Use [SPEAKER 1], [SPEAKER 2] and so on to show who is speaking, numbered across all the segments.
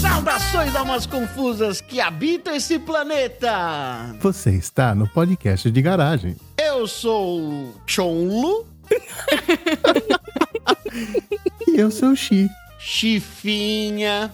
[SPEAKER 1] Saudações, almas confusas que habitam esse planeta!
[SPEAKER 2] Você está no podcast de garagem.
[SPEAKER 1] Eu sou o Chonlu,
[SPEAKER 2] E eu sou o Xi.
[SPEAKER 1] Chifinha.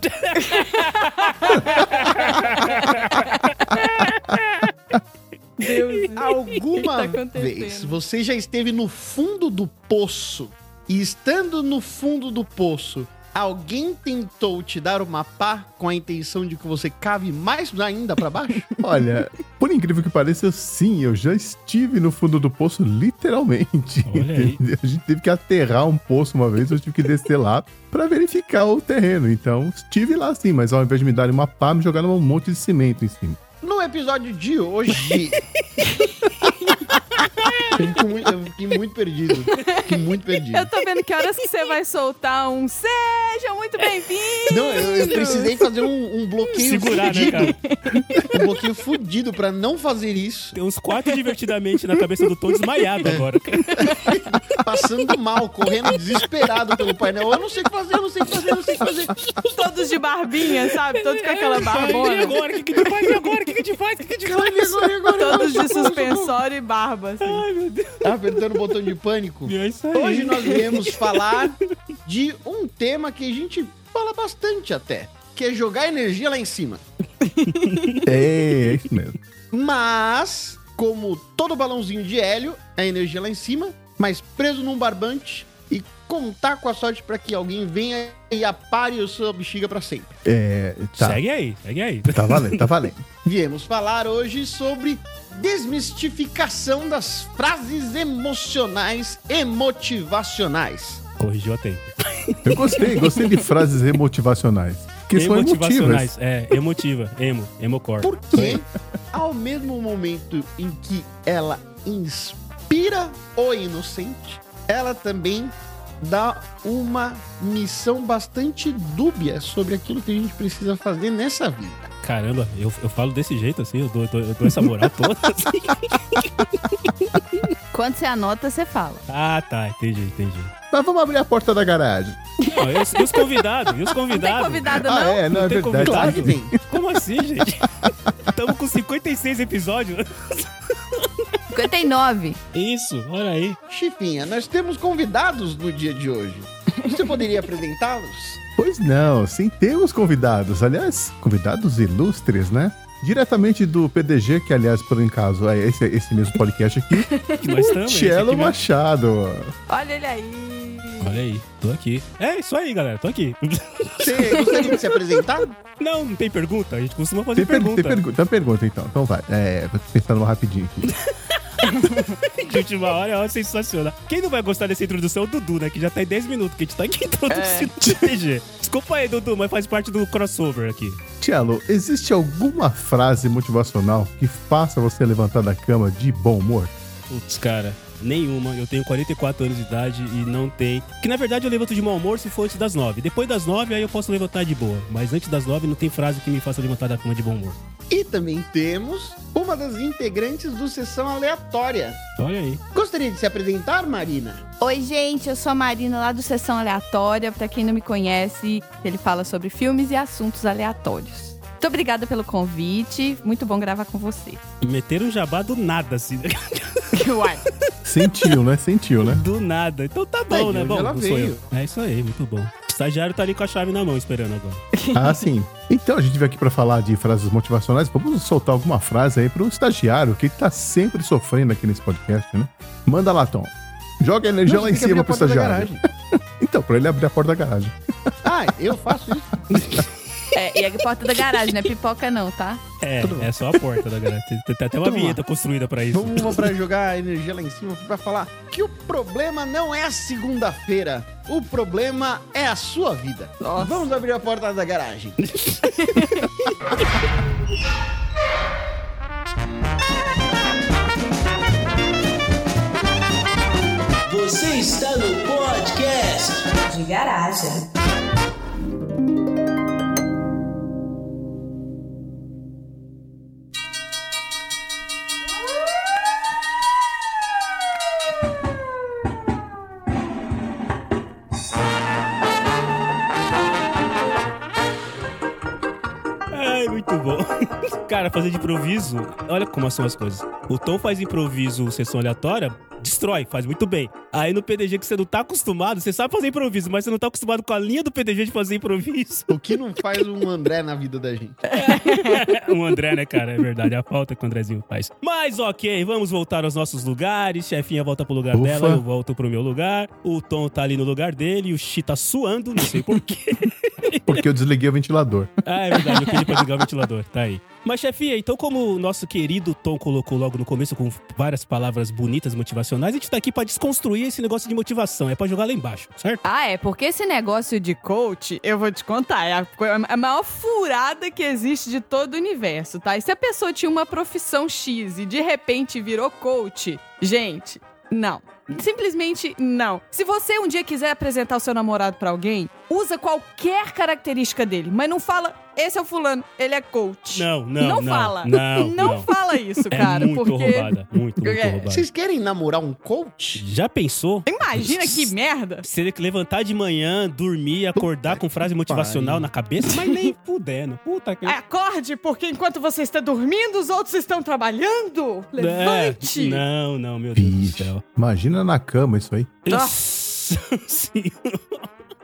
[SPEAKER 3] Deus.
[SPEAKER 1] Alguma
[SPEAKER 3] O que que tá acontecendo?
[SPEAKER 1] vez você já esteve no fundo do poço e estando no fundo do poço, alguém tentou te dar uma pá com a intenção de que você cave mais ainda pra baixo?
[SPEAKER 2] Olha, por incrível que pareça, eu- sim, eu já estive no fundo do poço, literalmente.
[SPEAKER 4] Olha aí.
[SPEAKER 2] entendeu? A gente teve que aterrar um poço uma vez, eu tive que descer lá pra verificar o terreno. Então, estive lá sim, mas ao invés de me darem uma pá, me jogaram um monte de cimento em cima.
[SPEAKER 1] No episódio de hoje. eu, fico muito, eu fiquei muito perdido. Fiquei muito perdido.
[SPEAKER 3] Eu tô vendo que horas que você vai soltar um Seja muito bem-vindo!
[SPEAKER 1] Não, eu, eu precisei fazer um, um bloqueio
[SPEAKER 4] Segurar, né,
[SPEAKER 1] fudido.
[SPEAKER 4] cara?
[SPEAKER 1] um bloqueio fudido pra não fazer isso.
[SPEAKER 4] Tem uns quatro divertidamente na cabeça do Tom desmaiado
[SPEAKER 2] É.
[SPEAKER 4] agora.
[SPEAKER 1] Passando mal, correndo desesperado pelo painel. Eu não sei o que fazer, eu não sei o que fazer, eu não sei o que fazer.
[SPEAKER 3] Todos de barbinha, sabe? Todos com aquela
[SPEAKER 4] Tá, E
[SPEAKER 3] barbona.
[SPEAKER 4] agora? O que, que te faz? E agora? O que, que te faz? O que, que te faz?
[SPEAKER 3] Todos de suspensório e barba, assim.
[SPEAKER 4] Ai, meu Deus.
[SPEAKER 1] Tá apertando o botão de pânico.
[SPEAKER 4] É isso aí.
[SPEAKER 1] Hoje nós viemos falar de um tema que a gente fala bastante até. Que é jogar energia lá em cima.
[SPEAKER 2] É, é isso mesmo.
[SPEAKER 1] Mas, como todo balãozinho de hélio, é energia lá em cima, mas preso num barbante e contar com a sorte pra que alguém venha e apare a sua bexiga pra sempre.
[SPEAKER 2] É, tá.
[SPEAKER 4] Segue aí, segue aí.
[SPEAKER 2] Tá valendo, tá valendo.
[SPEAKER 1] Viemos falar hoje sobre desmistificação das frases emocionais e motivacionais.
[SPEAKER 4] Corrigiu a tempo.
[SPEAKER 2] Eu gostei, gostei de frases remotivacionais. Que são emotivas.
[SPEAKER 4] Emotivacionais. É, emotiva. Emo. Emocor.
[SPEAKER 1] Porque, ao mesmo momento em que ela inspira o inocente, ela também dá uma missão bastante dúbia sobre aquilo que a gente precisa fazer nessa vida.
[SPEAKER 4] Caramba, eu, eu falo desse jeito assim, eu dou, eu dou- eu dou essa moral toda. assim.
[SPEAKER 3] Quando você anota, você fala.
[SPEAKER 4] Ah, tá, entendi, entendi.
[SPEAKER 2] Mas vamos abrir a porta da garagem.
[SPEAKER 4] Não, e, os, e os convidados? E os
[SPEAKER 3] Não tem
[SPEAKER 4] convidados?
[SPEAKER 3] convidado,
[SPEAKER 2] Ah,
[SPEAKER 3] não?
[SPEAKER 2] é, não,
[SPEAKER 4] Não
[SPEAKER 2] é verdade.
[SPEAKER 4] tem convidado?
[SPEAKER 1] Claro que tem.
[SPEAKER 4] Como assim, gente? Estamos com 56 episódios.
[SPEAKER 3] é? 59.
[SPEAKER 4] Isso, olha aí.
[SPEAKER 1] Chifinha, nós temos convidados no dia de hoje. Você poderia apresentá-los?
[SPEAKER 2] Pois não, sim, temos convidados. Aliás, convidados ilustres, né? Diretamente do PDG, que aliás, por um caso, é esse, esse mesmo podcast aqui,
[SPEAKER 4] Nós estamos.
[SPEAKER 2] Cielo Machado.
[SPEAKER 3] Olha ele aí.
[SPEAKER 4] Olha aí, tô aqui. É isso aí, galera, tô aqui.
[SPEAKER 1] Você gostaria de se apresentar?
[SPEAKER 4] Não, não tem pergunta? A gente costuma fazer
[SPEAKER 2] Tem, per tem
[SPEAKER 4] pergunta.
[SPEAKER 2] pergu então, pergunta, então. Então vai. É, vou pensar numa rapidinho aqui.
[SPEAKER 4] De última hora é uma sensacional. Quem não vai gostar dessa introdução é o Dudu, né? Que já tá em 10 minutos, que a gente tá aqui introduzindo o TG. Desculpa aí, Dudu, mas faz parte do crossover aqui.
[SPEAKER 2] Cielo, existe alguma frase motivacional que faça você levantar da cama de bom humor?
[SPEAKER 4] Putz, cara, nenhuma. Eu tenho 44 anos de idade e não tem. Que na verdade eu levanto de mau humor se for antes das 9. Depois das 9, aí eu posso levantar de boa. Mas antes das 9 não tem frase que me faça levantar da cama de bom humor.
[SPEAKER 1] E também temos uma das integrantes do Sessão Aleatória.
[SPEAKER 4] Olha aí.
[SPEAKER 1] Gostaria de se apresentar, Marina?
[SPEAKER 5] Oi, gente, eu sou a Marina, lá do Sessão Aleatória. Pra quem não me conhece, ele fala sobre filmes e assuntos aleatórios. Muito obrigada pelo convite, muito bom gravar com você.
[SPEAKER 4] Meteram um jabá do nada, assim. né?
[SPEAKER 5] Uai.
[SPEAKER 2] Sentiu, né? Sentiu, né?
[SPEAKER 4] Do nada. Então tá
[SPEAKER 1] É, de
[SPEAKER 4] bom, né?
[SPEAKER 1] onde
[SPEAKER 4] Bom,
[SPEAKER 1] ela
[SPEAKER 4] não sou
[SPEAKER 1] veio.
[SPEAKER 4] eu. É isso aí, muito bom. O estagiário tá ali com a chave na mão esperando agora.
[SPEAKER 2] Ah, sim. Então a gente veio aqui pra falar de frases motivacionais. Vamos soltar alguma frase aí pro estagiário que tá sempre sofrendo aqui nesse podcast, né? Manda lá, Tom. Joga a energia
[SPEAKER 1] Não,
[SPEAKER 2] lá
[SPEAKER 1] você
[SPEAKER 2] em
[SPEAKER 1] tem que abrir
[SPEAKER 2] cima
[SPEAKER 1] a
[SPEAKER 2] pro
[SPEAKER 1] porta da
[SPEAKER 2] estagiário. Então, pra ele abrir a porta da garagem.
[SPEAKER 1] Ah, eu faço isso.
[SPEAKER 5] É, e a porta da garagem, não é pipoca não, tá?
[SPEAKER 4] É,
[SPEAKER 1] Tudo bom.
[SPEAKER 4] é só a porta da galera. Tem, tem até uma
[SPEAKER 1] Vamos lá.
[SPEAKER 4] vinheta construída pra isso.
[SPEAKER 1] Vamos, vamos pra jogar a energia lá em cima pra falar que o problema não é a segunda-feira. O problema é a sua vida. Vamos abrir a porta da garagem.
[SPEAKER 6] Você está no podcast
[SPEAKER 7] de garagem.
[SPEAKER 4] muito bom. Cara, fazer de improviso, olha como são as coisas. O Tom faz improviso, sessão aleatória, destrói, faz muito bem. Aí no PDG que você não tá acostumado, você sabe fazer improviso, mas você não tá acostumado com a linha do PDG de fazer improviso.
[SPEAKER 1] O que não faz um André na vida da gente?
[SPEAKER 4] o André, né, cara? É verdade, a falta que o Andrezinho faz. Mas ok, vamos voltar aos nossos lugares. Chefinha volta pro lugar
[SPEAKER 2] Ufa.
[SPEAKER 4] dela, eu volto pro meu lugar. O Tom tá ali no lugar dele, o Chi tá suando, não sei porquê.
[SPEAKER 2] Porque eu desliguei o ventilador.
[SPEAKER 4] Ah, é verdade, eu pedi pra ligar o ventilador, tá aí. Mas, chefinha, então como o nosso querido Tom colocou logo no começo com várias palavras bonitas, motivacionais, a gente tá aqui pra desconstruir esse negócio de motivação, é pra jogar lá embaixo, certo?
[SPEAKER 5] Ah, é, porque esse negócio de coach, eu vou te contar, é a, co- a maior furada que existe de todo o universo, tá? E se a pessoa tinha uma profissão X e de repente virou coach, gente, não. Simplesmente não. Se você um dia quiser apresentar o seu namorado pra alguém, usa qualquer característica dele, mas não fala, esse é o fulano, ele é coach.
[SPEAKER 4] Não, não, não.
[SPEAKER 5] fala.
[SPEAKER 4] Não, não.
[SPEAKER 5] fala isso,
[SPEAKER 4] É
[SPEAKER 5] cara,
[SPEAKER 4] muito
[SPEAKER 5] porque
[SPEAKER 4] roubada, muito, muito
[SPEAKER 5] É.
[SPEAKER 4] roubada.
[SPEAKER 1] Vocês querem namorar um coach?
[SPEAKER 4] Já pensou?
[SPEAKER 5] imagina que merda.
[SPEAKER 4] Você levantar de manhã, dormir, acordar com frase motivacional
[SPEAKER 1] pariu.
[SPEAKER 4] na cabeça, mas nem É, pudendo. Puta que.
[SPEAKER 5] É, Acorde, porque enquanto você está dormindo, os outros estão trabalhando.
[SPEAKER 4] É,
[SPEAKER 5] Levante!
[SPEAKER 4] Não, não, meu Deus do
[SPEAKER 2] Bicho.
[SPEAKER 4] céu.
[SPEAKER 2] Imagina na cama isso aí.
[SPEAKER 4] Nossa Senhora.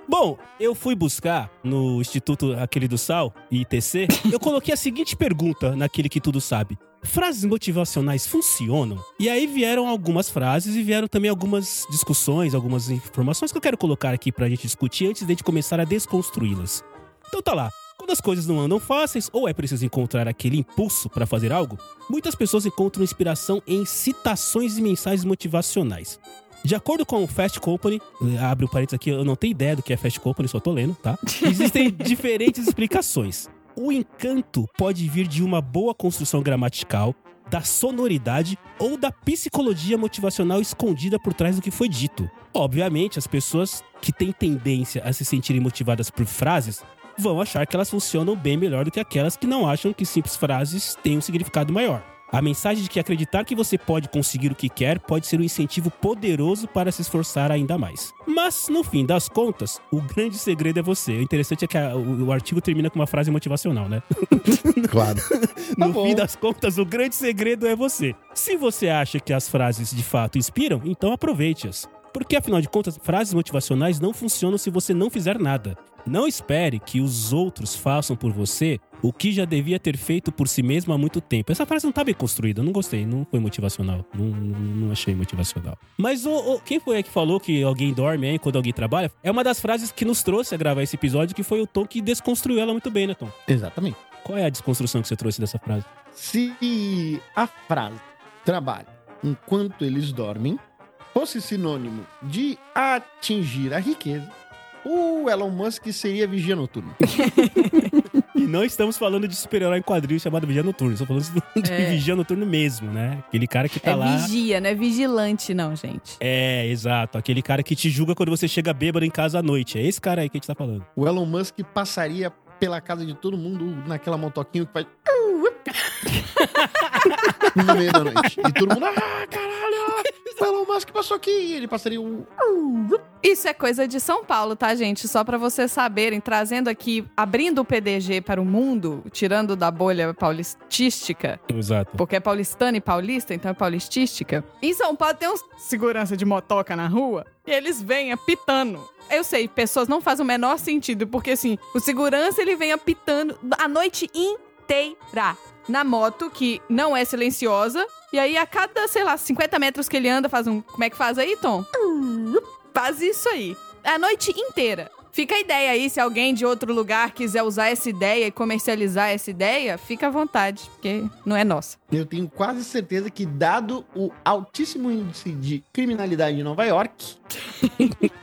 [SPEAKER 4] Bom, eu fui buscar no Instituto Aquele do Sal, ITC, eu coloquei a seguinte pergunta naquele que tudo sabe. Frases motivacionais funcionam? E aí vieram algumas frases e vieram também algumas discussões, algumas informações que eu quero colocar aqui pra gente discutir antes de a gente começar a desconstruí-las. Então tá lá. Quando as coisas não andam fáceis ou é preciso encontrar aquele impulso pra fazer algo, muitas pessoas encontram inspiração em citações e mensagens motivacionais. De acordo com o Fast Company, eh, abre o parênteses aqui, eu não tenho ideia do que é Fast Company, só tô lendo, tá? Existem diferentes explicações. O encanto pode vir de uma boa construção gramatical, da sonoridade ou da psicologia motivacional escondida por trás do que foi dito. Obviamente, as pessoas que têm tendência a se sentirem motivadas por frases vão achar que elas funcionam bem melhor do que aquelas que não acham que simples frases têm um significado maior. A mensagem de que acreditar que você pode conseguir o que quer pode ser um incentivo poderoso para se esforçar ainda mais. Mas, no fim das contas, o grande segredo é você. O interessante é que a- o, o artigo termina com uma frase motivacional, né?
[SPEAKER 2] Claro.
[SPEAKER 4] no
[SPEAKER 1] bom.
[SPEAKER 4] fim das contas, o grande segredo é você. Se você acha que as frases de fato inspiram, então aproveite-as. Porque, afinal de contas, frases motivacionais não funcionam se você não fizer nada. Não espere que os outros façam por você o que já devia ter feito por si mesmo há muito tempo. Essa frase não tá bem construída, eu não gostei, não foi motivacional. Não, não- não achei motivacional. Mas o, o- quem foi que falou que alguém dorme aí quando alguém trabalha? É uma das frases que nos trouxe a gravar esse episódio, que foi o Tom que desconstruiu ela muito bem, né, Tom?
[SPEAKER 1] Exatamente.
[SPEAKER 4] Qual é a desconstrução que você trouxe dessa frase?
[SPEAKER 1] Se a frase trabalho enquanto eles dormem fosse sinônimo de atingir a riqueza, o Elon Musk seria vigia noturno.
[SPEAKER 4] E não estamos falando de super-herói em quadril chamado Vigia Noturno. Estamos falando de
[SPEAKER 5] É.
[SPEAKER 4] Vigia Noturno mesmo, né? Aquele cara que tá
[SPEAKER 5] É
[SPEAKER 4] lá.
[SPEAKER 5] vigia, não é vigilante, não, gente.
[SPEAKER 4] É, exato. Aquele cara que te julga quando você chega bêbado em casa à noite. É esse cara aí que a gente tá falando.
[SPEAKER 1] O Elon Musk passaria pela casa de todo mundo naquela motoquinha que faz. no meio da noite. E todo mundo. Ah, caralho! O Elon Musk passou aqui. E ele passaria um.
[SPEAKER 5] Isso é coisa de São Paulo, tá, gente? Só pra vocês saberem, trazendo aqui, abrindo o PDG para o mundo, tirando da bolha paulistística,
[SPEAKER 4] Exato.
[SPEAKER 5] porque é paulistana e paulista, então é paulistística. Em São Paulo tem uns segurança de motoca na rua e eles vêm apitando. Eu sei, pessoas não fazem o menor sentido, porque assim, o segurança ele vem apitando a noite inteira na moto, que não é silenciosa. E aí, a cada, sei lá, 50 metros que ele anda, faz um. Como é que faz aí, Tom?
[SPEAKER 8] Uhum.
[SPEAKER 5] Faz isso aí. A noite inteira. Fica a ideia aí, se alguém de outro lugar quiser usar essa ideia e comercializar essa ideia, fica à vontade, porque não é nossa.
[SPEAKER 1] Eu tenho quase certeza que, dado o altíssimo índice de criminalidade em Nova York,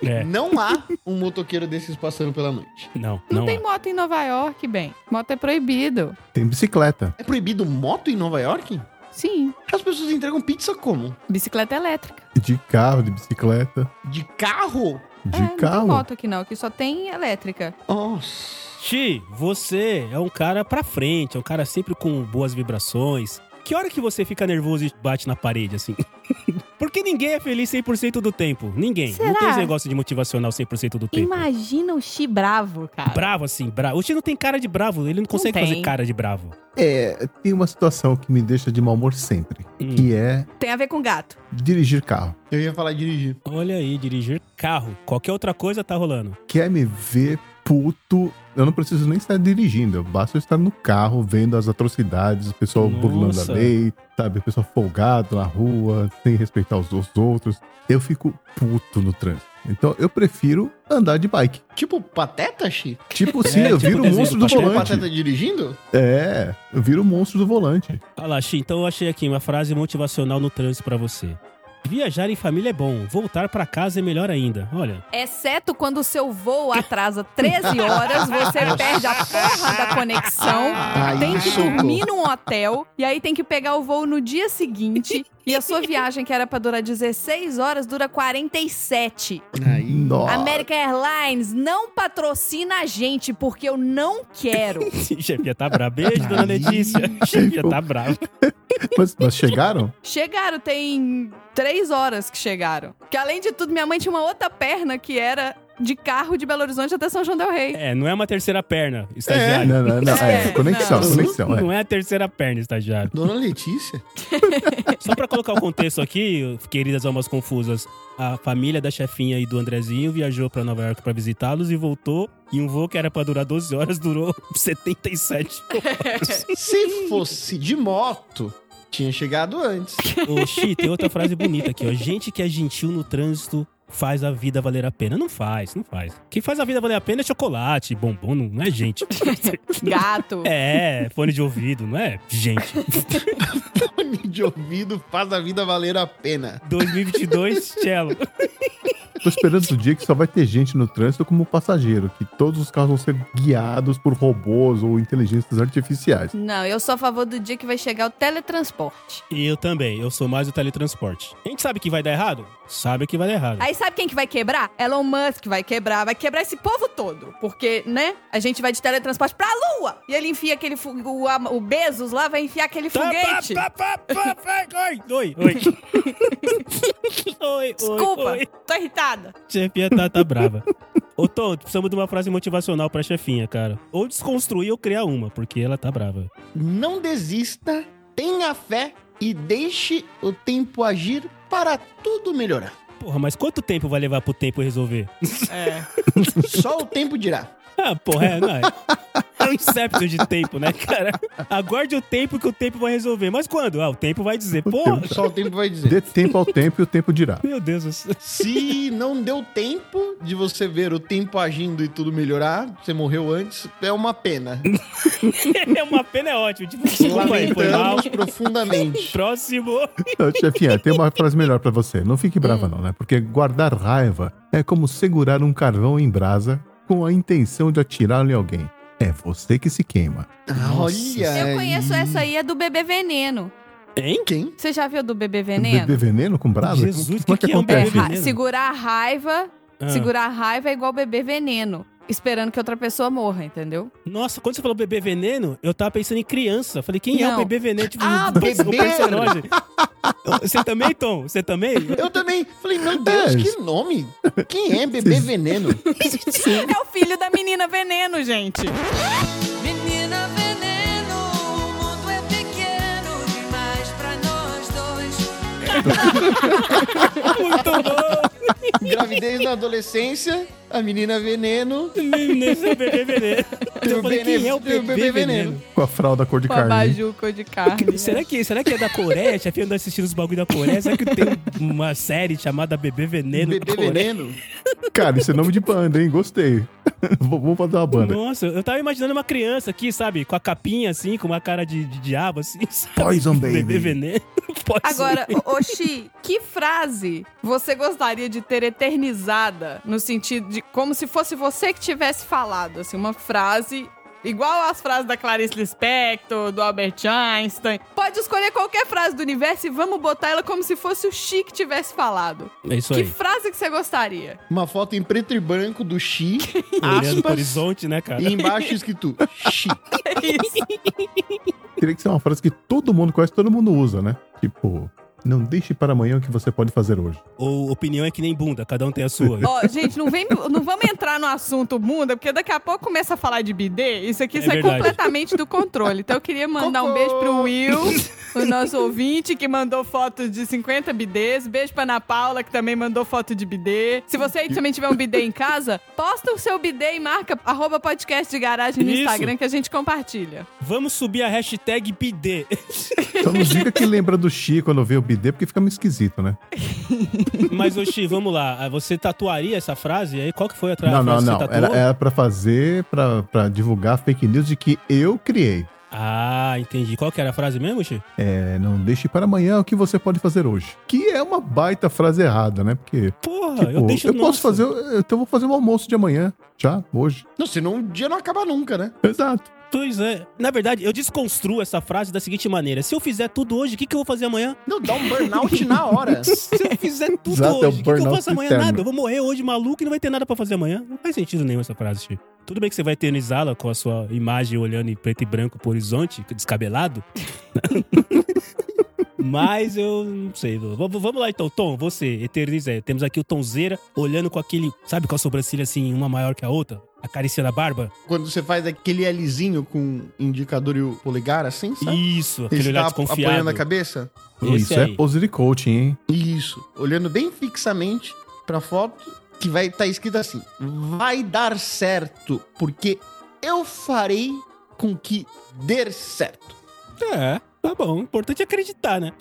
[SPEAKER 4] É.
[SPEAKER 1] não há um motoqueiro desses passando pela noite.
[SPEAKER 4] Não,
[SPEAKER 5] Não,
[SPEAKER 4] não, é.
[SPEAKER 5] tem
[SPEAKER 2] é.
[SPEAKER 4] há.
[SPEAKER 5] moto em Nova York, bem. Moto é proibido.
[SPEAKER 2] Tem bicicleta.
[SPEAKER 1] É proibido moto em Nova York?
[SPEAKER 5] Sim.
[SPEAKER 1] As pessoas entregam pizza como?
[SPEAKER 5] Bicicleta elétrica.
[SPEAKER 2] De carro, de bicicleta.
[SPEAKER 1] De carro?
[SPEAKER 2] De
[SPEAKER 5] é, não tem
[SPEAKER 2] carro.
[SPEAKER 5] moto aqui não, aqui só tem elétrica.
[SPEAKER 1] Nossa.
[SPEAKER 4] Ti, você é um cara pra frente, é um cara sempre com boas vibrações. Que hora que você fica nervoso e bate na parede, assim? Porque ninguém é feliz 100% do tempo. Ninguém. Não
[SPEAKER 8] Será?
[SPEAKER 4] tem esse negócio de motivacional 100% do tempo.
[SPEAKER 8] Imagina o Xi bravo, cara.
[SPEAKER 4] Bravo assim, bravo. O Chi não tem cara de bravo, ele não consegue fazer
[SPEAKER 8] tem.
[SPEAKER 4] cara de bravo.
[SPEAKER 2] É, tem uma situação que me deixa de mau humor sempre,
[SPEAKER 4] Hum.
[SPEAKER 2] que é
[SPEAKER 3] Tem a ver com gato.
[SPEAKER 2] dirigir carro.
[SPEAKER 1] Eu ia falar dirigir.
[SPEAKER 4] Olha aí, dirigir carro. Qualquer outra coisa tá rolando.
[SPEAKER 2] Quer me ver puto? Eu não preciso nem estar dirigindo, eu basta eu estar no carro vendo as atrocidades, o pessoal
[SPEAKER 4] Nossa.
[SPEAKER 2] burlando a lei, sabe? O pessoal folgado na rua, sem respeitar os, os outros. Eu fico puto no trânsito. Então eu prefiro andar de bike.
[SPEAKER 1] Tipo pateta, Chi?
[SPEAKER 2] Tipo, sim, eu
[SPEAKER 4] tipo
[SPEAKER 2] viro o
[SPEAKER 4] o desenho
[SPEAKER 2] monstro
[SPEAKER 4] do
[SPEAKER 2] do
[SPEAKER 1] Tipo
[SPEAKER 2] volante.
[SPEAKER 1] pateta dirigindo?
[SPEAKER 2] É, eu viro o monstro do volante.
[SPEAKER 4] Olha lá, Xi, então eu achei aqui uma frase motivacional no trânsito pra você. Viajar em família é bom, voltar pra casa é melhor ainda. Olha,
[SPEAKER 3] Exceto quando o seu voo atrasa 13 horas, você perde a porra da conexão,
[SPEAKER 1] Aí
[SPEAKER 3] tem que
[SPEAKER 1] soltou.
[SPEAKER 3] dormir num hotel, e aí tem que pegar o voo no dia seguinte, e a sua viagem, que era pra durar 16 horas, dura 47.
[SPEAKER 1] Aí.
[SPEAKER 2] Nossa.
[SPEAKER 3] American Airlines não patrocina a gente, porque eu não quero.
[SPEAKER 4] chefia tá brava. Beijo, dona
[SPEAKER 1] Aí.
[SPEAKER 4] Letícia. Chefia tá brava.
[SPEAKER 2] Mas, mas chegaram?
[SPEAKER 3] Chegaram, tem três horas que chegaram. Que além de tudo, minha mãe tinha uma outra perna que era de carro de Belo Horizonte até São João Del Rei.
[SPEAKER 4] É, não é uma terceira perna, estagiário.
[SPEAKER 2] Não, não, não. É,
[SPEAKER 3] É,
[SPEAKER 2] conexão,
[SPEAKER 1] não.
[SPEAKER 2] conexão. é.
[SPEAKER 4] Não é a terceira perna, estagiário.
[SPEAKER 1] Dona Letícia?
[SPEAKER 4] Só pra colocar o contexto aqui, queridas almas confusas, a família da chefinha e do Andrezinho viajou pra Nova York pra visitá-los e voltou. E um voo que era pra durar 12 horas durou 77 horas.
[SPEAKER 1] Se fosse de moto, tinha chegado antes.
[SPEAKER 4] Oxi, tem outra frase bonita aqui, ó. Gente que é gentil no trânsito faz a vida valer a pena. Não faz, não faz. Quem faz a vida valer a pena é chocolate, bombom, não, não é gente.
[SPEAKER 3] Gato.
[SPEAKER 4] É, fone de ouvido, não é gente.
[SPEAKER 1] Fone de ouvido faz a vida valer a pena.
[SPEAKER 4] 2022, cello.
[SPEAKER 2] Tô esperando o dia que só vai ter gente no trânsito como passageiro, que todos os carros vão ser guiados por robôs ou inteligências artificiais.
[SPEAKER 3] Não, eu sou a favor do dia que vai chegar o teletransporte.
[SPEAKER 4] E eu também, eu sou mais o teletransporte. A gente sabe que vai dar errado? Sabe que vai dar errado.
[SPEAKER 3] Aí sabe quem que vai quebrar? Elon Musk vai quebrar, vai quebrar esse povo todo. Porque, né, a gente vai de teletransporte pra lua. E ele enfia aquele... fu- O, am- o Bezos lá vai enfiar aquele
[SPEAKER 4] Tá,
[SPEAKER 3] foguete.
[SPEAKER 4] pá, pá, pá, pá, pá, Oi, oi, oi. Oi, oi,
[SPEAKER 3] Desculpa,
[SPEAKER 4] oi.
[SPEAKER 3] tô irritada.
[SPEAKER 4] Chefinha tá, tá brava. Ô, Tom, precisamos de uma frase motivacional pra chefinha, cara. Ou desconstruir ou criar uma, porque ela tá brava.
[SPEAKER 1] Não desista, tenha fé e deixe o tempo agir para tudo melhorar.
[SPEAKER 4] Porra, mas quanto tempo vai levar pro tempo resolver?
[SPEAKER 1] Só o tempo dirá.
[SPEAKER 4] Ah, porra, é, não. É um inception de tempo, né, cara? Aguarde o tempo que o tempo vai resolver. Mas quando? Ah, o tempo vai dizer. Porra,
[SPEAKER 1] Só o tempo vai dizer.
[SPEAKER 2] Dê tempo ao tempo e o tempo dirá.
[SPEAKER 4] meu Deus do céu.
[SPEAKER 1] Se não deu tempo de você ver o tempo agindo e tudo melhorar, você morreu antes, é uma pena.
[SPEAKER 4] É uma pena, é ótimo. Tipo, desculpa aí, foi mal.
[SPEAKER 1] Lamentamos profundamente.
[SPEAKER 4] Próximo.
[SPEAKER 2] Então, chefinha, tem uma frase melhor pra você. Não fique
[SPEAKER 3] Hum.
[SPEAKER 2] brava não, né? Porque guardar raiva é como segurar um carvão em brasa com a intenção de atirá-lo em alguém. É você que se queima.
[SPEAKER 1] Ah, Olha.
[SPEAKER 3] Eu conheço
[SPEAKER 1] aí.
[SPEAKER 3] essa aí, é do Bebê Veneno.
[SPEAKER 1] Quem?
[SPEAKER 3] Você já viu do Bebê É Veneno?
[SPEAKER 2] Beber veneno com brasa?
[SPEAKER 4] Jesus,
[SPEAKER 2] Como
[SPEAKER 4] que que é um
[SPEAKER 3] É,
[SPEAKER 4] bebê?
[SPEAKER 3] ra-
[SPEAKER 4] veneno.
[SPEAKER 3] segurar a raiva,
[SPEAKER 4] Ah.
[SPEAKER 3] segurar a raiva é igual beber veneno, esperando que outra pessoa morra, entendeu?
[SPEAKER 4] Nossa, quando você falou bebê veneno, eu tava pensando em criança. Falei, quem é o
[SPEAKER 3] Não.
[SPEAKER 4] bebê veneno? Tipo,
[SPEAKER 1] Ah,
[SPEAKER 4] o
[SPEAKER 1] bebê!
[SPEAKER 4] personagem. Você também, Tom? Você também?
[SPEAKER 1] Eu também. Falei, meu Deus,
[SPEAKER 2] É.
[SPEAKER 1] que nome? Quem é bebê veneno?
[SPEAKER 3] É o filho da menina veneno, gente.
[SPEAKER 5] Menina veneno, o mundo é pequeno demais pra nós dois.
[SPEAKER 4] Muito bom!
[SPEAKER 1] Gravidez na adolescência, a menina veneno.
[SPEAKER 4] Nesse bebê veneno. Então eu falei, quem é o bebê,
[SPEAKER 1] Tem o bebê
[SPEAKER 4] veneno?
[SPEAKER 1] veneno.
[SPEAKER 2] Com a fralda cor de
[SPEAKER 3] Com a
[SPEAKER 2] carne. hein?
[SPEAKER 3] bajuca de carne.
[SPEAKER 4] Será que, será que é da Coreia? Chefinha anda assistindo os bagulho da Coreia? Será que tem uma série chamada Bebê Veneno?
[SPEAKER 1] Bebê
[SPEAKER 4] da Coreia?
[SPEAKER 1] veneno.
[SPEAKER 2] Cara, isso é nome de banda, hein? Gostei. Vou- Vamos fazer uma banda.
[SPEAKER 4] Nossa, eu tava imaginando uma criança aqui, sabe? Com a capinha assim, com uma cara de, de diabo assim. sabe?
[SPEAKER 2] Poison Baby.
[SPEAKER 4] Bebê Veneno. Poison
[SPEAKER 3] Agora, o- Oxi, que frase você gostaria de ter eternizada no sentido de como se fosse você que tivesse falado, assim, uma frase igual às frases da Clarice Lispector, do Albert Einstein. Pode escolher qualquer frase do universo e vamos botar ela como se fosse o Chi que tivesse falado.
[SPEAKER 4] É isso
[SPEAKER 3] que
[SPEAKER 4] aí.
[SPEAKER 3] frase que você gostaria?
[SPEAKER 1] Uma foto em preto e branco do Xi.
[SPEAKER 4] Olhando
[SPEAKER 1] aspas,
[SPEAKER 4] pro horizonte, né, cara?
[SPEAKER 1] e embaixo escrito Xi.
[SPEAKER 3] É isso.
[SPEAKER 2] Teria que ser uma frase que todo mundo conhece, todo mundo usa, né? Tipo, Não deixe para amanhã o que você pode fazer hoje.
[SPEAKER 4] Ou opinião é que nem bunda, cada um tem a sua.
[SPEAKER 5] Ó, gente, não, vem, não vamos entrar no assunto bunda, porque daqui a pouco começa a falar de bidê. Isso aqui
[SPEAKER 4] É
[SPEAKER 5] sai
[SPEAKER 4] verdade.
[SPEAKER 5] completamente do controle. Então eu queria mandar um beijo pro Will, o nosso ouvinte, que mandou foto de 50 bidês. Beijo pra Ana Paula, que também mandou foto de bidê. Se você aí também tiver um bidê em casa, posta o seu bidê e marca arroba podcast de garagem no
[SPEAKER 4] Isso.
[SPEAKER 5] Instagram que a gente compartilha.
[SPEAKER 4] Vamos subir a hashtag PD.
[SPEAKER 2] Só nos diga que lembra do Chico quando vê o bidê, porque fica meio esquisito, né?
[SPEAKER 4] Mas, Oxi, vamos lá. Ah, Você tatuaria essa frase? E aí, qual que foi a tra-
[SPEAKER 2] Não, não,
[SPEAKER 4] frase que
[SPEAKER 2] não.
[SPEAKER 4] você
[SPEAKER 2] Era,
[SPEAKER 4] tatuou?
[SPEAKER 2] era pra fazer, pra, pra divulgar fake news de que eu criei.
[SPEAKER 4] Ah, entendi. Qual que era a frase mesmo, Oxi?
[SPEAKER 2] É, não deixe para amanhã o que você pode fazer hoje. Que é uma baita frase errada, né? Porque,
[SPEAKER 4] Porra,
[SPEAKER 2] tipo,
[SPEAKER 4] Ah, eu deixo...
[SPEAKER 2] posso
[SPEAKER 4] nossa.
[SPEAKER 2] fazer, então eu vou fazer um almoço de amanhã, já, hoje.
[SPEAKER 1] Não, senão um dia não acaba nunca, né?
[SPEAKER 2] Exato.
[SPEAKER 4] Pois é. Na verdade, eu desconstruo essa frase da seguinte maneira. Se eu fizer tudo hoje, o que, que eu vou fazer amanhã?
[SPEAKER 1] Não, dá um burnout na hora.
[SPEAKER 4] Se eu fizer tudo
[SPEAKER 2] Exato, é o
[SPEAKER 4] hoje, o que, que eu
[SPEAKER 2] burnout
[SPEAKER 4] faço amanhã?
[SPEAKER 2] eterno.
[SPEAKER 4] Nada. Eu vou morrer hoje maluco e não vai ter nada pra fazer amanhã. Não faz sentido nenhum essa frase, Chico. Tudo bem que você vai eternizá-la com a sua imagem olhando em preto e branco pro horizonte, descabelado. Mas eu não sei. V- v- Vamos lá então, Tom, você, eterniza. aí. Temos aqui o Tonzeira olhando com aquele, sabe, com a sobrancelha assim, uma maior que a outra, acariciando a barba.
[SPEAKER 1] Quando você faz aquele Lzinho com o indicador e o polegar, assim, sabe?
[SPEAKER 4] Isso,
[SPEAKER 1] Ele
[SPEAKER 4] aquele olhar
[SPEAKER 2] tá
[SPEAKER 1] está apoiando
[SPEAKER 4] desconfiado.
[SPEAKER 1] a cabeça.
[SPEAKER 4] Esse
[SPEAKER 2] Isso é
[SPEAKER 4] aí.
[SPEAKER 2] pose de coaching, hein?
[SPEAKER 1] Isso. Olhando bem fixamente pra foto, que vai estar escrito assim: Vai dar certo, porque eu farei com que der certo.
[SPEAKER 4] É, tá bom. O importante é acreditar, né?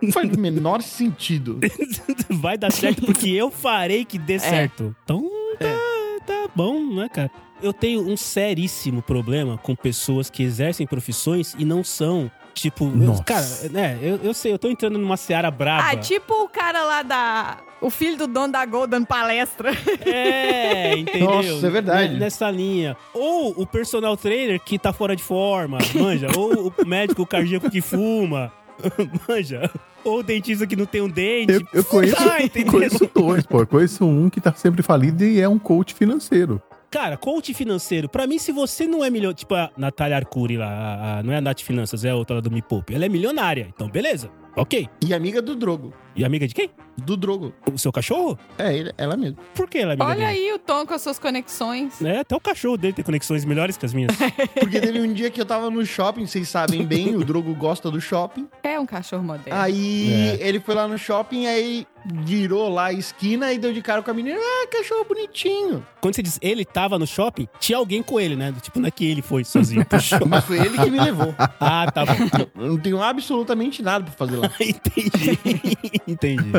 [SPEAKER 1] Não faz o menor sentido.
[SPEAKER 4] vai dar certo porque eu farei que
[SPEAKER 5] É.
[SPEAKER 4] dê certo. Então tá, tá bom, né, cara? Eu tenho um seríssimo problema com pessoas que exercem profissões e não são, tipo, eu-
[SPEAKER 2] Nossa.
[SPEAKER 4] cara, né, eu, eu sei, eu tô entrando numa seara braba.
[SPEAKER 5] Ah, tipo o cara lá da... O filho do dono da Gol dando palestra.
[SPEAKER 4] É, entendeu?
[SPEAKER 1] Nossa, é verdade.
[SPEAKER 4] N- Nessa linha. Ou o personal trainer que tá fora de forma, manja. Ou o médico cardíaco que fuma, manja. Ou o dentista que não tem um dente.
[SPEAKER 2] Eu, eu conheço,
[SPEAKER 4] Ah, entendeu?
[SPEAKER 2] conheço dois, pô. Eu conheço um que tá sempre falido e é um coach financeiro.
[SPEAKER 4] Cara, coach financeiro, pra mim, se você não é milionário. Tipo, a Natália Arcuri lá, a- a- não é a Nath Finanças, é a outra lá do Me Poupe. Ela é milionária, então beleza, ok.
[SPEAKER 1] E amiga do Drogo.
[SPEAKER 4] E amiga de quem?
[SPEAKER 1] Do Drogo.
[SPEAKER 4] O seu cachorro?
[SPEAKER 1] É, ele- ela mesmo.
[SPEAKER 4] Por que ela é amiga
[SPEAKER 5] Olha
[SPEAKER 4] dele?
[SPEAKER 5] aí o Tom com as suas conexões.
[SPEAKER 4] É, até o cachorro dele tem conexões melhores que as minhas.
[SPEAKER 1] Porque teve um dia que eu tava no shopping, vocês sabem bem, o Drogo gosta do shopping.
[SPEAKER 5] É um cachorro moderno.
[SPEAKER 1] Aí ele foi lá no shopping, aí virou lá a esquina e deu de cara com a menina. Ah, cachorro bonitinho.
[SPEAKER 4] Quando você diz ele tava no shopping, tinha alguém com ele, né? Tipo, não é que ele foi sozinho pro shopping.
[SPEAKER 1] Mas foi ele que me levou.
[SPEAKER 4] Ah, tá bom.
[SPEAKER 1] Eu não tenho absolutamente nada pra fazer lá.
[SPEAKER 4] Entendi. Entendi.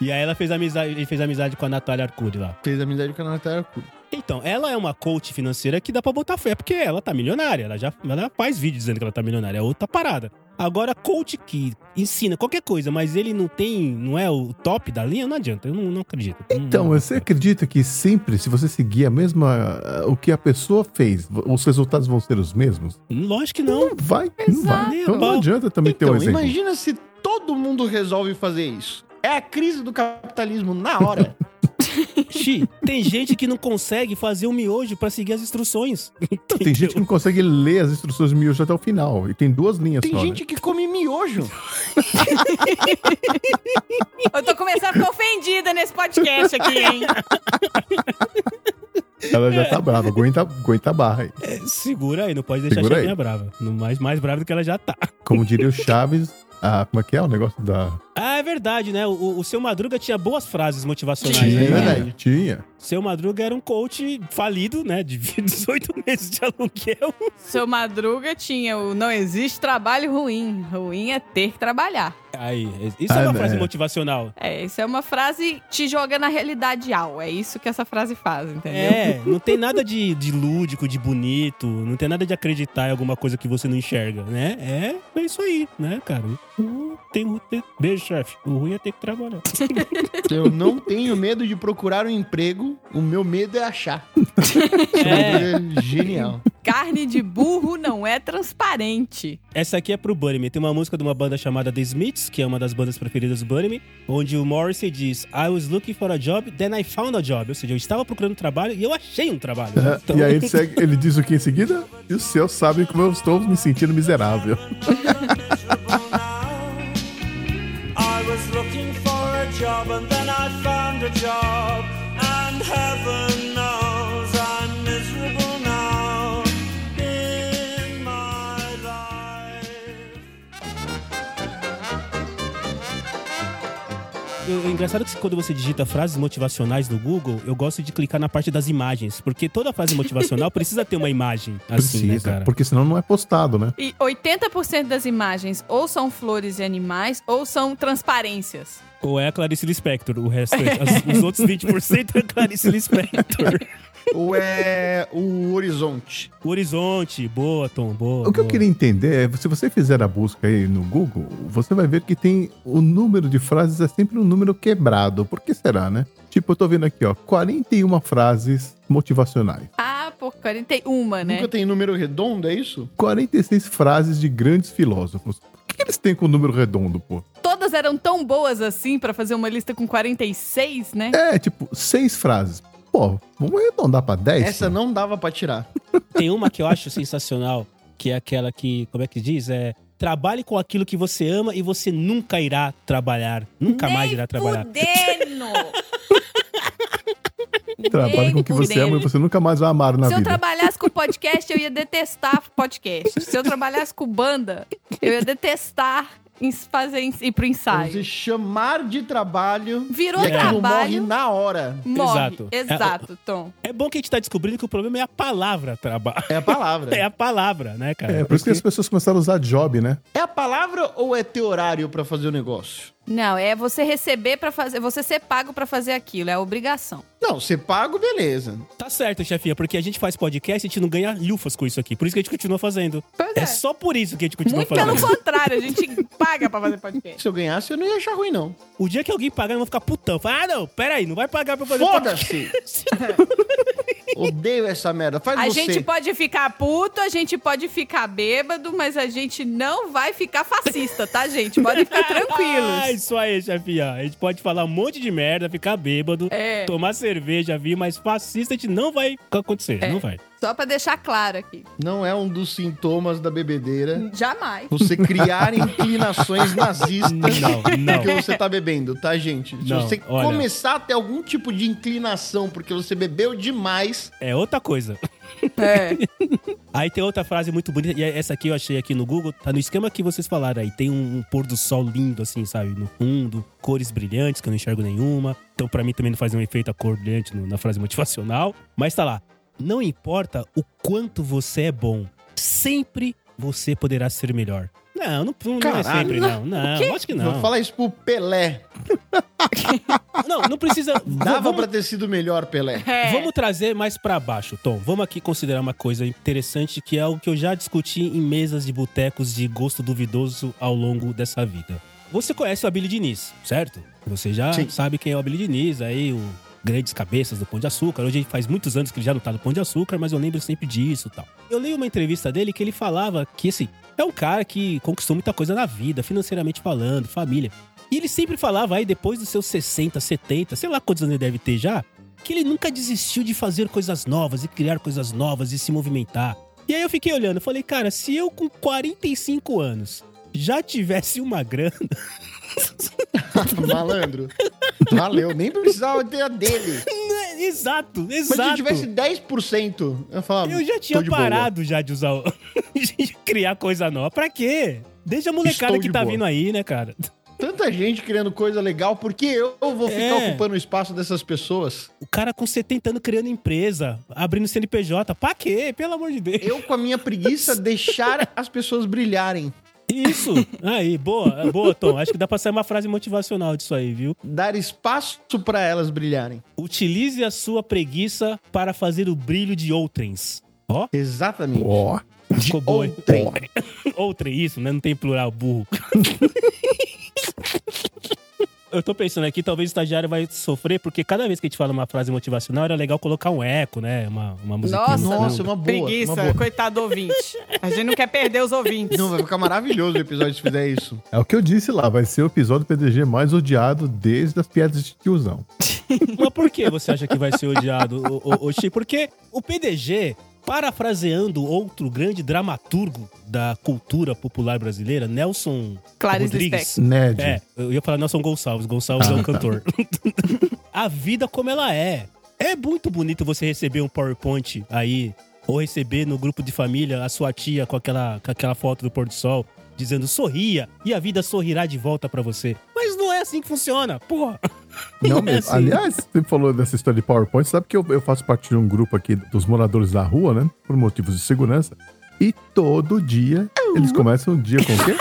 [SPEAKER 4] E aí ela fez amizade, ele fez amizade com a Natália Arcuri lá.
[SPEAKER 1] Fez amizade com a Natália Arcuri.
[SPEAKER 4] Então, ela é uma coach financeira que dá pra botar fé, porque ela tá milionária. Ela já ela faz vídeo dizendo que ela tá milionária. É outra parada. Agora, coach que ensina qualquer coisa, mas ele não tem, não é o top da linha, não adianta. Eu não, não acredito.
[SPEAKER 2] Então,
[SPEAKER 4] Não-
[SPEAKER 2] você acredita que sempre, se você seguir a mesma. ah, o que a pessoa fez, os resultados vão ser os mesmos?
[SPEAKER 4] Lógico que não.
[SPEAKER 2] Não vai, não
[SPEAKER 4] Exato.
[SPEAKER 2] vai. Então não adianta também ter
[SPEAKER 1] Então,
[SPEAKER 2] um exemplo.
[SPEAKER 1] imagina se todo mundo resolve fazer isso. É a crise do capitalismo na hora.
[SPEAKER 4] Xi, tem gente que não consegue fazer o miojo pra seguir as instruções.
[SPEAKER 2] Tem gente que não consegue ler as instruções do miojo até o final. E tem duas linhas
[SPEAKER 1] Tem
[SPEAKER 2] só. né?
[SPEAKER 1] gente que come miojo.
[SPEAKER 5] Eu tô começando a ficar ofendida nesse podcast aqui, hein?
[SPEAKER 2] Ela
[SPEAKER 1] é.
[SPEAKER 2] já tá brava, aguenta, aguenta a barra aí.
[SPEAKER 4] É, segura aí, não pode deixar
[SPEAKER 2] Segura
[SPEAKER 4] a
[SPEAKER 2] aí.
[SPEAKER 4] chavinha brava. No mais, mais brava do que ela já tá.
[SPEAKER 2] Como diria o Chaves, a, como é que é o negócio da.
[SPEAKER 4] Ah, é verdade, né? O, o seu Madruga tinha boas frases motivacionais.
[SPEAKER 1] Tinha,
[SPEAKER 4] né?
[SPEAKER 1] é verdade.
[SPEAKER 2] Tinha.
[SPEAKER 4] Seu Madruga era um coach falido, né? De 18 meses de aluguel.
[SPEAKER 5] Seu Madruga tinha o não existe trabalho ruim. Ruim é ter que trabalhar.
[SPEAKER 4] Aí, isso
[SPEAKER 2] Ah,
[SPEAKER 4] é uma
[SPEAKER 2] né?
[SPEAKER 4] frase motivacional.
[SPEAKER 5] É, isso é uma frase te joga na realidade ao. É isso que essa frase faz, entendeu?
[SPEAKER 4] É, não tem nada de, de lúdico, de bonito, não tem nada de acreditar em alguma coisa que você não enxerga, né? É, é isso aí, né, cara? Hum, Tem, tem, beijo, chefe. O ruim é ter que trabalhar.
[SPEAKER 1] Eu não tenho medo de procurar um emprego. O meu medo é achar.
[SPEAKER 4] É,
[SPEAKER 1] É genial.
[SPEAKER 5] Carne de burro não é transparente.
[SPEAKER 4] essa aqui é pro Bunnyman. Tem uma música de uma banda chamada The Smiths, que é uma das bandas preferidas do Bunnyman, onde o Morrissey diz I was looking for a job, then I found a job. Ou seja, eu estava procurando trabalho e eu achei um trabalho. Então-
[SPEAKER 2] E aí ele, segue- ele diz o que em seguida? E os céus sabem como eu estou me sentindo miserável.
[SPEAKER 9] miserable now. I job, and then I found a job, and heaven knows I'm miserable now in my life.
[SPEAKER 4] Eu- É engraçado que quando você digita frases motivacionais no Google, eu gosto de clicar na parte das imagens, porque toda frase motivacional precisa ter uma imagem. Assim, né,
[SPEAKER 2] Precisa,
[SPEAKER 4] cara?
[SPEAKER 2] porque senão não é postado, né?
[SPEAKER 5] E 80% das imagens ou são flores e animais ou são transparências.
[SPEAKER 4] Ou é a Clarice Lispector, o resto, é- as- os outros 20% é a Clarice Lispector.
[SPEAKER 1] Ou é o horizonte?
[SPEAKER 4] O Horizonte, boa, Tom, boa.
[SPEAKER 2] O que eu
[SPEAKER 4] boa.
[SPEAKER 2] queria entender é, se você fizer a busca aí no Google, você vai ver que tem o número de frases é sempre um número quebrado. Por que será, né? Tipo, eu tô vendo aqui, ó, 41 frases motivacionais,
[SPEAKER 5] Ah, por 41, né?
[SPEAKER 1] Nunca tem número redondo, é isso?
[SPEAKER 2] 46 frases de grandes filósofos. Por que eles têm com o número redondo, pô?
[SPEAKER 5] Todas eram tão boas assim pra fazer uma lista com 46, né?
[SPEAKER 2] É, tipo, seis frases. Pô, vamos arredondar pra 10?
[SPEAKER 1] Essa não dava pra tirar.
[SPEAKER 4] Tem uma que eu acho sensacional, que é aquela que, como é que diz? É. Trabalhe com aquilo que você ama e você nunca irá trabalhar. Nunca mais irá trabalhar.
[SPEAKER 7] Fudendo!
[SPEAKER 2] Trabalha com o que você ama e você nunca mais vai amar na
[SPEAKER 5] Se eu
[SPEAKER 2] vida.
[SPEAKER 5] trabalhasse com podcast, eu ia detestar podcast. Se eu trabalhasse com banda, eu ia detestar em- fazer ins- ir pro
[SPEAKER 1] Pra
[SPEAKER 5] ensaio.
[SPEAKER 1] É Você chamar de trabalho.
[SPEAKER 5] Virou
[SPEAKER 1] e
[SPEAKER 2] É.
[SPEAKER 1] aquilo morre
[SPEAKER 5] trabalho,
[SPEAKER 1] na hora.
[SPEAKER 5] morre.
[SPEAKER 4] Exato.
[SPEAKER 5] Exato, Tom.
[SPEAKER 4] É bom que a gente tá descobrindo que o problema é a palavra trabalho.
[SPEAKER 1] É a palavra.
[SPEAKER 4] É a palavra, né, cara?
[SPEAKER 2] É, por isso que as pessoas começaram a usar job, né?
[SPEAKER 1] É a palavra ou é ter horário pra fazer o negócio?
[SPEAKER 5] Não, é você receber pra fazer, você ser pago pra fazer aquilo, é a obrigação.
[SPEAKER 1] Não, ser pago, beleza.
[SPEAKER 4] Tá certo, chefinha, porque a gente faz podcast e a gente não ganha lufas com isso aqui. Por isso que a gente continua fazendo.
[SPEAKER 5] Pois
[SPEAKER 4] é.
[SPEAKER 5] é.
[SPEAKER 4] só por isso que a gente continua
[SPEAKER 5] Muito
[SPEAKER 4] fazendo.
[SPEAKER 5] pelo contrário, a gente paga pra fazer podcast.
[SPEAKER 1] Se eu ganhasse, eu não ia achar ruim, não.
[SPEAKER 4] O dia que alguém pagar, eu vou ficar putão. Falar, ah, não, peraí, não vai pagar pra eu fazer
[SPEAKER 1] Foda-se! Odeio essa merda. Faz
[SPEAKER 5] A
[SPEAKER 1] É você.
[SPEAKER 5] gente pode ficar puto, a gente pode ficar bêbado, mas a gente não vai ficar fascista, tá, gente? Podem ficar
[SPEAKER 4] Ah,
[SPEAKER 5] tranquilos.
[SPEAKER 4] isso aí, chefinha. A gente pode falar um monte de merda, ficar bêbado,
[SPEAKER 5] É.
[SPEAKER 4] tomar cerveja, vir, mas fascista a gente não vai acontecer. Não vai.
[SPEAKER 5] Só pra deixar claro aqui.
[SPEAKER 1] Não é um dos sintomas da bebedeira
[SPEAKER 5] Jamais.
[SPEAKER 1] você criar inclinações nazistas
[SPEAKER 4] Não, não.
[SPEAKER 1] porque você tá bebendo, tá, gente? Se
[SPEAKER 4] Não,
[SPEAKER 1] você
[SPEAKER 4] olha.
[SPEAKER 1] começar a ter algum tipo de inclinação porque você bebeu demais,
[SPEAKER 4] É outra coisa.
[SPEAKER 5] É.
[SPEAKER 4] Aí tem outra frase muito bonita, e é essa aqui eu achei aqui no Google, tá no esquema que vocês falaram aí. Tem um, um pôr do sol lindo, assim, sabe? No fundo, cores brilhantes, que eu não enxergo nenhuma. Então, pra mim, também não faz um efeito a cor brilhante no- na frase motivacional. Mas tá lá. Não importa o quanto você é bom, sempre você poderá ser melhor. Não, não, não, é
[SPEAKER 1] Caralho,
[SPEAKER 4] sempre, não. Não, acho que
[SPEAKER 1] vou
[SPEAKER 4] não.
[SPEAKER 1] falar isso pro Pelé.
[SPEAKER 4] Não, não precisa.
[SPEAKER 1] Dava
[SPEAKER 4] Ah, vamos,
[SPEAKER 1] pra ter sido melhor, Pelé.
[SPEAKER 5] É.
[SPEAKER 4] vamos trazer mais pra baixo, Tom. Vamos aqui considerar uma coisa interessante que é algo que eu já discuti em mesas de botecos de gosto duvidoso ao longo dessa vida. Você conhece o Abílio Diniz, certo? Você já
[SPEAKER 1] Sim.
[SPEAKER 4] sabe quem é o Abílio Diniz, aí o grandes cabeças do Pão de Açúcar. Hoje faz muitos anos que ele já não tá no Pão de Açúcar, mas eu lembro sempre disso e tal. Eu li uma entrevista dele que ele falava que, assim, é um cara que conquistou muita coisa na vida, financeiramente falando, família. E ele sempre falava aí, depois dos seus 60, 70, sei lá quantos anos ele deve ter já, que ele nunca desistiu de fazer coisas novas e criar coisas novas e se movimentar. E aí eu fiquei olhando, falei, cara, se eu com 45 anos já tivesse uma grana,
[SPEAKER 1] Malandro. Valeu, nem precisava ter a dele.
[SPEAKER 4] exato,
[SPEAKER 1] Mas se eu
[SPEAKER 4] exato.
[SPEAKER 1] tivesse 10%, eu falava.
[SPEAKER 4] Eu já
[SPEAKER 1] "Tô
[SPEAKER 4] tinha
[SPEAKER 1] de boa."
[SPEAKER 4] parado já de usar, o- de criar coisa nova. Pra quê? Desde a molecada
[SPEAKER 1] Estou
[SPEAKER 4] que
[SPEAKER 1] de
[SPEAKER 4] tá
[SPEAKER 1] boa.
[SPEAKER 4] vindo aí, né, cara?
[SPEAKER 1] Tanta gente criando coisa legal, por que eu vou ficar
[SPEAKER 4] É.
[SPEAKER 1] ocupando o espaço dessas pessoas?
[SPEAKER 4] O cara com 70 anos criando empresa, abrindo CNPJ. Pra quê? Pelo amor de Deus.
[SPEAKER 1] Eu, com a minha preguiça, deixar as pessoas brilharem.
[SPEAKER 4] Isso. Aí, boa, boa, Tom. Acho que dá pra sair uma frase motivacional disso aí, viu?
[SPEAKER 1] Dar espaço pra elas brilharem.
[SPEAKER 4] Utilize a sua preguiça para fazer o brilho de outrens. Ó,
[SPEAKER 1] Exatamente.
[SPEAKER 2] Ó,
[SPEAKER 4] ficou boa. hein?
[SPEAKER 1] Outrem.
[SPEAKER 4] Outrem, isso, né? Não tem plural, burro. Eu tô pensando aqui, talvez o estagiário vai sofrer, porque cada vez que a gente fala uma frase motivacional, era legal colocar um eco, né? Uma, uma musiquinha.
[SPEAKER 5] Nossa,
[SPEAKER 1] Nossa, uma boa.
[SPEAKER 5] Preguiça,
[SPEAKER 1] Uma boa.
[SPEAKER 5] coitado do ouvinte. A gente não quer perder os ouvintes.
[SPEAKER 1] Não,
[SPEAKER 4] assim.
[SPEAKER 1] vai ficar maravilhoso o episódio se fizer isso.
[SPEAKER 2] É o que eu disse lá, vai ser o episódio PDG mais odiado desde as piadas de tiozão.
[SPEAKER 4] Mas por que você acha que vai ser odiado, o, o, Chi? Porque o PDG Parafraseando outro grande dramaturgo da cultura popular brasileira, Nelson
[SPEAKER 5] Clarice
[SPEAKER 4] Rodrigues.
[SPEAKER 2] Ned.
[SPEAKER 4] É, eu ia falar Nelson Gonçalves. Gonçalves
[SPEAKER 2] Ah,
[SPEAKER 4] é um
[SPEAKER 2] tá.
[SPEAKER 4] cantor. a vida como ela é. É muito bonito você receber um PowerPoint aí, ou receber no grupo de família a sua tia com aquela, com aquela foto do pôr do sol, dizendo sorria e a vida sorrirá de volta pra você. Mas não é assim que funciona, porra.
[SPEAKER 2] Não
[SPEAKER 4] é
[SPEAKER 2] mesmo.
[SPEAKER 4] assim.
[SPEAKER 2] Aliás, você falou dessa história de PowerPoint. Sabe que eu, eu faço parte de um grupo aqui dos moradores da rua, né? Por motivos de segurança. E todo dia eles começam o dia com o quê?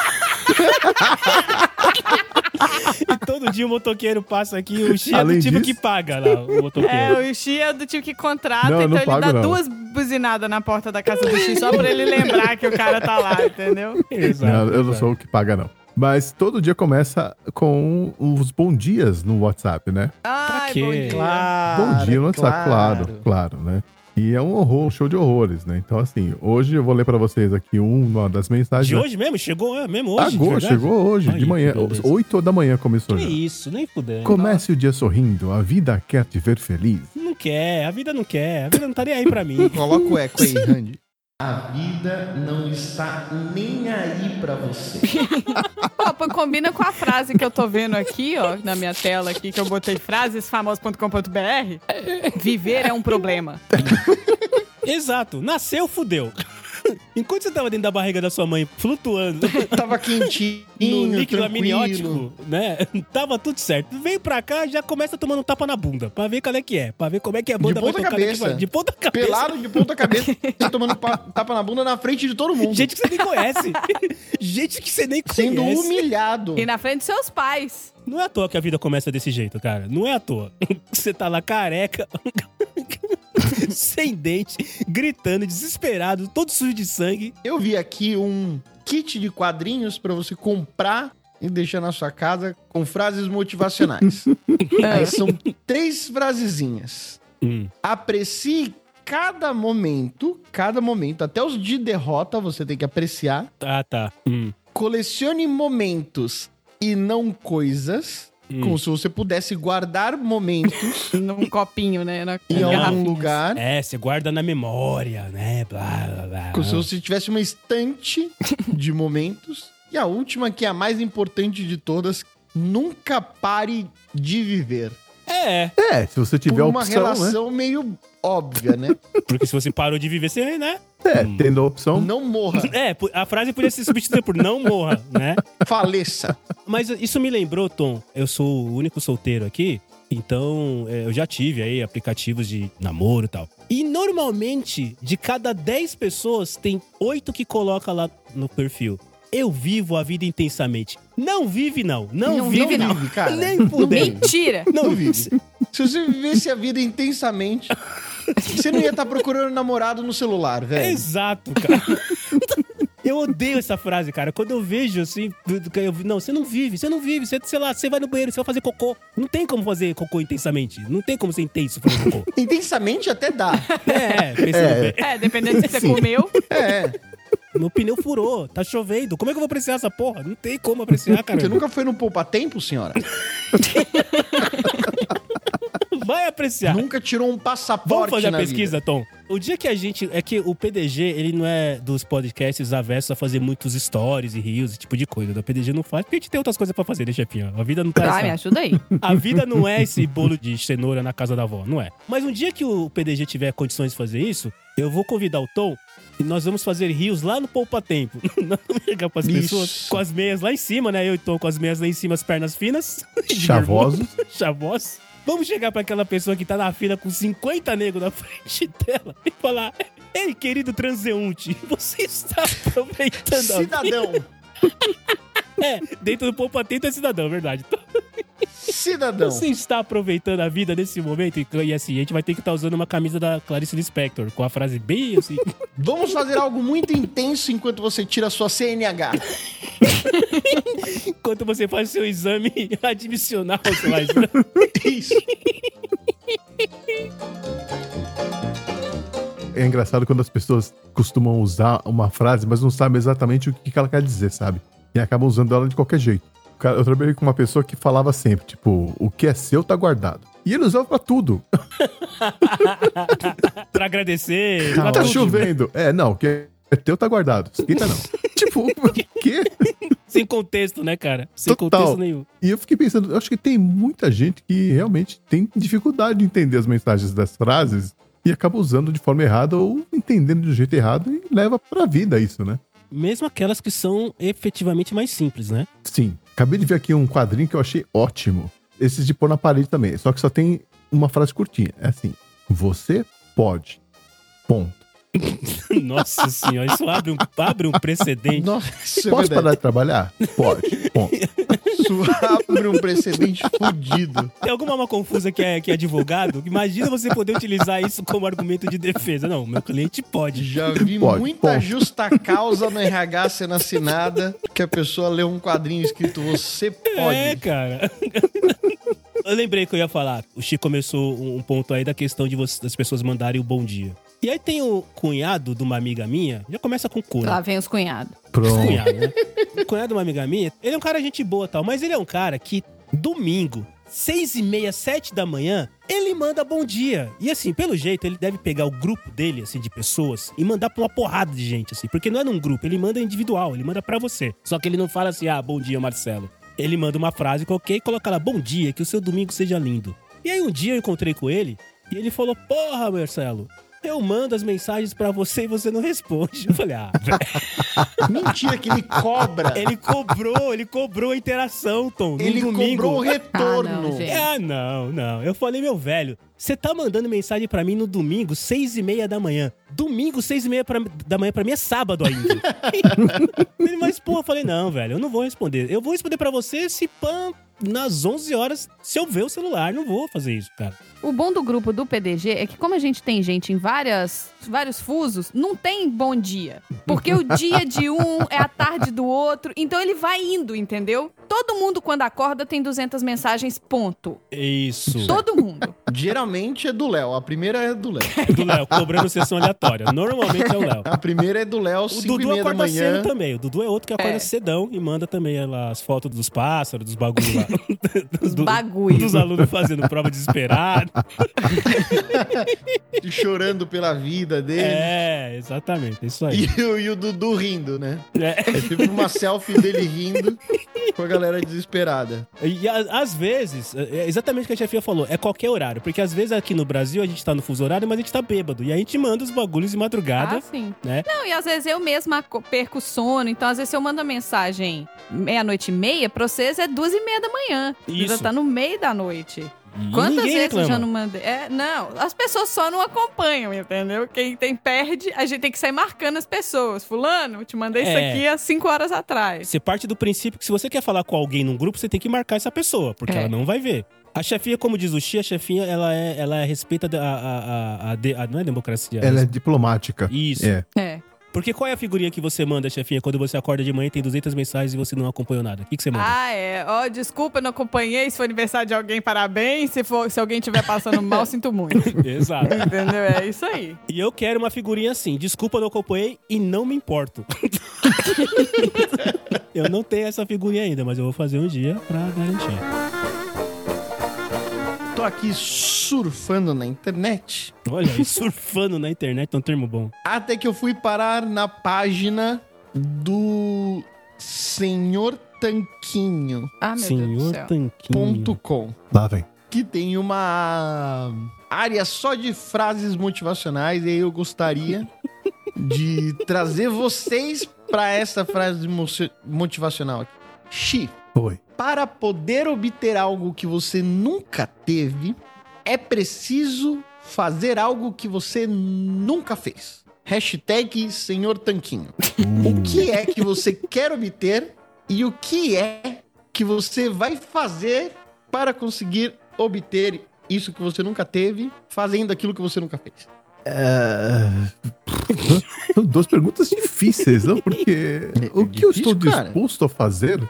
[SPEAKER 4] E todo dia o motoqueiro passa aqui, o Xi é do
[SPEAKER 2] Além
[SPEAKER 4] tipo
[SPEAKER 2] disso-
[SPEAKER 4] que paga lá, o
[SPEAKER 5] É,
[SPEAKER 4] motoqueiro.
[SPEAKER 5] o Xi é do tipo que contrata,
[SPEAKER 2] Não, eu
[SPEAKER 5] então
[SPEAKER 2] não
[SPEAKER 5] ele
[SPEAKER 2] pago,
[SPEAKER 5] dá
[SPEAKER 2] não.
[SPEAKER 5] duas buzinadas na porta da casa do Xi, só pra ele lembrar que o cara tá lá, entendeu?
[SPEAKER 4] Exato,
[SPEAKER 2] Não, eu não
[SPEAKER 4] exato.
[SPEAKER 2] sou o que paga, não. Mas todo dia começa com os bom dias no WhatsApp, né?
[SPEAKER 5] Ai,
[SPEAKER 4] quê?
[SPEAKER 5] bom dia.
[SPEAKER 1] Claro.
[SPEAKER 2] bom dia no WhatsApp, Ah, claro, claro, né? E é um horror, um show de horrores, né? Então, assim, hoje eu vou ler pra vocês aqui uma das mensagens.
[SPEAKER 4] De hoje mesmo? Chegou é, mesmo hoje? de
[SPEAKER 2] né? Agora,
[SPEAKER 4] verdade?
[SPEAKER 2] chegou hoje,
[SPEAKER 4] Ai,
[SPEAKER 2] de manhã.
[SPEAKER 4] meu Deus.
[SPEAKER 2] 8 da manhã começou
[SPEAKER 4] Que
[SPEAKER 2] já.
[SPEAKER 4] isso, nem fudendo.
[SPEAKER 2] Comece o dia sorrindo, a vida quer te ver feliz.
[SPEAKER 4] Não quer, a vida não quer, a vida não tá nem aí pra mim.
[SPEAKER 1] Coloca o eco aí, Randy. A vida não está nem aí pra você.
[SPEAKER 5] Ó, pô, combina com a frase que eu tô vendo aqui, ó, na minha tela aqui, que eu botei frasesfamosas.com.br. Viver é um problema.
[SPEAKER 4] Exato, nasceu, fudeu. Enquanto você tava dentro da barriga da sua mãe flutuando
[SPEAKER 1] Tava
[SPEAKER 4] no
[SPEAKER 1] quentinho,
[SPEAKER 4] líquido
[SPEAKER 1] tranquilo.
[SPEAKER 4] amniótico, né? Tava tudo certo. Vem pra cá, já começa tomando um tapa na bunda, pra ver qual é que é, pra ver como é que a bunda vai
[SPEAKER 1] ponta
[SPEAKER 4] tocar
[SPEAKER 1] cabeça.
[SPEAKER 4] daqui pra- De ponta cabeça.
[SPEAKER 1] Pelado de ponta cabeça, tá tomando pa- tapa na bunda na frente de todo mundo.
[SPEAKER 4] Gente que você nem conhece. Gente que é você nem conhece.
[SPEAKER 1] sendo humilhado.
[SPEAKER 5] E na frente dos seus pais.
[SPEAKER 4] Não é à toa que a vida começa desse jeito, cara. Não é à toa. Você tá lá careca, sem dente, gritando, desesperado, todo sujo de sangue.
[SPEAKER 1] Eu vi aqui um kit de quadrinhos pra você comprar e deixar na sua casa com frases motivacionais. Aí são três frasezinhas.
[SPEAKER 4] Hum.
[SPEAKER 1] Aprecie cada momento, cada momento, até os de derrota você tem que apreciar.
[SPEAKER 4] Ah, tá. Hum.
[SPEAKER 1] Colecione momentos e não coisas.
[SPEAKER 4] Hum.
[SPEAKER 1] Como se você pudesse guardar momentos
[SPEAKER 5] Num copinho, né? Na
[SPEAKER 1] em
[SPEAKER 5] na
[SPEAKER 1] algum
[SPEAKER 5] garrafinha.
[SPEAKER 1] lugar.
[SPEAKER 4] É, você guarda na memória, né? Blá, blá, blá.
[SPEAKER 1] Como se você tivesse uma estante de momentos. E a última, que é a mais importante de todas, nunca pare de viver.
[SPEAKER 4] É,
[SPEAKER 2] É, se você tiver
[SPEAKER 1] Por uma
[SPEAKER 2] opção, né?
[SPEAKER 1] relação meio óbvia, né?
[SPEAKER 4] porque se você parou de viver, você, né?
[SPEAKER 2] É, tendo a opção,
[SPEAKER 1] Não morra,
[SPEAKER 4] É, pu- a frase podia ser substituída por não morra, né?
[SPEAKER 1] faleça.
[SPEAKER 4] Mas isso me lembrou, Tom, eu sou o único solteiro aqui, então é, eu já tive aí aplicativos de namoro e tal. E normalmente, de cada 10 pessoas, tem 8 que coloca lá no perfil. Eu vivo a vida intensamente. Não vive, não. Não,
[SPEAKER 1] Não
[SPEAKER 4] vive,
[SPEAKER 1] não
[SPEAKER 4] não.
[SPEAKER 1] vive, cara.
[SPEAKER 4] Nem fudendo.
[SPEAKER 5] Mentira!
[SPEAKER 1] Não vive. Se você vivesse a vida intensamente, você não ia estar procurando namorado no celular,
[SPEAKER 4] É.
[SPEAKER 1] velho.
[SPEAKER 4] Exato, cara. Eu odeio essa frase, cara. Quando eu vejo assim, do- do que eu vi- não, você não vive, você não vive, você, sei lá, você vai no banheiro, você vai fazer cocô. Não tem como fazer cocô intensamente. Não tem como ser intenso fazer cocô.
[SPEAKER 1] Intensamente até dá.
[SPEAKER 4] é, pensando bem.
[SPEAKER 5] É, dependendo do que você comeu.
[SPEAKER 1] É.
[SPEAKER 4] Meu pneu furou, tá chovendo. Como é que eu vou apreciar essa porra? Não tem como apreciar, cara.
[SPEAKER 1] Você nunca foi no Poupa Tempo, senhora?
[SPEAKER 4] vai apreciar.
[SPEAKER 1] Nunca tirou um passaporte
[SPEAKER 4] Tá. Vamos fazer a
[SPEAKER 1] na
[SPEAKER 4] pesquisa, Tom. O dia que a gente. É que o PDG, ele não é dos podcasts avessos a fazer muitos stories e rios, esse tipo de coisa. O PDG não faz, porque a gente tem outras coisas pra fazer, né, chefinha? A vida não tá
[SPEAKER 5] Tá,
[SPEAKER 4] essa-
[SPEAKER 5] me ajuda aí.
[SPEAKER 4] A vida não é esse bolo de cenoura na casa da avó, não é. Mas um dia que o PDG tiver condições de fazer isso, eu vou convidar o Tom e nós vamos fazer rios lá no Poupa Tempo. Nós vamos chegar pras
[SPEAKER 1] Isso.
[SPEAKER 4] pessoas com as meias lá em cima, né? Eu e o Tom com as meias lá em cima, as pernas finas.
[SPEAKER 2] chavosos.
[SPEAKER 4] Chavosos. Vamos chegar pra aquela pessoa que tá na fila com 50 negros na frente dela e falar: Ei, querido transeunte, você está
[SPEAKER 1] vida.
[SPEAKER 4] aproveitando a vida?
[SPEAKER 1] Cidadão,
[SPEAKER 4] É, dentro do Poupa Tempo é cidadão, é verdade.
[SPEAKER 2] Então.
[SPEAKER 1] cidadão.
[SPEAKER 4] Você está aproveitando a vida nesse momento? E, e assim, a gente vai ter que estar usando uma camisa da Clarice Lispector, com a frase bem assim.
[SPEAKER 1] Vamos fazer algo muito intenso enquanto você tira a sua CNH.
[SPEAKER 4] enquanto você faz seu exame admissional, sei lá.
[SPEAKER 1] Isso.
[SPEAKER 2] É engraçado quando as pessoas costumam usar uma frase, mas não sabem exatamente o que que ela quer dizer, sabe? E acabam usando ela de qualquer jeito. Cara, eu trabalhei com uma pessoa que falava sempre,
[SPEAKER 4] Tá
[SPEAKER 2] tipo, o que é seu tá guardado. E ele usava pra tudo.
[SPEAKER 4] pra agradecer.
[SPEAKER 1] Tá
[SPEAKER 4] pra
[SPEAKER 2] Tá
[SPEAKER 4] tudo.
[SPEAKER 2] chovendo. É, não, o que é teu tá guardado. Esquenta não. tipo, o quê?
[SPEAKER 4] Sem contexto, né, cara? Sem
[SPEAKER 2] Total.
[SPEAKER 4] contexto nenhum.
[SPEAKER 2] E eu fiquei pensando, eu acho que tem muita gente que realmente tem dificuldade de entender as mensagens das frases e acaba usando de forma errada ou entendendo de um jeito errado e leva pra vida isso, né?
[SPEAKER 4] Mesmo aquelas que são efetivamente mais simples, né?
[SPEAKER 2] Sim. Acabei de ver aqui um quadrinho que eu achei ótimo. Esses de pôr na parede também. Só que só tem uma frase curtinha. É assim: Você pode. Ponto.
[SPEAKER 4] Nossa senhora, isso abre um, abre um precedente.
[SPEAKER 1] Nossa, isso é
[SPEAKER 2] Posso
[SPEAKER 1] verdade.
[SPEAKER 2] parar de trabalhar? Pode. Ponto.
[SPEAKER 1] Isso abre um precedente fudido.
[SPEAKER 4] Tem alguma alma confusa que é, que é advogado? Imagina você poder utilizar isso como argumento de defesa. Não, meu cliente pode.
[SPEAKER 1] Já vi
[SPEAKER 2] Pode,
[SPEAKER 1] muita
[SPEAKER 2] ponto.
[SPEAKER 1] justa causa no RH sendo assinada que a pessoa lê um quadrinho escrito você
[SPEAKER 4] É,
[SPEAKER 1] pode.
[SPEAKER 4] cara. Eu lembrei que eu ia falar. O Chico começou um um ponto aí da questão de você- das pessoas mandarem o bom dia. E aí tem o cunhado de uma amiga minha, já começa com cura.
[SPEAKER 5] Lá vem os cunhados.
[SPEAKER 1] é.
[SPEAKER 2] Pronto.
[SPEAKER 4] cunhado, né? O cunhado de uma amiga minha, ele é um cara gente boa e tal, mas ele é um cara que domingo, seis e meia, sete da manhã, ele manda bom dia. E assim, pelo jeito, ele deve pegar o grupo dele, assim, de pessoas e mandar pra uma porrada de gente, assim. Porque não é num grupo, ele manda individual, ele manda pra você. Só que ele não fala assim, ah, bom dia, Marcelo. Ele manda uma frase qualquer e coloca lá, bom dia, que o seu domingo seja lindo. E aí um dia eu encontrei com ele e ele falou, porra, Marcelo, eu mando as mensagens pra você e você não responde. Eu falei, ah, velho.
[SPEAKER 1] Mentira que ele cobra.
[SPEAKER 4] Ele cobrou, ele cobrou a interação, Tom. no
[SPEAKER 1] Ele
[SPEAKER 4] É domingo.
[SPEAKER 1] cobrou o
[SPEAKER 5] Ah,
[SPEAKER 1] retorno.
[SPEAKER 5] não, gente.
[SPEAKER 4] Ah, não, não. Eu falei, meu velho, você tá mandando mensagem pra mim no domingo, seis e meia da manhã. Domingo, seis e meia pra- da manhã pra mim é sábado ainda. Ele, Mas, porra, eu falei, não, velho, eu não vou responder. Eu vou responder pra você se pã nas 11 horas, se eu ver o celular. Não vou fazer isso, cara.
[SPEAKER 5] O bom do grupo do PDG é que como a gente tem gente em várias, vários fusos, não tem bom dia. Porque o dia de um é a tarde do outro, então ele vai indo, entendeu? Todo mundo quando acorda tem 200 mensagens, ponto.
[SPEAKER 4] Isso.
[SPEAKER 5] Todo mundo.
[SPEAKER 1] Geralmente é do Léo. A primeira é do Léo.
[SPEAKER 4] Do Léo, cobrando sessão aleatória. Normalmente é o Léo.
[SPEAKER 1] A primeira é do Léo,
[SPEAKER 4] O
[SPEAKER 1] 5 e
[SPEAKER 4] Dudu
[SPEAKER 1] meia da
[SPEAKER 4] acorda
[SPEAKER 1] manhã.
[SPEAKER 4] cedo também. O Dudu é outro que acorda
[SPEAKER 5] É.
[SPEAKER 4] cedão e manda também lá as fotos dos pássaros, dos bagulhos lá.
[SPEAKER 5] Os
[SPEAKER 4] Do-
[SPEAKER 5] bagulhos.
[SPEAKER 4] Dos alunos fazendo prova desesperada.
[SPEAKER 1] Chorando pela vida dele.
[SPEAKER 4] É, exatamente, isso aí.
[SPEAKER 1] E, o, e o Dudu rindo, né?
[SPEAKER 4] É,
[SPEAKER 1] É tipo uma selfie dele rindo com a galera desesperada.
[SPEAKER 4] e a- às vezes, é exatamente o que a chefia falou, é qualquer horário. Porque às vezes aqui no Brasil a gente tá no fuso horário, mas a gente tá bêbado. E aí a gente manda os bagulhos de madrugada.
[SPEAKER 5] Ah, sim.
[SPEAKER 4] né?
[SPEAKER 5] Não, e às vezes eu mesma co- perco o sono, então às vezes eu mando uma mensagem meia-noite e meia, pra vocês é duas e meia da manhã.
[SPEAKER 4] Isso.
[SPEAKER 5] Já tá no meio da noite.
[SPEAKER 4] E
[SPEAKER 5] Ah, Quantas
[SPEAKER 4] ninguém
[SPEAKER 5] vezes eu já
[SPEAKER 4] reclama.
[SPEAKER 5] não mandei? É, não, as pessoas só não acompanham, entendeu? Quem tem perde, a gente tem que sair marcando as pessoas. Fulano, te mandei
[SPEAKER 4] É.
[SPEAKER 5] isso aqui há cinco horas atrás.
[SPEAKER 4] Você parte do princípio que se você quer falar com alguém num grupo, você tem que marcar essa pessoa, porque
[SPEAKER 5] É.
[SPEAKER 4] ela não vai ver. A chefinha, como diz o Xi, a chefinha, ela, é, ela é respeita da- a, a- a- a de- a- Não é democracia.
[SPEAKER 2] Ela é diplomática.
[SPEAKER 4] Isso.
[SPEAKER 2] É.
[SPEAKER 5] É.
[SPEAKER 4] Porque qual é a figurinha que você manda, chefinha, quando você acorda de manhã e tem 200 mensagens e você não acompanhou nada? O que, que você manda?
[SPEAKER 5] Ah, é. Ó, desculpa, eu não acompanhei. Se for aniversário de alguém, parabéns. Se, for, se alguém estiver passando mal, sinto muito.
[SPEAKER 4] Exato.
[SPEAKER 5] Entendeu? É isso aí.
[SPEAKER 4] E eu quero uma figurinha assim. Desculpa, não acompanhei e não me importo. eu não tenho essa figurinha ainda, mas eu vou fazer um dia pra garantir.
[SPEAKER 1] Tô aqui surfando na internet.
[SPEAKER 4] Olha aí, surfando na internet é um termo bom.
[SPEAKER 1] Até que eu fui parar na página do senhortanquinho.com,
[SPEAKER 5] Ah, meu Deus do
[SPEAKER 4] Senhor
[SPEAKER 5] céu.
[SPEAKER 4] Tanquinho.
[SPEAKER 2] Lá vem.
[SPEAKER 1] que tem uma área só de frases motivacionais e aí eu gostaria de trazer vocês para essa frase mo- motivacional aqui. Xi,
[SPEAKER 2] Foi.
[SPEAKER 1] para poder obter algo que você nunca teve, é preciso fazer algo que você nunca fez. Hashtag Senhor Tanquinho. O que é que você quer obter e o que é que você vai fazer para conseguir obter isso que você nunca teve, fazendo aquilo que você nunca fez.
[SPEAKER 2] São duas perguntas difíceis, não? Porque
[SPEAKER 1] É
[SPEAKER 2] o que eu
[SPEAKER 1] difícil,
[SPEAKER 2] estou
[SPEAKER 1] cara.
[SPEAKER 2] disposto a fazer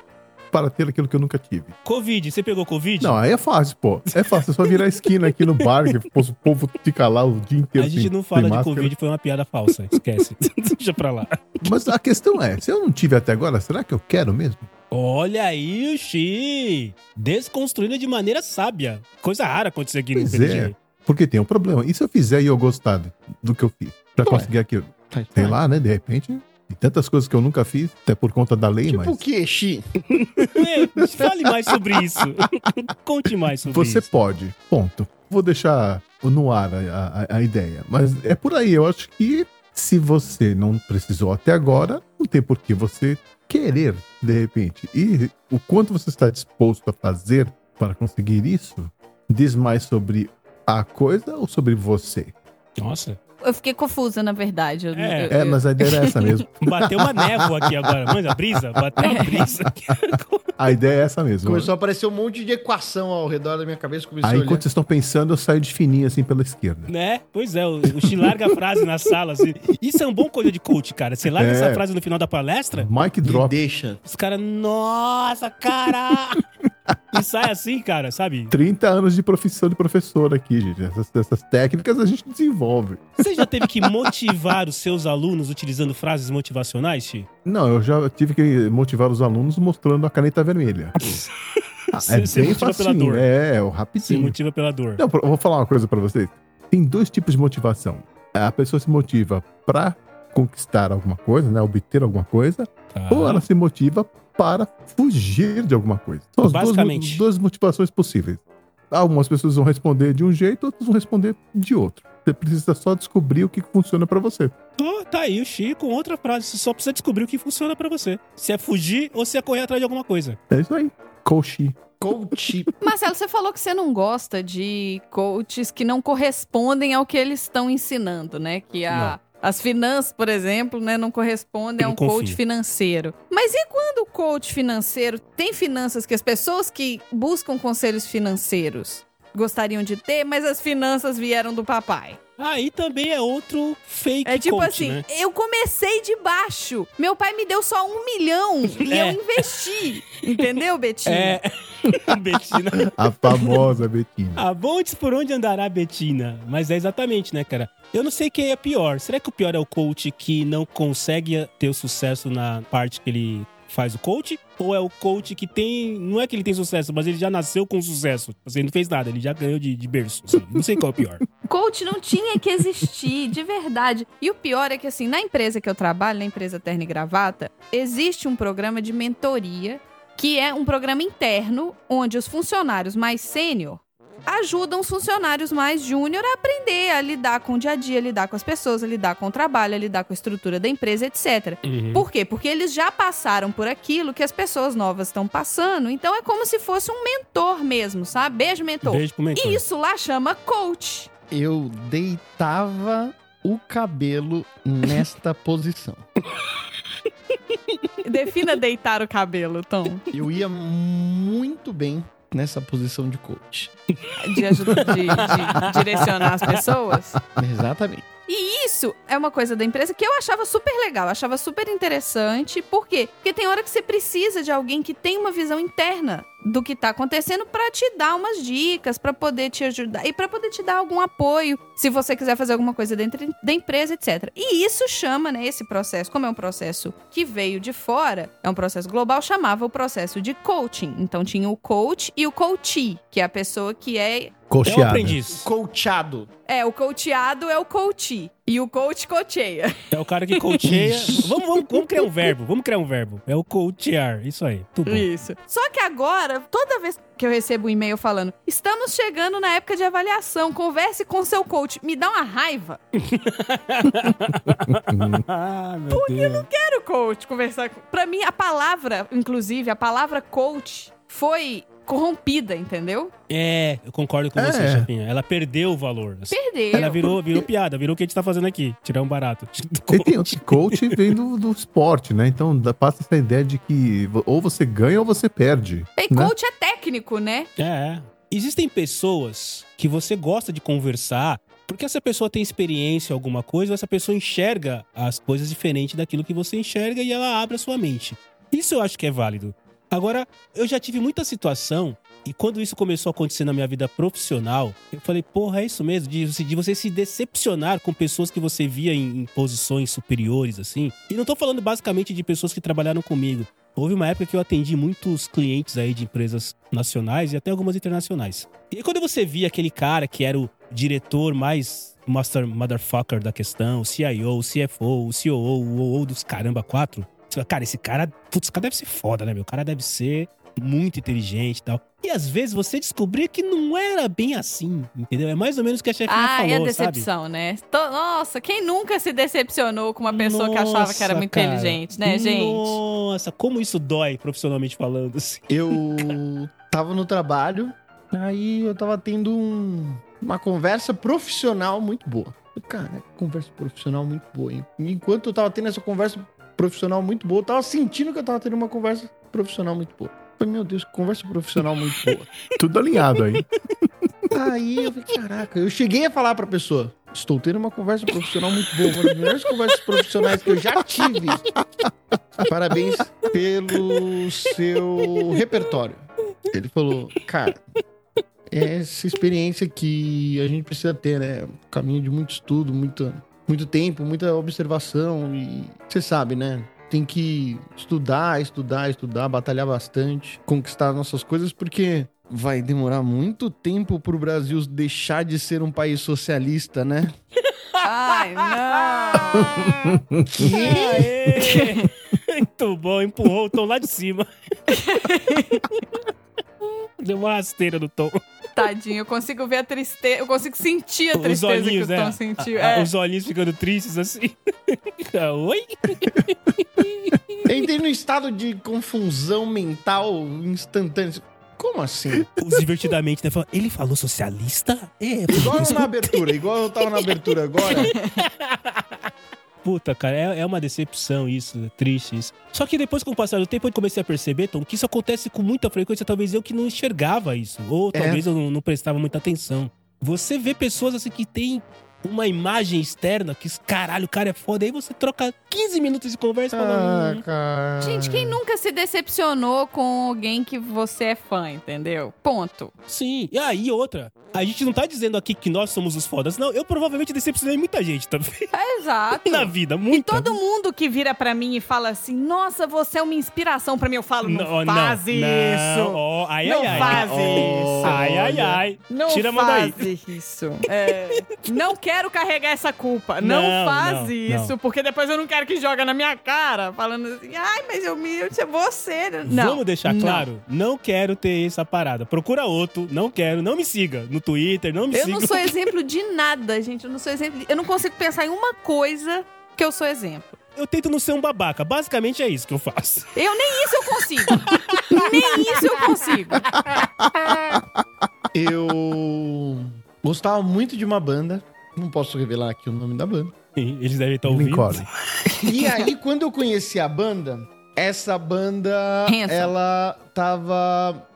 [SPEAKER 2] para ter aquilo que eu nunca tive?
[SPEAKER 4] Covid, você pegou Covid?
[SPEAKER 2] Não, aí é fácil, pô. É fácil, é só virar a esquina aqui no bar, que o povo fica lá o dia inteiro.
[SPEAKER 4] A
[SPEAKER 2] sem-
[SPEAKER 4] gente não fala
[SPEAKER 2] sem
[SPEAKER 4] de
[SPEAKER 2] máscara.
[SPEAKER 4] Covid, foi uma piada falsa. Esquece. Deixa pra lá.
[SPEAKER 2] Mas a questão é, se eu não tive até agora, será que eu quero mesmo?
[SPEAKER 4] Olha aí, o Xi. Desconstruindo de maneira sábia. Coisa rara acontecer aqui no
[SPEAKER 2] Pois
[SPEAKER 4] PDG.
[SPEAKER 2] é. Porque tem um problema. E se eu fizer e eu gostar? do que eu fiz pra
[SPEAKER 1] Ué. Tá,
[SPEAKER 2] conseguir aquilo. Sei lá, né? De repente, e tantas coisas que eu nunca fiz, até por conta da lei,
[SPEAKER 1] Tipo
[SPEAKER 2] mas.
[SPEAKER 1] o que, Xi?
[SPEAKER 4] É, fale mais sobre isso. Conte mais sobre
[SPEAKER 2] Você
[SPEAKER 4] isso.
[SPEAKER 2] pode. Ponto. Vou deixar no ar a, a- a ideia. Mas é por aí. Eu acho que se você não precisou até agora, não tem por que você querer, de repente. E o quanto você está disposto a fazer para conseguir isso, diz mais sobre a coisa ou sobre você?
[SPEAKER 4] Nossa,
[SPEAKER 3] Eu fiquei confusa, na verdade. Eu-
[SPEAKER 4] É.
[SPEAKER 3] eu-
[SPEAKER 2] É,
[SPEAKER 3] eu-
[SPEAKER 2] mas a ideia era essa mesmo.
[SPEAKER 4] bateu uma névoa aqui agora. Manja, brisa? Bateu uma brisa aqui.
[SPEAKER 2] A ideia é essa mesmo.
[SPEAKER 1] Começou a aparecer um monte de equação ao redor da minha cabeça. Comecei
[SPEAKER 2] Aí,
[SPEAKER 1] a olhar.
[SPEAKER 2] enquanto vocês estão pensando, eu saio de fininho, assim, pela esquerda.
[SPEAKER 4] Né? Pois é, o, o Xi larga a frase na sala. assim. Isso é um bom coisa de coach, cara. Você larga
[SPEAKER 2] É.
[SPEAKER 4] essa frase no final da palestra,
[SPEAKER 2] Mike
[SPEAKER 1] Me
[SPEAKER 2] Drop.
[SPEAKER 1] deixa.
[SPEAKER 4] os caras, nossa, cara! e sai assim, cara, sabe?
[SPEAKER 2] 30 anos de profissão de professor aqui, gente. Essas, essas técnicas a gente desenvolve.
[SPEAKER 4] Você já teve que motivar os seus alunos utilizando frases motivacionais, Xi?
[SPEAKER 2] Não, eu já tive que motivar os alunos mostrando a caneta vermelha. Ah,
[SPEAKER 4] Você- você motiva pela
[SPEAKER 2] facinho, Tá.
[SPEAKER 4] dor.
[SPEAKER 2] É, o
[SPEAKER 4] Você
[SPEAKER 2] rapidinho.
[SPEAKER 4] motiva pela dor.
[SPEAKER 2] Não, eu vou falar uma coisa pra vocês. Tem dois tipos de motivação. A pessoa se motiva pra conquistar alguma coisa, né? Obter alguma coisa.
[SPEAKER 4] Tá.
[SPEAKER 2] Ou ela se motiva para fugir de alguma coisa. São as duas,
[SPEAKER 4] Basicamente.
[SPEAKER 2] mo- duas motivações possíveis. Algumas pessoas vão responder de um jeito, outras vão responder de outro. Você precisa só descobrir o que funciona pra você.
[SPEAKER 4] Tô- tá aí o Xi com outra frase. Você só precisa descobrir o que funciona pra você. Se é fugir ou se é correr atrás de alguma coisa.
[SPEAKER 2] É isso aí. Coxi.
[SPEAKER 1] Coach.
[SPEAKER 3] Marcelo, você falou que você não gosta de coaches que não correspondem ao que eles estão ensinando, né? Que a- as finanças, por exemplo, né, não correspondem
[SPEAKER 4] Eu
[SPEAKER 3] a
[SPEAKER 4] não
[SPEAKER 3] um
[SPEAKER 4] confio.
[SPEAKER 3] coach financeiro. Mas e quando o coach financeiro tem finanças que as pessoas que buscam conselhos financeiros gostariam de ter, mas as finanças vieram do papai?
[SPEAKER 4] Aí também é outro fake
[SPEAKER 3] é tipo
[SPEAKER 4] coach,
[SPEAKER 3] assim,
[SPEAKER 4] né?
[SPEAKER 3] eu comecei de baixo, meu pai me deu só um milhão e
[SPEAKER 4] É.
[SPEAKER 3] eu investi, entendeu, Betinho?
[SPEAKER 4] É. Betina.
[SPEAKER 2] A famosa Betina.
[SPEAKER 4] Ah, Abontes por onde andará Betina? Mas é exatamente, né, cara? Eu não sei quem é pior. Será que o pior é o coach que não consegue ter o sucesso na parte que ele faz o coach? Ou é o coach que tem. Não é que ele tem sucesso, mas ele já nasceu com sucesso. Assim, ele não fez nada, ele já ganhou de, de berço. assim. Não sei qual é o pior.
[SPEAKER 3] Coach não tinha que existir, de verdade. E o pior é que, assim, na empresa que eu trabalho, na empresa Terno e Gravata, existe um programa de mentoria, que é um programa interno, onde os funcionários mais sênior ajudam os funcionários mais júnior a aprender a lidar com o dia a dia, a lidar com as pessoas, a lidar com o trabalho, a lidar com a estrutura da empresa, etc.
[SPEAKER 4] Uhum.
[SPEAKER 3] Por quê? Porque eles já passaram por aquilo que as pessoas novas estão passando. Então é como se fosse um mentor mesmo, sabe? Beijo, mentor.
[SPEAKER 4] Beijo pro mentor.
[SPEAKER 3] E isso lá chama coach.
[SPEAKER 1] Eu deitava o cabelo nesta posição.
[SPEAKER 3] Defina deitar o cabelo, Tom.
[SPEAKER 1] Eu ia muito bem nessa posição de coach.
[SPEAKER 3] De, ajudar, de, de direcionar as pessoas.
[SPEAKER 1] Exatamente.
[SPEAKER 3] E isso é uma coisa da empresa que eu achava super legal, achava super interessante. Por quê? Porque tem hora que você precisa de alguém que tem uma visão interna do que tá acontecendo pra te dar umas dicas, pra poder te ajudar e pra poder te dar algum apoio, se você quiser fazer alguma coisa dentro da empresa, etc. E isso chama, né, esse processo, como é um processo que veio de fora, é um processo global, chamava o processo de coaching. Então tinha o coach e o coachee, que é a pessoa que
[SPEAKER 4] É
[SPEAKER 3] é
[SPEAKER 4] um
[SPEAKER 2] Coxeada.
[SPEAKER 4] aprendiz.
[SPEAKER 1] Coachado.
[SPEAKER 3] é, o coacheado é o coachee e o coach coacheia.
[SPEAKER 4] É o cara que coacheia.
[SPEAKER 1] Isso.
[SPEAKER 4] vamos, vamos, vamos criar um verbo. Vamos criar um verbo. É o coachear. Isso aí. Tudo bom.
[SPEAKER 3] Isso. Só que agora, toda vez que eu recebo um e-mail falando, estamos chegando na época de avaliação, converse com seu coach, me dá uma raiva.
[SPEAKER 4] ah, meu Deus.
[SPEAKER 3] Quero coach conversar com. Pra mim, a palavra, inclusive, a palavra coach foi corrompida, entendeu?
[SPEAKER 4] É, eu concordo com
[SPEAKER 2] É.
[SPEAKER 4] você, Chapinha. Ela perdeu o valor. assim.
[SPEAKER 3] Perdeu.
[SPEAKER 4] Ela virou, virou piada, virou o que a gente tá fazendo aqui. Tirar um barato.
[SPEAKER 2] E tem outro coach vem do, do esporte, né? Então dá- passa essa ideia de que vo- ou você ganha ou você perde.
[SPEAKER 3] E
[SPEAKER 2] né?
[SPEAKER 3] coach é técnico, né?
[SPEAKER 4] É, É. Existem pessoas que você gosta de conversar porque essa pessoa tem experiência em alguma coisa ou essa pessoa enxerga as coisas diferente daquilo que você enxerga e ela abre a sua mente. Isso eu acho que é válido. Agora, eu já tive muita situação e quando isso começou a acontecer na minha vida profissional, eu falei, porra, é isso mesmo, de, você- de você se decepcionar com pessoas que você via em, em posições superiores, assim. E não tô falando basicamente de pessoas que trabalharam comigo. Houve uma época que eu atendi muitos clientes aí de empresas nacionais e até algumas internacionais. E aí, quando você via aquele cara que era o diretor mais master motherfucker da questão, CIO, CFO, COO, o OO dos caramba quatro. Você fala, Cara, esse cara, putz, esse cara deve ser foda, né, meu? O cara deve ser muito inteligente e tal. E às vezes você descobrir que não era bem assim, entendeu? É mais ou menos o que a chefinha
[SPEAKER 5] Ah,
[SPEAKER 4] falou,
[SPEAKER 5] e a
[SPEAKER 4] sabe?
[SPEAKER 5] decepção, né? To- Nossa, quem nunca se decepcionou com uma pessoa que achava que era muito
[SPEAKER 4] Nossa, cara.
[SPEAKER 5] inteligente, né, gente?
[SPEAKER 4] Nossa, como isso dói, profissionalmente falando, assim.
[SPEAKER 1] Eu tava no trabalho, aí eu tava tendo um- uma conversa profissional muito boa. Cara, conversa profissional muito boa. hein? Enquanto eu tava tendo essa conversa profissional muito boa, eu tava sentindo que eu tava tendo uma conversa profissional muito boa. Eu Falei, meu Deus, que conversa profissional muito boa.
[SPEAKER 2] Tudo alinhado aí.
[SPEAKER 1] Tá Aí eu falei, caraca, eu cheguei a falar pra pessoa, estou tendo uma conversa profissional muito boa, uma das melhores conversas profissionais que eu já tive. Parabéns pelo seu repertório. Ele falou, cara, é essa experiência que a gente precisa ter, né? Um Caminho de muito estudo, muito, muito tempo, muita observação e você sabe, né? Tem que estudar, estudar, estudar, batalhar bastante, conquistar nossas coisas, porque vai demorar muito tempo pro Brasil deixar de ser um país socialista, né?
[SPEAKER 5] Ai, não.
[SPEAKER 4] Aê! Muito bom, empurrou o Tom lá de cima. Deu uma rasteira no Tom.
[SPEAKER 5] Tadinho, eu consigo ver a tristeza, eu consigo sentir a
[SPEAKER 4] Os
[SPEAKER 5] tristeza
[SPEAKER 4] olhinhos,
[SPEAKER 5] que o
[SPEAKER 4] né?
[SPEAKER 5] Tom sentiu.
[SPEAKER 4] A- a-
[SPEAKER 5] é.
[SPEAKER 4] Os olhinhos ficando tristes assim. Ah, Oi?
[SPEAKER 1] Eu entrei num estado de confusão mental instantânea. Como assim?
[SPEAKER 4] Os divertidamente, né? Fala, ele falou socialista? É,
[SPEAKER 1] Igual eu na abertura, igual eu tava na abertura agora.
[SPEAKER 4] Puta, cara, é, é uma decepção isso, é triste isso. Só que depois, com o passar do tempo, eu comecei a perceber, Tom, que isso acontece com muita frequência. Talvez eu que não enxergava isso, ou
[SPEAKER 1] É.
[SPEAKER 4] talvez eu não, não prestava muita atenção. Você vê pessoas assim que tem uma imagem externa que, caralho, o cara é foda. Aí você troca 15 minutos de conversa e
[SPEAKER 1] Ah,
[SPEAKER 4] fala, "Hum,
[SPEAKER 1] cara.
[SPEAKER 5] Gente, quem nunca se decepcionou com alguém que você é fã, entendeu? Ponto.
[SPEAKER 4] sim. E aí, outra. A gente não tá dizendo aqui que nós somos os fodas. Não, eu provavelmente decepcionei muita gente também
[SPEAKER 5] Exato.
[SPEAKER 4] na vida,
[SPEAKER 5] E
[SPEAKER 4] muita.
[SPEAKER 5] todo mundo que vira pra mim e fala assim, nossa, você é uma inspiração pra mim, eu falo, não, faz
[SPEAKER 4] não,
[SPEAKER 5] isso.
[SPEAKER 4] Não, ó, ai,
[SPEAKER 5] Não
[SPEAKER 4] ai, ai.
[SPEAKER 5] faz
[SPEAKER 4] Ó,
[SPEAKER 5] isso.
[SPEAKER 4] Ai, ai, ai.
[SPEAKER 5] Não
[SPEAKER 4] Tira a mão
[SPEAKER 5] faz
[SPEAKER 4] daí.
[SPEAKER 5] isso. É, não quero carregar essa culpa. Não,
[SPEAKER 4] Não,
[SPEAKER 5] faz
[SPEAKER 4] não,
[SPEAKER 5] isso,
[SPEAKER 4] não.
[SPEAKER 5] porque depois eu não quero que joga na minha cara, falando assim, ai, mas eu me eu te- você. Não.
[SPEAKER 4] Vamos deixar
[SPEAKER 5] não.
[SPEAKER 4] claro, não. quero ter essa parada. Procura outro, não quero, não me siga no Twitter, não me
[SPEAKER 5] Eu
[SPEAKER 4] siga.
[SPEAKER 5] não sou exemplo de nada, gente. Eu não sou exemplo. de- Eu não consigo pensar em uma coisa que eu sou exemplo.
[SPEAKER 4] Eu tento não ser um babaca, basicamente é isso que eu faço.
[SPEAKER 5] Eu nem isso eu consigo. nem isso eu consigo.
[SPEAKER 1] Eu gostava muito de uma banda. Não posso revelar aqui o nome da banda.
[SPEAKER 4] Eles devem estar ouvindo.
[SPEAKER 2] Lincoln.
[SPEAKER 1] E aí, quando eu conheci a banda, essa banda,
[SPEAKER 5] Hanson.
[SPEAKER 1] ela tava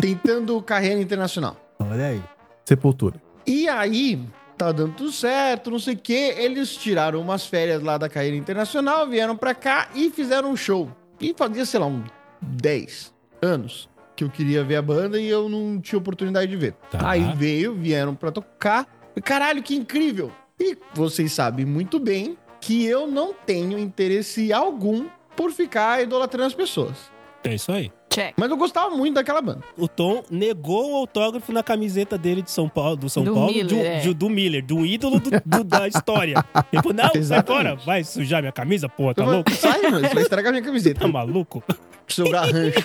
[SPEAKER 1] tentando carreira internacional.
[SPEAKER 4] Olha aí.
[SPEAKER 2] Sepultura.
[SPEAKER 1] E aí, tá dando tudo certo, não sei o quê. Eles tiraram umas férias lá da carreira internacional, vieram pra cá e fizeram um show. E fazia, sei lá, um 10 anos que eu queria ver a banda e eu não tinha oportunidade de ver.
[SPEAKER 4] Tá.
[SPEAKER 1] Aí veio, vieram pra tocar. E, Caralho, que incrível! E vocês sabem muito bem que eu não tenho interesse algum por ficar idolatrando as pessoas.
[SPEAKER 4] É isso aí.
[SPEAKER 5] Check.
[SPEAKER 1] Mas eu gostava muito daquela banda.
[SPEAKER 4] O Tom negou o autógrafo na camiseta dele de São Paulo, do São
[SPEAKER 5] Do
[SPEAKER 4] Paulo,
[SPEAKER 5] Miller,
[SPEAKER 4] de um-
[SPEAKER 5] é.
[SPEAKER 4] de- do Miller, do ídolo do- do- da história. Ele falou, não, sai
[SPEAKER 1] Exatamente.
[SPEAKER 4] fora, vai sujar minha camisa, porra, tá
[SPEAKER 1] Eu falei,
[SPEAKER 4] louco?
[SPEAKER 1] Sai, mano, você vai estragar minha camiseta.
[SPEAKER 4] Tá maluco?
[SPEAKER 1] Seu garrancho.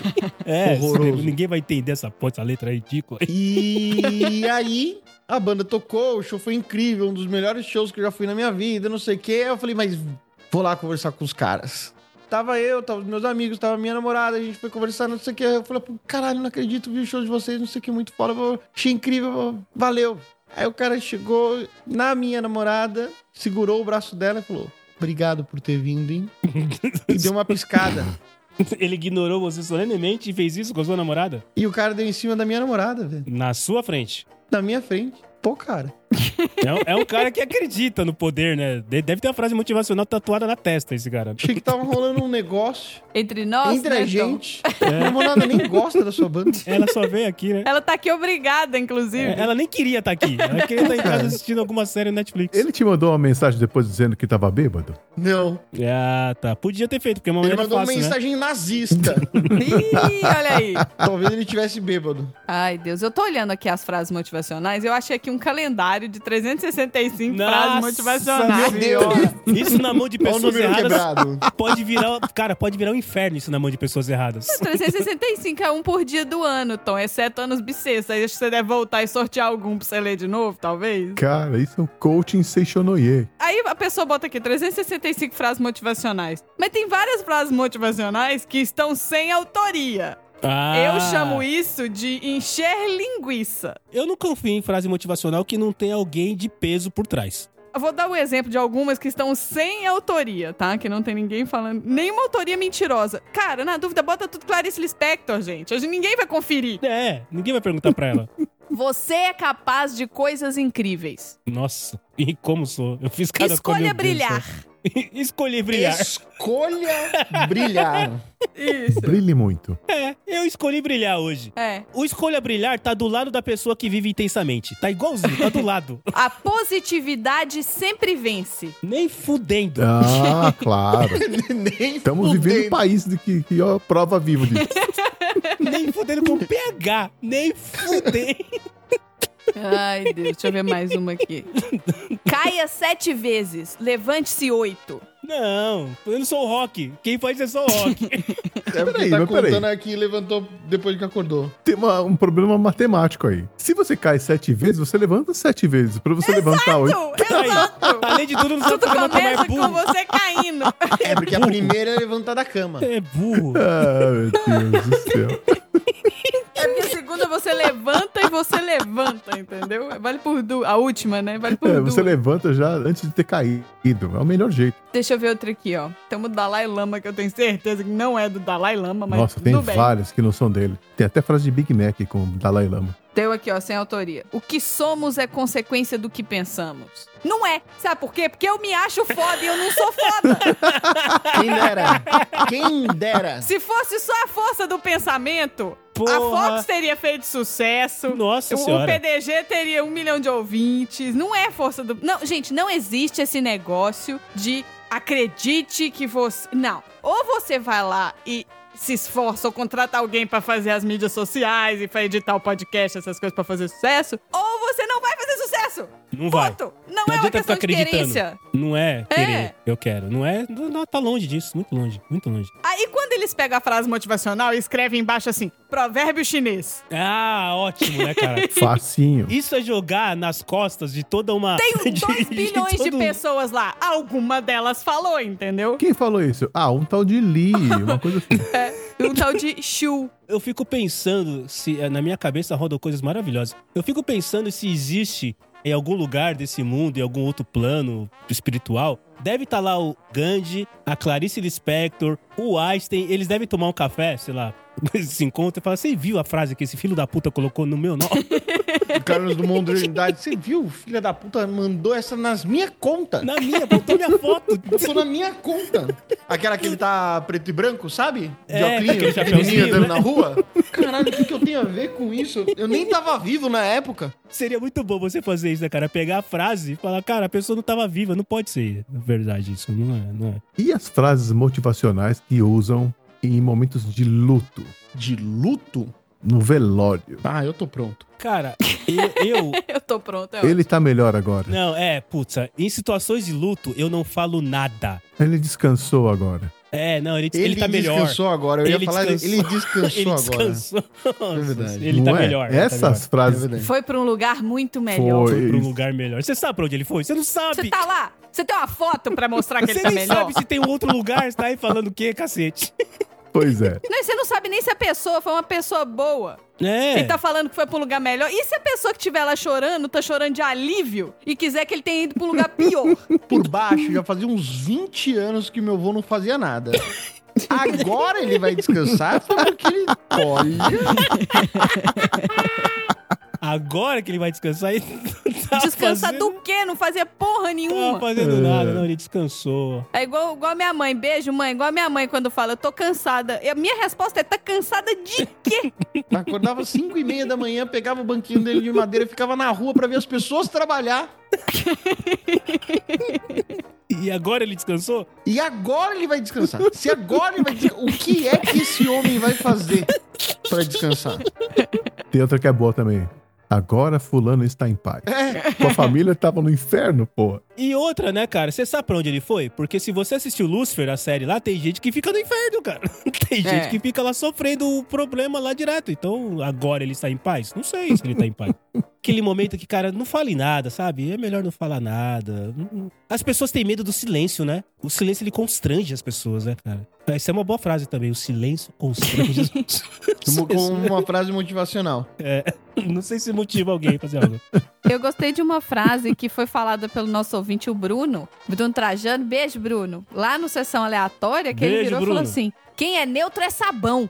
[SPEAKER 4] É,
[SPEAKER 1] Horroroso.
[SPEAKER 4] ninguém vai entender essa porra, essa letra é ridícula.
[SPEAKER 1] E aí, a banda tocou, o show foi incrível, um dos melhores shows que eu já fui na minha vida, não sei o quê. Aí Eu falei, mas vou lá conversar com os caras. Tava eu, tava os meus amigos, tava minha namorada, a gente foi conversar, não sei o quê. Eu falei, pô, caralho, não acredito, vi o show de vocês, não sei o que, muito foda, vou- achei incrível, vou- valeu. Aí o cara chegou na minha namorada, segurou o braço dela e falou, obrigado por ter vindo, hein? e deu uma piscada.
[SPEAKER 4] Ele ignorou você solenemente e fez isso com a sua namorada?
[SPEAKER 1] E o cara deu em cima da minha namorada, velho.
[SPEAKER 4] Na sua frente.
[SPEAKER 1] Na minha frente. Pô, cara.
[SPEAKER 4] É, um- é um cara que acredita no poder, né? De- Deve ter uma frase motivacional tatuada na testa, esse cara.
[SPEAKER 1] Achei que tava rolando um negócio
[SPEAKER 5] Entre nós,
[SPEAKER 1] entre
[SPEAKER 5] né,
[SPEAKER 1] a
[SPEAKER 5] então?
[SPEAKER 1] gente. A namorada nem gosta da sua banda.
[SPEAKER 4] Ela só veio aqui, né?
[SPEAKER 5] Ela tá aqui obrigada, inclusive.
[SPEAKER 4] É, Ela nem queria estar aqui. Ela queria estar em
[SPEAKER 1] É.
[SPEAKER 4] casa assistindo alguma série no Netflix.
[SPEAKER 2] Ele te mandou uma mensagem depois dizendo que tava bêbado?
[SPEAKER 1] Não.
[SPEAKER 4] Ah, tá. Podia ter feito, porque é uma
[SPEAKER 1] Ele
[SPEAKER 4] maneira
[SPEAKER 1] mandou uma
[SPEAKER 4] fácil, né?
[SPEAKER 1] mensagem nazista.
[SPEAKER 5] Ih, olha aí.
[SPEAKER 1] Talvez ele tivesse bêbado.
[SPEAKER 5] Ai, Deus, eu tô olhando aqui as frases motivacionais. Eu achei aqui um calendário de 365 frases motivacionais.
[SPEAKER 1] Meu Deus.
[SPEAKER 4] Isso na mão de
[SPEAKER 1] Olha o
[SPEAKER 4] pessoas
[SPEAKER 1] número
[SPEAKER 4] erradas
[SPEAKER 1] quebrado.
[SPEAKER 4] pode virar... Cara, pode virar um inferno isso na mão de pessoas erradas.
[SPEAKER 5] 365 é um por dia do ano, Tom, exceto anos bissextos. Aí acho que você deve voltar e sortear algum pra você ler de novo, talvez.
[SPEAKER 2] Cara, isso é um coaching Seishonoye.
[SPEAKER 5] Aí a pessoa bota aqui 365 frases motivacionais. Mas tem várias frases motivacionais que estão sem autoria.
[SPEAKER 4] Ah,
[SPEAKER 5] Eu chamo isso de encher linguiça.
[SPEAKER 4] Eu não confio em frase motivacional que não tem alguém de peso por trás.
[SPEAKER 5] Eu vou dar o exemplo de algumas que estão sem autoria, tá? Que não tem ninguém falando. Nenhuma autoria mentirosa. Cara, na dúvida, bota tudo Clarice Lispector, gente. Hoje ninguém vai conferir.
[SPEAKER 4] É, ninguém vai perguntar pra ela.
[SPEAKER 5] Você é capaz de coisas incríveis.
[SPEAKER 4] Nossa, e como sou? Eu fiz cada coisa,
[SPEAKER 5] Escolha
[SPEAKER 4] meu Deus do
[SPEAKER 5] brilhar.
[SPEAKER 4] céu. Escolhi brilhar.
[SPEAKER 1] Escolha brilhar.
[SPEAKER 5] Isso.
[SPEAKER 2] Brilhe muito.
[SPEAKER 4] É, eu escolhi brilhar hoje.
[SPEAKER 5] É.
[SPEAKER 4] O escolha brilhar tá do lado da pessoa que vive intensamente. Tá igualzinho, tá do lado.
[SPEAKER 5] A positividade sempre vence.
[SPEAKER 4] Nem fudendo.
[SPEAKER 2] Ah, claro.
[SPEAKER 1] Nem
[SPEAKER 2] Estamos vivendo um
[SPEAKER 1] fudendo.
[SPEAKER 2] país de que, que ó, prova viva disso.
[SPEAKER 4] Nem fudendo com PH. Nem fudendo.
[SPEAKER 5] Ai, Deus. Deixa eu ver mais uma aqui. Caia sete vezes. Levante-se oito.
[SPEAKER 4] Não, eu não sou o Rock. Quem faz isso é só o Rock.
[SPEAKER 1] É porque
[SPEAKER 2] Peraí,
[SPEAKER 1] tá
[SPEAKER 2] mas peraí.
[SPEAKER 1] contando aqui e levantou depois que acordou.
[SPEAKER 2] Tem uma- um problema matemático aí. Se você cai sete vezes, você levanta sete vezes. Pra você levantar oito. tá
[SPEAKER 4] Aí, além de tudo, não é sabe
[SPEAKER 5] Tudo
[SPEAKER 4] levantar mais
[SPEAKER 5] começa
[SPEAKER 4] burro.
[SPEAKER 5] com você caindo.
[SPEAKER 1] É porque a primeira é levantar da cama.
[SPEAKER 4] É burro.
[SPEAKER 2] Ah, meu Deus do céu.
[SPEAKER 5] É porque a segunda você levanta e você levanta, entendeu? Vale por duas. A última, né? Vale por
[SPEAKER 2] É,
[SPEAKER 5] duas.
[SPEAKER 2] você levanta já antes de ter caído. É o melhor jeito.
[SPEAKER 5] Deixa eu ver outra aqui, ó. Temos o Dalai Lama, que eu tenho certeza que não é do Dalai Lama, mas
[SPEAKER 2] Nossa,
[SPEAKER 5] tudo
[SPEAKER 2] tem
[SPEAKER 5] bem.
[SPEAKER 2] várias que não são dele. Tem até frase de Big Mac com o Dalai Lama.
[SPEAKER 5] Deu aqui, ó, sem autoria. O que somos é consequência do que pensamos. Não é. Sabe por quê? Porque eu me acho foda e eu não sou foda.
[SPEAKER 1] Quem dera. Quem dera.
[SPEAKER 5] Se fosse só a força do pensamento, a
[SPEAKER 4] Porra.
[SPEAKER 5] Fox teria feito sucesso.
[SPEAKER 4] Nossa
[SPEAKER 5] O- O
[SPEAKER 4] senhora.
[SPEAKER 5] PDG teria um milhão de ouvintes. Não é força do. Não, gente, não existe esse negócio de acredite que você. Não. Ou você vai lá e se esforça ou contrata alguém pra fazer as mídias sociais e pra editar o podcast, essas coisas pra fazer sucesso, ou você não vai fazer sucesso.
[SPEAKER 4] Não vai.
[SPEAKER 5] Ponto. Não,
[SPEAKER 4] Não
[SPEAKER 5] é uma
[SPEAKER 4] adianta
[SPEAKER 5] questão
[SPEAKER 4] ficar
[SPEAKER 5] de
[SPEAKER 4] acreditando.
[SPEAKER 5] querência.
[SPEAKER 4] Não é
[SPEAKER 5] É.
[SPEAKER 4] querer, eu quero. Não é. Não, não, tá longe disso. Muito longe. Muito longe.
[SPEAKER 5] Aí quando eles pegam a frase motivacional e escrevem embaixo assim: provérbio chinês.
[SPEAKER 4] Ah, ótimo, né, cara?
[SPEAKER 2] Facinho.
[SPEAKER 4] Isso é jogar nas costas de toda uma.
[SPEAKER 5] Tem
[SPEAKER 4] de-
[SPEAKER 5] 2
[SPEAKER 4] de
[SPEAKER 5] bilhões de
[SPEAKER 4] todo um mundo.
[SPEAKER 5] pessoas lá. Alguma delas falou, entendeu?
[SPEAKER 2] Quem falou isso? Ah, um tal de Lee, uma coisa assim.
[SPEAKER 5] É, um tal de Shu.
[SPEAKER 4] Eu fico pensando se eh, na minha cabeça rodam coisas maravilhosas. Eu fico pensando se existe em algum lugar desse mundo, em algum outro plano espiritual, deve estar lá o Gandhi, a Clarice Lispector, o Einstein, eles devem tomar um café, sei lá. Eles se encontram e falam: "Você viu a frase que esse filho da puta colocou no meu nome?"
[SPEAKER 1] O Carlos do Mundo de Realidade. Você viu? Filha da puta mandou essa nas minha conta.
[SPEAKER 4] na minha, botou minha foto.
[SPEAKER 1] Botou na minha conta. Aquela que ele tá preto e branco, sabe? De
[SPEAKER 4] É,
[SPEAKER 1] óculos,
[SPEAKER 4] aquele
[SPEAKER 1] de
[SPEAKER 4] chapeuzinho,
[SPEAKER 1] menino andando
[SPEAKER 4] né?
[SPEAKER 1] na rua. Caralho, o que, que eu tenho a ver com isso? Eu nem tava vivo na época.
[SPEAKER 4] Seria muito bom você fazer isso, né, cara? Pegar a frase e falar: "Cara, a pessoa não tava viva, não pode ser". Na verdade isso não é, não é.
[SPEAKER 2] E as frases motivacionais que usam em momentos de luto,
[SPEAKER 1] De luto?
[SPEAKER 2] no velório.
[SPEAKER 1] Ah, eu tô pronto.
[SPEAKER 4] Cara, eu- eu
[SPEAKER 5] Eu tô pronta. eu-
[SPEAKER 2] Ele tá melhor agora.
[SPEAKER 4] Não, é, putz, em situações de luto, eu não falo nada.
[SPEAKER 2] Ele descansou agora.
[SPEAKER 4] É, não, ele, ele
[SPEAKER 1] Ele,
[SPEAKER 4] tá melhor.
[SPEAKER 1] descansou agora. Eu
[SPEAKER 4] Ele
[SPEAKER 1] ia falar,
[SPEAKER 4] descansou.
[SPEAKER 1] ele descansou
[SPEAKER 4] Ele
[SPEAKER 1] agora.
[SPEAKER 4] descansou.
[SPEAKER 1] É verdade.
[SPEAKER 4] ele tá
[SPEAKER 2] Não é?
[SPEAKER 4] melhor. ele tá
[SPEAKER 2] Essas
[SPEAKER 1] É
[SPEAKER 2] frases
[SPEAKER 1] verdade.
[SPEAKER 5] Foi pra um lugar muito melhor.
[SPEAKER 2] foi.
[SPEAKER 4] melhor. Foi pra um lugar melhor. Você sabe pra onde ele foi? Você não sabe.
[SPEAKER 5] Você tá lá? Você tem uma foto pra mostrar que
[SPEAKER 4] Você
[SPEAKER 5] ele tá
[SPEAKER 4] nem
[SPEAKER 5] melhor?
[SPEAKER 4] sabe se tem um outro lugar, você tá aí falando o quê, cacete?
[SPEAKER 2] Pois é.
[SPEAKER 5] Não, e você não sabe nem se a pessoa foi uma pessoa boa
[SPEAKER 4] É.
[SPEAKER 5] e tá falando que foi pra um lugar melhor. E se a pessoa que estiver lá chorando, tá chorando de alívio e quiser que ele tenha ido pra um lugar pior?
[SPEAKER 1] Por baixo, já fazia uns 20 anos que meu avô não fazia nada. Agora ele vai descansar foi porque ele. Olha.
[SPEAKER 4] Agora que ele vai descansar, ele não tá
[SPEAKER 5] Descansar
[SPEAKER 4] fazendo,
[SPEAKER 5] do quê? Não fazia porra
[SPEAKER 4] Não tá
[SPEAKER 5] nenhuma.
[SPEAKER 4] fazendo
[SPEAKER 2] É.
[SPEAKER 4] nada. Não, ele descansou.
[SPEAKER 5] É igual, igual a minha mãe. Beijo, mãe. Igual a minha mãe quando fala, eu tô cansada. E a minha resposta é, tá cansada de quê?
[SPEAKER 1] Acordava às 5 e meia da manhã, pegava o banquinho dele de madeira e ficava na rua pra ver as pessoas trabalhar.
[SPEAKER 4] E agora ele descansou?
[SPEAKER 1] E agora ele vai descansar. Se agora ele vai descansar, o que é que esse homem vai fazer pra descansar?
[SPEAKER 2] Tem outra que é boa também. Agora fulano está em paz.
[SPEAKER 1] É,
[SPEAKER 2] Sua família tava no inferno, pô.
[SPEAKER 4] E outra, né, cara? Você sabe pra onde ele foi? Porque se você assistiu Lucifer, a série lá, tem gente que fica no inferno, cara. Tem gente
[SPEAKER 5] É.
[SPEAKER 4] que fica lá sofrendo o problema lá direto. Então, agora ele está em paz? Não sei se ele tá em paz. Aquele momento que, cara, não fale nada, sabe? É melhor não falar nada. As pessoas têm medo do silêncio, né? O silêncio, ele constrange as pessoas, né, cara? Essa é uma boa frase também. O silêncio constrange as
[SPEAKER 1] com com
[SPEAKER 4] pessoas.
[SPEAKER 1] uma frase motivacional.
[SPEAKER 4] Não sei se motiva alguém a fazer algo.
[SPEAKER 5] Eu gostei de uma frase que foi falada pelo nosso ouvinte, o Bruno. Bruno Trajano. Beijo, Bruno. Lá no Sessão Aleatória, que ele
[SPEAKER 4] Beijo,
[SPEAKER 5] virou e falou
[SPEAKER 4] Bruno.
[SPEAKER 5] assim... Quem é neutro é sabão.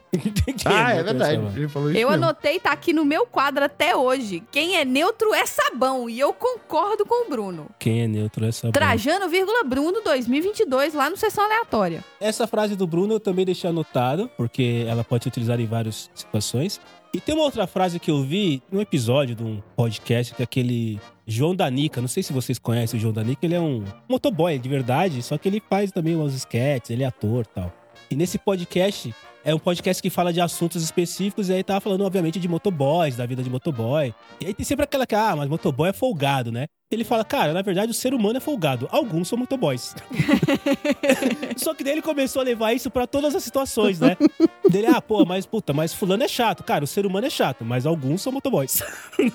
[SPEAKER 1] Ah, é verdade. Ele falou isso
[SPEAKER 5] Eu
[SPEAKER 1] mesmo.
[SPEAKER 5] anotei, tá aqui no meu quadro até hoje. Quem é neutro é sabão. E eu concordo com o Bruno.
[SPEAKER 4] Quem é neutro é sabão.
[SPEAKER 5] Trajano, vírgula, Bruno, 2022, lá no Sessão Aleatória.
[SPEAKER 4] Essa frase do Bruno eu também deixei anotado, porque ela pode ser utilizada em várias situações. E tem uma outra frase que eu vi num episódio de um podcast, que é aquele João Danica. Não sei se vocês conhecem o João Danica, ele é um motoboy de verdade, só que ele faz também umas sketches, ele é ator e tal. E nesse podcast, é um podcast que fala de assuntos específicos, e aí tava falando, obviamente, de motoboys, da vida de motoboy. E aí tem sempre aquela que, ah, mas motoboy é folgado, né? Ele fala, cara, na verdade o ser humano é folgado. Alguns são motoboys. Só que daí ele começou a levar isso pra todas as situações, né? Dele, ah, pô, mas puta, mas fulano é chato. Cara, o ser humano é chato, mas alguns são motoboys.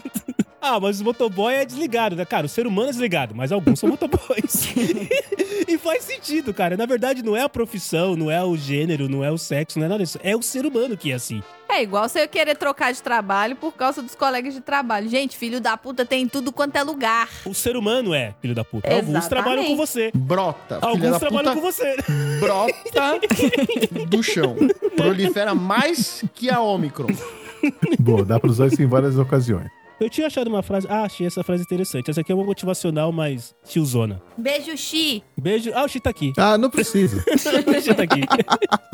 [SPEAKER 4] ah, mas o motoboy é desligado, né? Cara, o ser humano é desligado, mas alguns são motoboys. e faz sentido, cara. Na verdade, não é a profissão, não é o gênero, não é o sexo, não é nada disso. É o ser humano que é assim.
[SPEAKER 5] É igual você querer trocar de trabalho por causa dos colegas de trabalho. Gente, filho da puta tem em tudo quanto é lugar.
[SPEAKER 4] O ser humano é, filho da puta. Alguns
[SPEAKER 5] Exatamente.
[SPEAKER 4] trabalham com você.
[SPEAKER 1] Brota. filha
[SPEAKER 4] Alguns
[SPEAKER 1] da
[SPEAKER 4] trabalham
[SPEAKER 1] puta,
[SPEAKER 4] com você.
[SPEAKER 1] Brota do chão. Prolifera mais que a Omicron.
[SPEAKER 2] Boa, dá pra usar isso em várias ocasiões.
[SPEAKER 4] Eu tinha achado uma frase. Ah, achei essa frase interessante. Essa aqui é uma motivacional, mas tiozona.
[SPEAKER 5] Beijo, Xi.
[SPEAKER 4] Beijo. Ah, o Chi tá aqui.
[SPEAKER 2] Ah, não precisa.
[SPEAKER 4] O Chi tá aqui.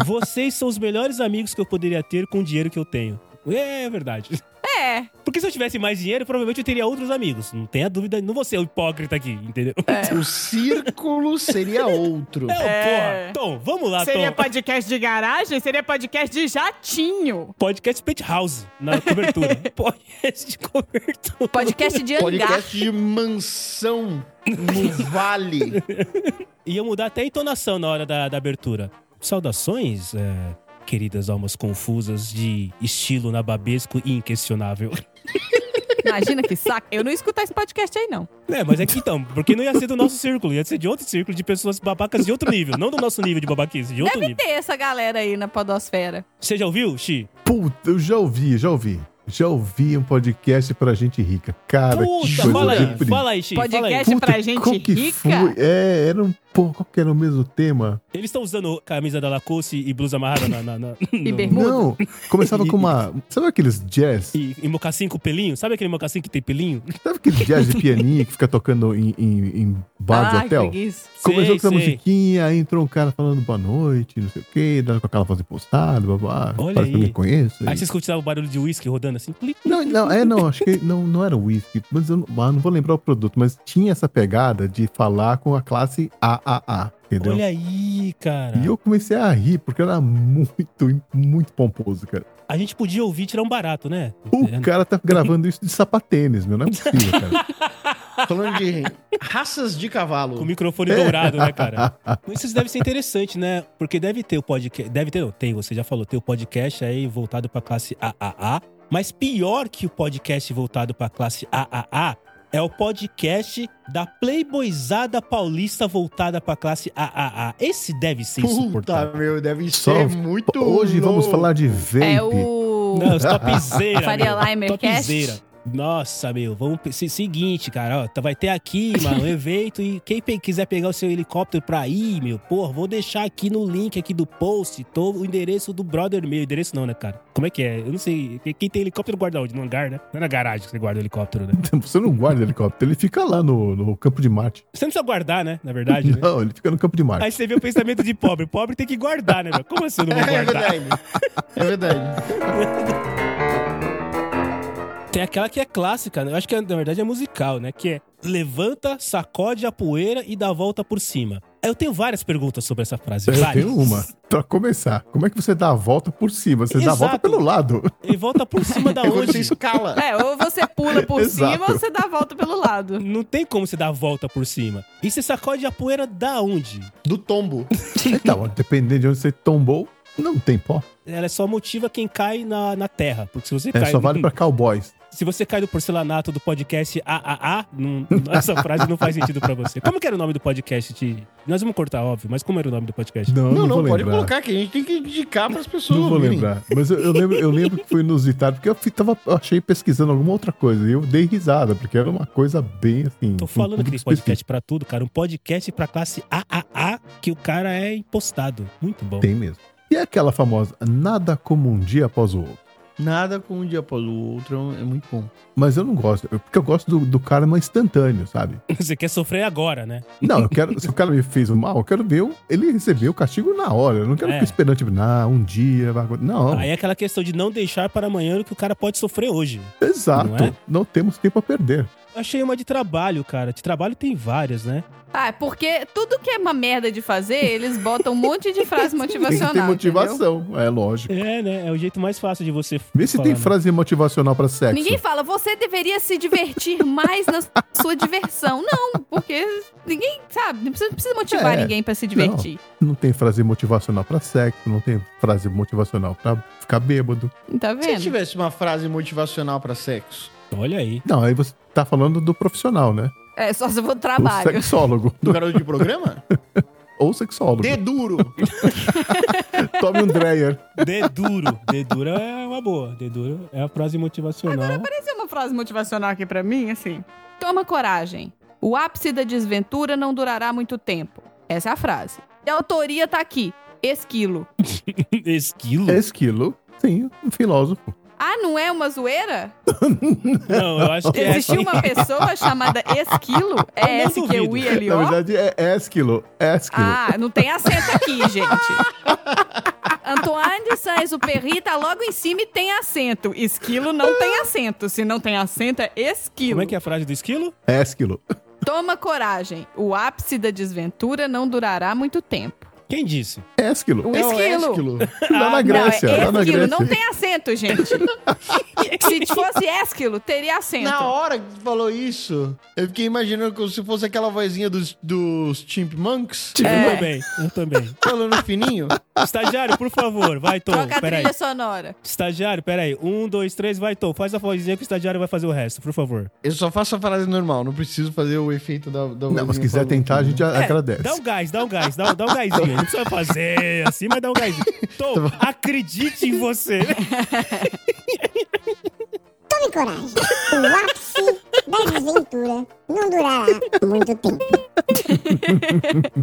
[SPEAKER 4] Vocês são os melhores amigos que eu poderia ter com o dinheiro que eu tenho. É, é verdade.
[SPEAKER 5] É,
[SPEAKER 4] Porque se eu tivesse mais dinheiro, provavelmente eu teria outros amigos. Não tenha dúvida. Não vou ser o hipócrita aqui, entendeu?
[SPEAKER 1] O círculo seria outro.
[SPEAKER 4] É,
[SPEAKER 5] É.
[SPEAKER 4] porra. Tom, vamos lá,
[SPEAKER 5] Seria
[SPEAKER 4] Tom.
[SPEAKER 5] podcast de garagem? Seria podcast de jatinho.
[SPEAKER 4] Podcast Penthouse na cobertura. Podcast de cobertura.
[SPEAKER 5] Podcast
[SPEAKER 3] É
[SPEAKER 5] de hangar.
[SPEAKER 1] Podcast de mansão no vale.
[SPEAKER 4] Ia mudar até a entonação na hora da, da abertura. Saudações, é, queridas almas confusas de estilo nababesco e inquestionável.
[SPEAKER 5] Imagina que saco. Eu não ia escutar esse podcast aí, não.
[SPEAKER 4] É, mas é que então, porque não ia ser do nosso círculo, ia ser de outro círculo de pessoas babacas de outro nível, não do nosso nível de babaquice, de outro
[SPEAKER 5] Deve
[SPEAKER 4] nível.
[SPEAKER 5] ter essa galera aí na podosfera.
[SPEAKER 4] Você já ouviu, Xi?
[SPEAKER 2] Puta, eu já ouvi, já ouvi. Já ouvi um podcast pra gente rica. Cara, que
[SPEAKER 4] Puta,
[SPEAKER 2] coisa
[SPEAKER 4] fala aí,
[SPEAKER 2] deprimente.
[SPEAKER 4] fala aí, Xi, fala aí.
[SPEAKER 5] Podcast- pra gente
[SPEAKER 2] qual que
[SPEAKER 5] rica?
[SPEAKER 2] Foi? É, era um pouco, qual que era o mesmo tema?
[SPEAKER 4] Eles estão usando camisa da Lacoste e blusa amarrada na... na, na
[SPEAKER 5] E
[SPEAKER 4] no-
[SPEAKER 5] bermuda.
[SPEAKER 2] Não, começava com uma... Sabe aqueles jazz?
[SPEAKER 4] e, e mocassim com pelinho? Sabe aquele mocassim que tem pelinho?
[SPEAKER 2] Sabe aquele jazz de pianinho que fica tocando em, em, em bar de
[SPEAKER 5] Ai, que
[SPEAKER 2] hotel?
[SPEAKER 5] preguiça.
[SPEAKER 2] Começou
[SPEAKER 4] Sei,
[SPEAKER 2] com essa
[SPEAKER 4] sei.
[SPEAKER 2] musiquinha, aí entrou um cara falando boa noite, não sei o quê, dando com aquela voz impostada, blá blá, blá,
[SPEAKER 4] Olha
[SPEAKER 2] parece que eu
[SPEAKER 4] aí.
[SPEAKER 2] me conheço.
[SPEAKER 4] Aí vocês escutavam o barulho de uísque rodando assim, clic.
[SPEAKER 2] Não, não, é, não, acho que não, não era whisky, mas eu não, ah, não vou lembrar o produto, mas tinha essa pegada de falar com a classe AAA, entendeu?
[SPEAKER 4] Olha aí, cara.
[SPEAKER 2] E eu comecei a rir, porque era muito, muito pomposo, cara.
[SPEAKER 4] A gente podia ouvir e tirar um barato, né?
[SPEAKER 2] O
[SPEAKER 4] É,
[SPEAKER 2] cara tá gravando isso de sapatênis, meu, não é possível, cara.
[SPEAKER 1] Falando de raças de
[SPEAKER 4] Com o
[SPEAKER 1] cavalo.
[SPEAKER 4] microfone
[SPEAKER 2] É.
[SPEAKER 4] dourado, né, cara? Mas Isso deve ser interessante, né? Porque deve ter o podcast. Deve ter, não, tem, você já falou, tem o podcast aí voltado pra classe AAA. Mas pior que o podcast voltado pra classe AAA é o podcast da Playboyzada Paulista voltada pra classe AAA. Esse deve ser
[SPEAKER 1] Puta,
[SPEAKER 4] insuportável.
[SPEAKER 1] meu, deve ser
[SPEAKER 2] Só-
[SPEAKER 1] muito.
[SPEAKER 2] Hoje vamos
[SPEAKER 1] louco.
[SPEAKER 2] falar de vape.
[SPEAKER 5] É o.
[SPEAKER 4] Não, topzeira.
[SPEAKER 5] Faria
[SPEAKER 4] meu.
[SPEAKER 5] Limer Cast?
[SPEAKER 4] Topzeira. Nossa, meu, vamos. pe- se- Seguinte, cara, ó, tá- vai ter aqui, mano, um evento. E quem pe- quiser pegar o seu helicóptero pra ir, meu, porra, vou deixar aqui no link aqui do post tô, o endereço do brother meu. Endereço não, né, cara? Como é que é? Eu não sei. Quem tem helicóptero guarda onde? No hangar, né? Não é na garagem que você guarda o helicóptero, né?
[SPEAKER 2] Você não guarda o helicóptero, ele fica lá no, no campo de Marte.
[SPEAKER 4] Você não precisa guardar, né? Na verdade, né?
[SPEAKER 2] Não, ele fica no campo de Marte.
[SPEAKER 4] Aí você vê o pensamento de pobre. Pobre tem que guardar, né, meu? Como assim eu não vou
[SPEAKER 1] É
[SPEAKER 4] guardar?
[SPEAKER 1] verdade. É verdade.
[SPEAKER 4] Tem aquela que é clássica, né? Eu acho que na verdade é musical, né? Que é levanta, sacode a poeira e dá a volta por cima. Eu tenho várias perguntas sobre essa frase.
[SPEAKER 2] Eu
[SPEAKER 4] várias.
[SPEAKER 2] tenho uma. Pra começar, como é que você dá a volta por cima? Você dá a volta
[SPEAKER 4] Exato.
[SPEAKER 2] pelo lado.
[SPEAKER 4] E volta por cima da
[SPEAKER 1] É quando você
[SPEAKER 4] onde?
[SPEAKER 1] escala.
[SPEAKER 5] É, ou você pula por
[SPEAKER 2] Exato.
[SPEAKER 5] cima ou você dá a volta pelo lado.
[SPEAKER 4] Não tem como você dar a volta por cima. E você sacode a poeira da onde?
[SPEAKER 1] Do tombo.
[SPEAKER 2] Então, dependendo de onde você tombou, não tem pó.
[SPEAKER 4] Ela é só motiva quem cai na, na terra. Porque se você
[SPEAKER 2] É,
[SPEAKER 4] cai.
[SPEAKER 2] só vale pra cowboys.
[SPEAKER 4] Se você cai do porcelanato do podcast AAA, não- essa frase não faz sentido pra você. Como que era o nome do podcast? Ti? Nós vamos cortar, óbvio, mas como era o nome do podcast?
[SPEAKER 2] Não,
[SPEAKER 1] Não, não,
[SPEAKER 2] vou
[SPEAKER 1] pode
[SPEAKER 2] lembrar.
[SPEAKER 1] colocar que a gente tem que indicar pras pessoas.
[SPEAKER 2] Não vou
[SPEAKER 1] ouvirem.
[SPEAKER 2] lembrar. Mas eu, eu lembro, eu lembro que foi inusitado, porque eu, fi- tava, eu achei pesquisando alguma outra coisa. E eu dei risada, porque era uma coisa bem assim.
[SPEAKER 4] Tô
[SPEAKER 2] um
[SPEAKER 4] falando que
[SPEAKER 2] público
[SPEAKER 4] tem podcast pra tudo, cara. Um podcast pra classe AAA que o cara é impostado. Muito bom.
[SPEAKER 2] específico. Tem mesmo. E é aquela famosa, nada como um dia após o outro.
[SPEAKER 1] Nada com um dia após o outro é muito bom.
[SPEAKER 2] Mas eu não gosto, eu- porque eu gosto do, do karma instantâneo, sabe?
[SPEAKER 4] Você quer sofrer agora, né?
[SPEAKER 2] Não, eu quero. se o cara me fez o mal, eu quero ver o- ele receber o castigo na hora. Eu não quero
[SPEAKER 4] É.
[SPEAKER 2] ficar esperando, tipo, nah, um dia. vai acontecer." Não,
[SPEAKER 4] Aí é aquela questão de não deixar para amanhã o que o cara pode sofrer hoje.
[SPEAKER 2] exato.
[SPEAKER 4] não
[SPEAKER 2] Não,
[SPEAKER 4] é?
[SPEAKER 2] temos tempo a perder.
[SPEAKER 4] Achei uma de trabalho, cara. De trabalho tem várias, né?
[SPEAKER 5] Ah, é porque tudo que é uma merda de fazer, eles botam um monte de frase
[SPEAKER 2] Tem que
[SPEAKER 5] motivacional.
[SPEAKER 2] ter
[SPEAKER 5] entendeu?
[SPEAKER 2] motivação, é lógico.
[SPEAKER 4] É, né? É o jeito mais fácil de você.
[SPEAKER 2] Vê se
[SPEAKER 4] falar,
[SPEAKER 2] tem
[SPEAKER 4] né?
[SPEAKER 2] frase motivacional pra sexo.
[SPEAKER 5] Ninguém fala, você deveria se divertir mais na sua diversão. Não, porque ninguém, sabe, não precisa, não precisa motivar
[SPEAKER 2] É,
[SPEAKER 5] ninguém pra se divertir.
[SPEAKER 2] Não tem frase motivacional pra sexo, não tem frase motivacional pra ficar bêbado.
[SPEAKER 5] Tá
[SPEAKER 1] Se
[SPEAKER 3] É.
[SPEAKER 5] vendo?
[SPEAKER 1] tivesse uma frase motivacional pra sexo,
[SPEAKER 4] Olha aí.
[SPEAKER 2] Não, aí você tá falando do profissional, né?
[SPEAKER 5] É, só se eu vou
[SPEAKER 2] O
[SPEAKER 5] trabalho.
[SPEAKER 2] sexólogo.
[SPEAKER 1] do um garoto de programa,
[SPEAKER 2] Ou sexólogo.
[SPEAKER 1] dê duro.
[SPEAKER 2] Tome um Dreyer.
[SPEAKER 4] Dê duro. Dê duro é uma boa. Dê duro é a frase motivacional.
[SPEAKER 5] Tem uma frase motivacional aqui pra mim, assim. Toma coragem. O ápice da desventura não durará muito tempo. Essa é a frase. E a autoria tá aqui. Esquilo.
[SPEAKER 4] Esquilo?
[SPEAKER 2] É Esquilo. Sim, um filósofo.
[SPEAKER 5] Ah, não é uma zoeira?
[SPEAKER 4] Não, eu acho que é.
[SPEAKER 5] Existiu uma pessoa chamada Esquilo? É
[SPEAKER 4] Eu não
[SPEAKER 5] S que o
[SPEAKER 4] duvido.
[SPEAKER 5] I
[SPEAKER 2] Na
[SPEAKER 5] O?
[SPEAKER 2] verdade, é Esquilo. Esquilo.
[SPEAKER 5] Ah, não tem acento aqui, gente. Antoine de Saint-Exupéry tá logo em cima e tem acento. Esquilo não tem acento. Se não tem acento, é esquilo.
[SPEAKER 4] Como é que é a frase do esquilo?
[SPEAKER 2] Esquilo.
[SPEAKER 5] Toma coragem. O ápice da desventura não durará muito tempo.
[SPEAKER 4] Quem disse?
[SPEAKER 2] Esquilo.
[SPEAKER 5] O
[SPEAKER 1] É o
[SPEAKER 5] esquilo.
[SPEAKER 1] esquilo.
[SPEAKER 2] Lá Tá na Grécia.
[SPEAKER 5] não, é
[SPEAKER 2] lá na
[SPEAKER 5] esquilo.
[SPEAKER 2] Grécia.
[SPEAKER 5] Não tem acento, gente. Se fosse esquilo, teria acento.
[SPEAKER 1] Na hora que tu falou isso, eu fiquei imaginando como se fosse aquela vozinha dos, dos Chipmunks
[SPEAKER 5] É.
[SPEAKER 4] Eu também. Eu também.
[SPEAKER 1] falando fininho.
[SPEAKER 4] Estagiário, por favor. Vai, Tom.
[SPEAKER 5] Troca a
[SPEAKER 4] Peraí.
[SPEAKER 5] trilha sonora.
[SPEAKER 4] Estagiário, peraí. Um, dois, três, vai, Tom. Faz a vozinha que o estagiário vai fazer o resto, por favor.
[SPEAKER 1] Eu só faço a frase normal, não preciso fazer o efeito da, da
[SPEAKER 2] Não, mas se quiser tentar, a gente a- agradece.
[SPEAKER 4] Dá um gás, dá um gás, dá, um- dá um gásinho. Não precisa fazer assim, mas dá um gásinho. Tom, acredite em você.
[SPEAKER 10] Tome coragem. O ápice da desventura não durará muito tempo.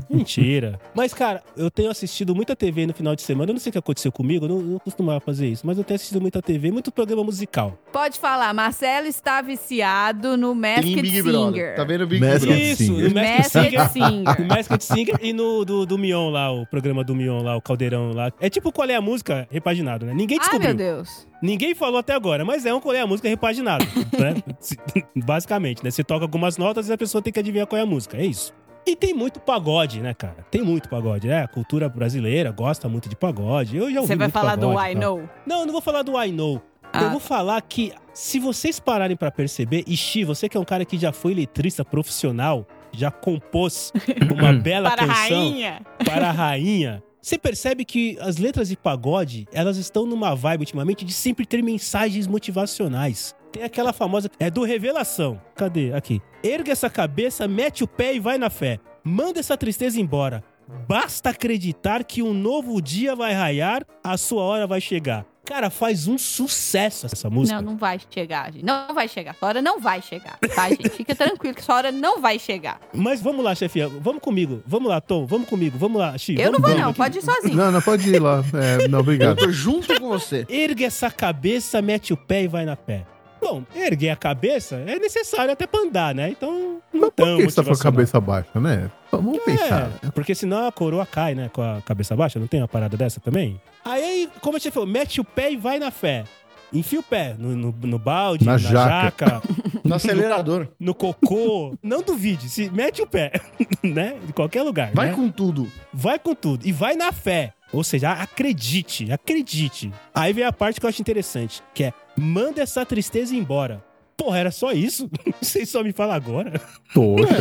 [SPEAKER 4] Mentira. Mas, cara, eu tenho assistido muita TV no final de semana. Eu não sei o que aconteceu comigo, eu não, eu não costumava fazer isso. Mas eu tenho assistido muita TV, muito programa musical.
[SPEAKER 5] Pode falar, Marcelo está viciado no Masked
[SPEAKER 1] Big
[SPEAKER 5] Singer.
[SPEAKER 1] Brother. Tá vendo o Big
[SPEAKER 2] Masked
[SPEAKER 1] Brother?
[SPEAKER 4] Isso,
[SPEAKER 2] Singer.
[SPEAKER 4] no Masked Singer.
[SPEAKER 5] Masked é Singer.
[SPEAKER 4] No Masked Singer e no do, do Mion lá, o programa do Mion lá, o Caldeirão lá. É tipo Qual é a Música repaginado, né? Ninguém
[SPEAKER 5] Ai,
[SPEAKER 4] descobriu.
[SPEAKER 5] meu Deus.
[SPEAKER 4] Ninguém falou até agora, mas é um qual é a música repaginado, né? Se- Basicamente, né? Você toca algumas notas e a pessoa tem que adivinhar qual é a música, é isso. E tem muito pagode, né, cara? Tem muito pagode, né? A cultura brasileira gosta muito de pagode. Eu já ouvi
[SPEAKER 5] Você vai
[SPEAKER 4] muito
[SPEAKER 5] falar do
[SPEAKER 4] pagode e
[SPEAKER 5] I
[SPEAKER 4] tal.
[SPEAKER 5] Know?
[SPEAKER 4] Não, eu não vou falar do I Know.
[SPEAKER 5] Ah.
[SPEAKER 4] Eu vou falar que, se vocês pararem pra perceber, e Xi, você que é um cara que já foi letrista profissional, já compôs uma bela
[SPEAKER 5] Para a
[SPEAKER 4] canção
[SPEAKER 5] rainha.
[SPEAKER 4] para a rainha. Você percebe que as letras de pagode, elas estão numa vibe ultimamente de sempre ter mensagens motivacionais. Tem aquela famosa, é do Revelação. Cadê? Aqui. Erga essa cabeça, mete o pé e vai na fé. Manda essa tristeza embora. Basta acreditar que um novo dia vai raiar, a sua hora vai chegar. Cara, faz um sucesso essa música.
[SPEAKER 3] Não, não vai chegar, gente. Não vai chegar. Sua hora não vai chegar, tá, gente? Fica tranquilo que sua hora não vai chegar.
[SPEAKER 4] Mas vamos lá, chefia. Vamos comigo. Vamos lá, Tom. Vamos comigo. Vamos lá, Chico.
[SPEAKER 3] Eu não vou, não. Pode ir sozinho.
[SPEAKER 2] Não, não, pode ir lá. É, não,
[SPEAKER 1] Eu
[SPEAKER 2] obrigado.
[SPEAKER 1] tô junto com você.
[SPEAKER 4] Ergue essa cabeça, mete o pé e vai na pé. Bom, erguer a cabeça é necessário até pra andar, né? Então, não
[SPEAKER 2] Mas por
[SPEAKER 4] tão
[SPEAKER 2] que você tá com a
[SPEAKER 4] motivacional.
[SPEAKER 2] cabeça baixa, né? Vamos pensar.
[SPEAKER 4] É, porque senão a coroa cai, né? Com a cabeça baixa, não tem uma parada dessa também? Aí, como a gente falou, mete o pé e vai na fé. Enfia o pé no, no, no balde,
[SPEAKER 2] Na
[SPEAKER 4] na,
[SPEAKER 2] jaca.
[SPEAKER 4] jaca.
[SPEAKER 1] No acelerador.
[SPEAKER 4] no cocô. não duvide, se mete o pé, né? Em qualquer lugar.
[SPEAKER 1] Vai
[SPEAKER 4] né?
[SPEAKER 1] com tudo.
[SPEAKER 4] Vai com tudo. E vai na fé. Ou seja, acredite, acredite. Aí vem a parte que eu acho interessante, que é manda essa tristeza embora. Porra, era só isso? Vocês só me falam agora?
[SPEAKER 2] Poxa.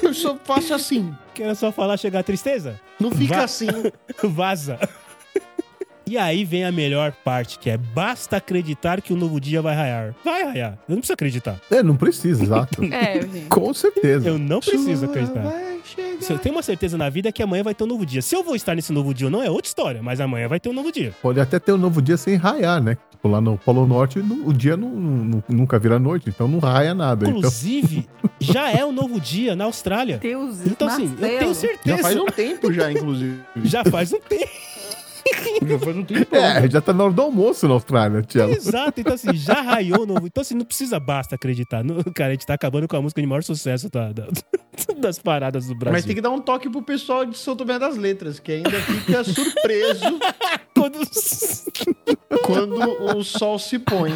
[SPEAKER 1] Eu só faço assim.
[SPEAKER 4] Que era só falar chegar a tristeza?
[SPEAKER 1] Não fica
[SPEAKER 4] Vai.
[SPEAKER 1] assim.
[SPEAKER 4] Vaza. E aí vem a melhor parte, que é basta acreditar que o novo dia vai raiar. Vai raiar. Eu não preciso acreditar.
[SPEAKER 2] É, não precisa, exato.
[SPEAKER 5] É, gente.
[SPEAKER 2] Com certeza.
[SPEAKER 4] Eu não preciso
[SPEAKER 1] Sua
[SPEAKER 4] acreditar.
[SPEAKER 1] vai chegar.
[SPEAKER 4] Se eu tenho uma certeza na vida é que amanhã vai ter um novo dia. Se eu vou estar nesse novo dia ou não, é outra história, mas amanhã vai ter um novo dia.
[SPEAKER 2] Pode até ter um novo dia sem raiar, né? Tipo, lá no Polo Norte, nu- o dia nu- nu- nunca vira noite, então não raia nada. Então,
[SPEAKER 4] Inclusive, já é um novo dia na Austrália.
[SPEAKER 3] Deus
[SPEAKER 4] Então, assim, eu tenho
[SPEAKER 2] Então,
[SPEAKER 4] certeza.
[SPEAKER 1] Já faz um tempo já, inclusive.
[SPEAKER 4] Já faz um tempo.
[SPEAKER 1] Já faz um tempo.
[SPEAKER 2] é, já tá na hora do almoço na Austrália, Tiago.
[SPEAKER 4] Exato, então assim, já raiou o novo. Então assim, não precisa basta acreditar. Não, cara, a gente tá acabando com a música de maior sucesso da- da- das paradas do Brasil.
[SPEAKER 1] Mas tem que dar um toque pro pessoal de São Tomé das Letras, que ainda fica surpreso
[SPEAKER 4] Quando-
[SPEAKER 1] quando o sol se põe.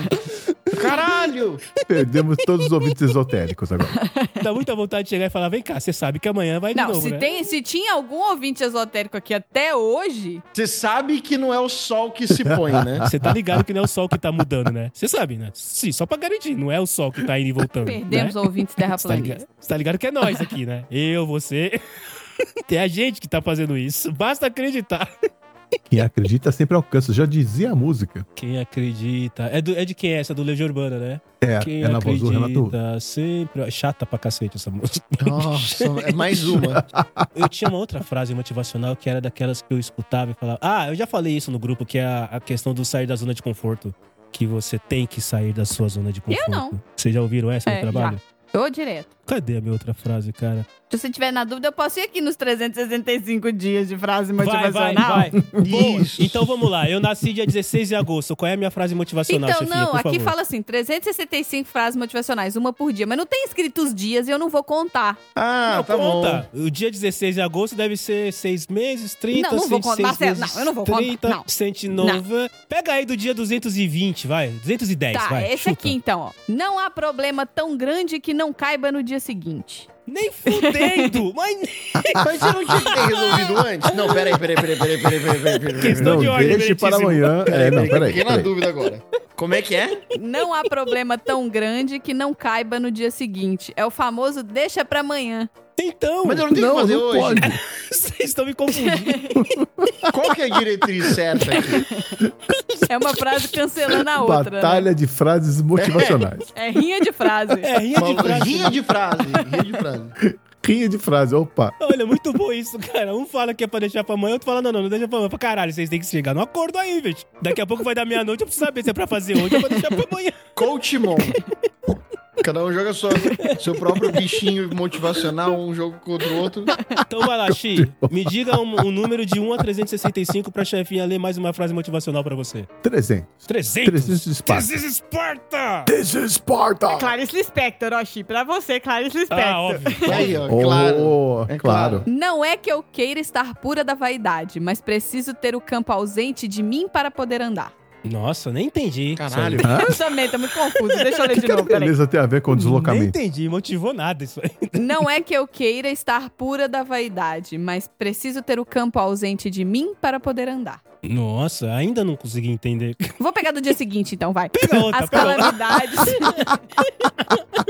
[SPEAKER 1] Caralho!
[SPEAKER 2] Perdemos todos os ouvintes esotéricos agora.
[SPEAKER 4] Dá muita vontade de chegar e falar: vem cá, você sabe que amanhã vai de
[SPEAKER 5] Não,
[SPEAKER 4] novo.
[SPEAKER 5] se,
[SPEAKER 4] né?
[SPEAKER 5] tem, se tinha algum ouvinte esotérico aqui até hoje,
[SPEAKER 1] Você sabe que não é o sol que se põe, né?
[SPEAKER 4] Você tá ligado que não é o sol que tá mudando, né? Você sabe, né? Sim, só pra garantir, não é o sol que tá indo e voltando.
[SPEAKER 5] perdemos
[SPEAKER 4] né?
[SPEAKER 5] ouvintes
[SPEAKER 4] Você tá,
[SPEAKER 5] terraplanistas.
[SPEAKER 4] ligado, você tá ligado que é nós aqui, né? Eu, você. Tem a gente que tá fazendo isso. Basta acreditar.
[SPEAKER 2] Quem acredita sempre alcança, já dizia a música.
[SPEAKER 4] Quem acredita. É, do- é de quem é essa? Do Legião Urbana, né?
[SPEAKER 2] É,
[SPEAKER 4] Quem
[SPEAKER 2] é na voz do Renato.
[SPEAKER 4] acredita sempre. Chata pra cacete essa música.
[SPEAKER 1] Nossa, é mais uma.
[SPEAKER 4] Eu tinha uma outra frase motivacional que era daquelas que eu escutava e falava. Ah, eu já falei isso no grupo, que é a, a questão do sair da zona de conforto. Que você tem que sair da sua zona de conforto.
[SPEAKER 3] não.
[SPEAKER 4] Vocês já ouviram essa no
[SPEAKER 3] É,
[SPEAKER 4] trabalho?
[SPEAKER 5] Tô direto.
[SPEAKER 4] Cadê a minha outra frase, cara?
[SPEAKER 3] Se você tiver na dúvida, eu posso ir aqui nos 365 dias de frase
[SPEAKER 4] Vai,
[SPEAKER 3] motivacional.
[SPEAKER 4] vai, vai. Boa.
[SPEAKER 1] Isso.
[SPEAKER 4] Então vamos lá. Eu nasci dia 16 de agosto. Qual é a minha frase motivacional,
[SPEAKER 5] Então,
[SPEAKER 4] chefinha?
[SPEAKER 5] não,
[SPEAKER 4] Por
[SPEAKER 5] aqui
[SPEAKER 4] favor.
[SPEAKER 5] fala assim: 365 frases motivacionais, uma por dia. Mas não tem escrito os dias e eu não vou contar.
[SPEAKER 1] Ah,
[SPEAKER 4] Não,
[SPEAKER 1] tá bom.
[SPEAKER 4] conta. O dia 16 de agosto deve ser 6 meses, 30,
[SPEAKER 5] Não, não vou
[SPEAKER 4] 106
[SPEAKER 5] contar. Marcelo,
[SPEAKER 4] meses,
[SPEAKER 5] não, eu não vou contar.
[SPEAKER 4] 30,
[SPEAKER 5] Não.
[SPEAKER 4] 109. Pega aí do dia 220, vai. 210,
[SPEAKER 5] tá,
[SPEAKER 4] É vai.
[SPEAKER 5] esse
[SPEAKER 4] chuta.
[SPEAKER 5] aqui então, ó. Não há problema tão grande que não caiba no dia seguinte.
[SPEAKER 4] Nem fudendo. Mas nem
[SPEAKER 1] Mas você não tinha que ter resolvido antes? Não, peraí, peraí, peraí, peraí, peraí, peraí, peraí, peraí. peraí.
[SPEAKER 4] Questão
[SPEAKER 2] Não,
[SPEAKER 4] de ordem,
[SPEAKER 2] deixe para
[SPEAKER 4] Beretíssimo.
[SPEAKER 2] amanhã. É, não, peraí.
[SPEAKER 1] Fiquei na
[SPEAKER 2] peraí.
[SPEAKER 1] dúvida agora. Como é que é?
[SPEAKER 5] Não há problema tão grande que não caiba no dia seguinte. É o famoso deixa pra amanhã.
[SPEAKER 4] então.
[SPEAKER 1] Mas eu não tenho
[SPEAKER 2] Não,
[SPEAKER 1] que fazer
[SPEAKER 2] não
[SPEAKER 1] hoje.
[SPEAKER 2] pode.
[SPEAKER 4] Vocês estão me confundindo.
[SPEAKER 1] Qual que é a diretriz certa aqui?
[SPEAKER 5] É uma frase cancelando a outra. Né?
[SPEAKER 2] Batalha de frases motivacionais.
[SPEAKER 5] É rinha de frase.
[SPEAKER 4] É rinha de
[SPEAKER 1] Uma
[SPEAKER 4] frase.
[SPEAKER 1] Rinha de frase. Rinha de frase.
[SPEAKER 2] Rinha de frase, opa.
[SPEAKER 4] Olha, muito bom isso, cara. Um fala que é pra deixar pra amanhã, outro fala, não, não, não deixa pra amanhã. Eu falo, Caralho, vocês têm que chegar num acordo aí, gente. Daqui a pouco vai dar meia-noite, eu preciso saber se é pra fazer hoje ou pra deixar pra amanhã.
[SPEAKER 1] Coachmon. Cada um joga sua, seu próprio bichinho motivacional, um jogo contra o outro.
[SPEAKER 4] Então vai lá, Xi. Me diga um, um número de 1 a 365 pra chefinha ler mais uma frase motivacional pra você.
[SPEAKER 2] 300.
[SPEAKER 4] 300!
[SPEAKER 2] 300 de Esparta.
[SPEAKER 4] 300 Esparta!
[SPEAKER 2] This is Sparta!
[SPEAKER 3] Clarice Lispector, Oxi. Pra você, Clarice Lispector.
[SPEAKER 4] Ah, óbvio.
[SPEAKER 1] Aí, ó,
[SPEAKER 2] Oh,
[SPEAKER 1] claro.
[SPEAKER 2] claro.
[SPEAKER 1] É claro.
[SPEAKER 5] Não é que eu queira estar pura da vaidade, mas preciso ter o campo ausente de mim para poder andar.
[SPEAKER 4] Nossa, nem entendi.
[SPEAKER 1] Caralho.
[SPEAKER 4] Isso
[SPEAKER 5] Eu
[SPEAKER 4] aí.
[SPEAKER 5] também tô muito confuso. Deixa eu ler
[SPEAKER 2] Que
[SPEAKER 5] de
[SPEAKER 2] cara
[SPEAKER 5] novo, peraí.
[SPEAKER 2] beleza tem a ver com o
[SPEAKER 4] Nem
[SPEAKER 2] deslocamento?
[SPEAKER 4] entendi, motivou nada isso aí.
[SPEAKER 5] Não é que eu queira estar pura da vaidade, mas preciso ter o campo ausente de mim para poder andar.
[SPEAKER 4] Nossa, ainda não consegui entender.
[SPEAKER 5] Vou pegar do dia seguinte, então, vai.
[SPEAKER 4] Pega outra,
[SPEAKER 5] As
[SPEAKER 4] pega outra.
[SPEAKER 5] calamidades.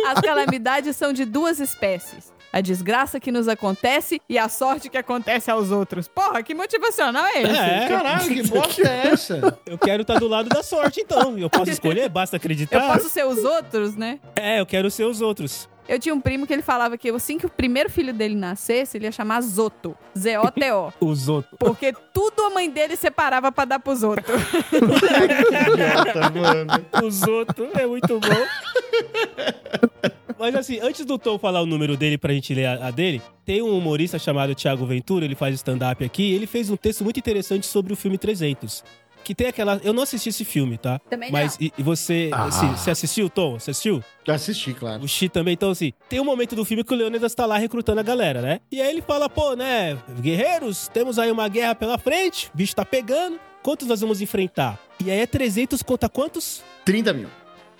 [SPEAKER 5] As calamidades são de duas espécies: a desgraça que nos acontece e a sorte que acontece aos outros. Porra, que motivacional é esse?
[SPEAKER 4] É,
[SPEAKER 1] Caralho, que bosta é essa?
[SPEAKER 4] eu quero estar do lado da sorte, então. Eu posso escolher, basta
[SPEAKER 5] Eu
[SPEAKER 4] acreditar.
[SPEAKER 5] posso ser os outros, né?
[SPEAKER 4] É, eu quero ser os outros.
[SPEAKER 11] Eu tinha um primo que ele falava que assim que o primeiro filho dele nascesse, ele ia chamar Zoto. Z-O-T-O.
[SPEAKER 4] Os outros.
[SPEAKER 11] Porque tudo a mãe dele separava pra dar pros outros.
[SPEAKER 1] Idiota, mano.
[SPEAKER 4] Os outros é muito bom. Mas assim, antes do Tom falar o número dele pra gente ler a, a dele, tem um humorista chamado Thiago Ventura, ele faz stand-up aqui, e ele fez um texto muito interessante sobre o filme 300. Que tem aquela. Eu não assisti esse filme, tá?
[SPEAKER 5] Também
[SPEAKER 4] Mas e, e você.
[SPEAKER 2] Ah.
[SPEAKER 4] assim, Você assistiu, Tom? Você assistiu?
[SPEAKER 1] Assisti, claro.
[SPEAKER 4] O Xi também, então assim, tem um momento do filme que o Leônidas tá lá recrutando a galera, né? E aí ele fala, pô, né, guerreiros, temos aí uma guerra pela frente, o bicho tá pegando, quantos nós vamos enfrentar? E aí é 300 contra quantos?
[SPEAKER 1] 30 mil.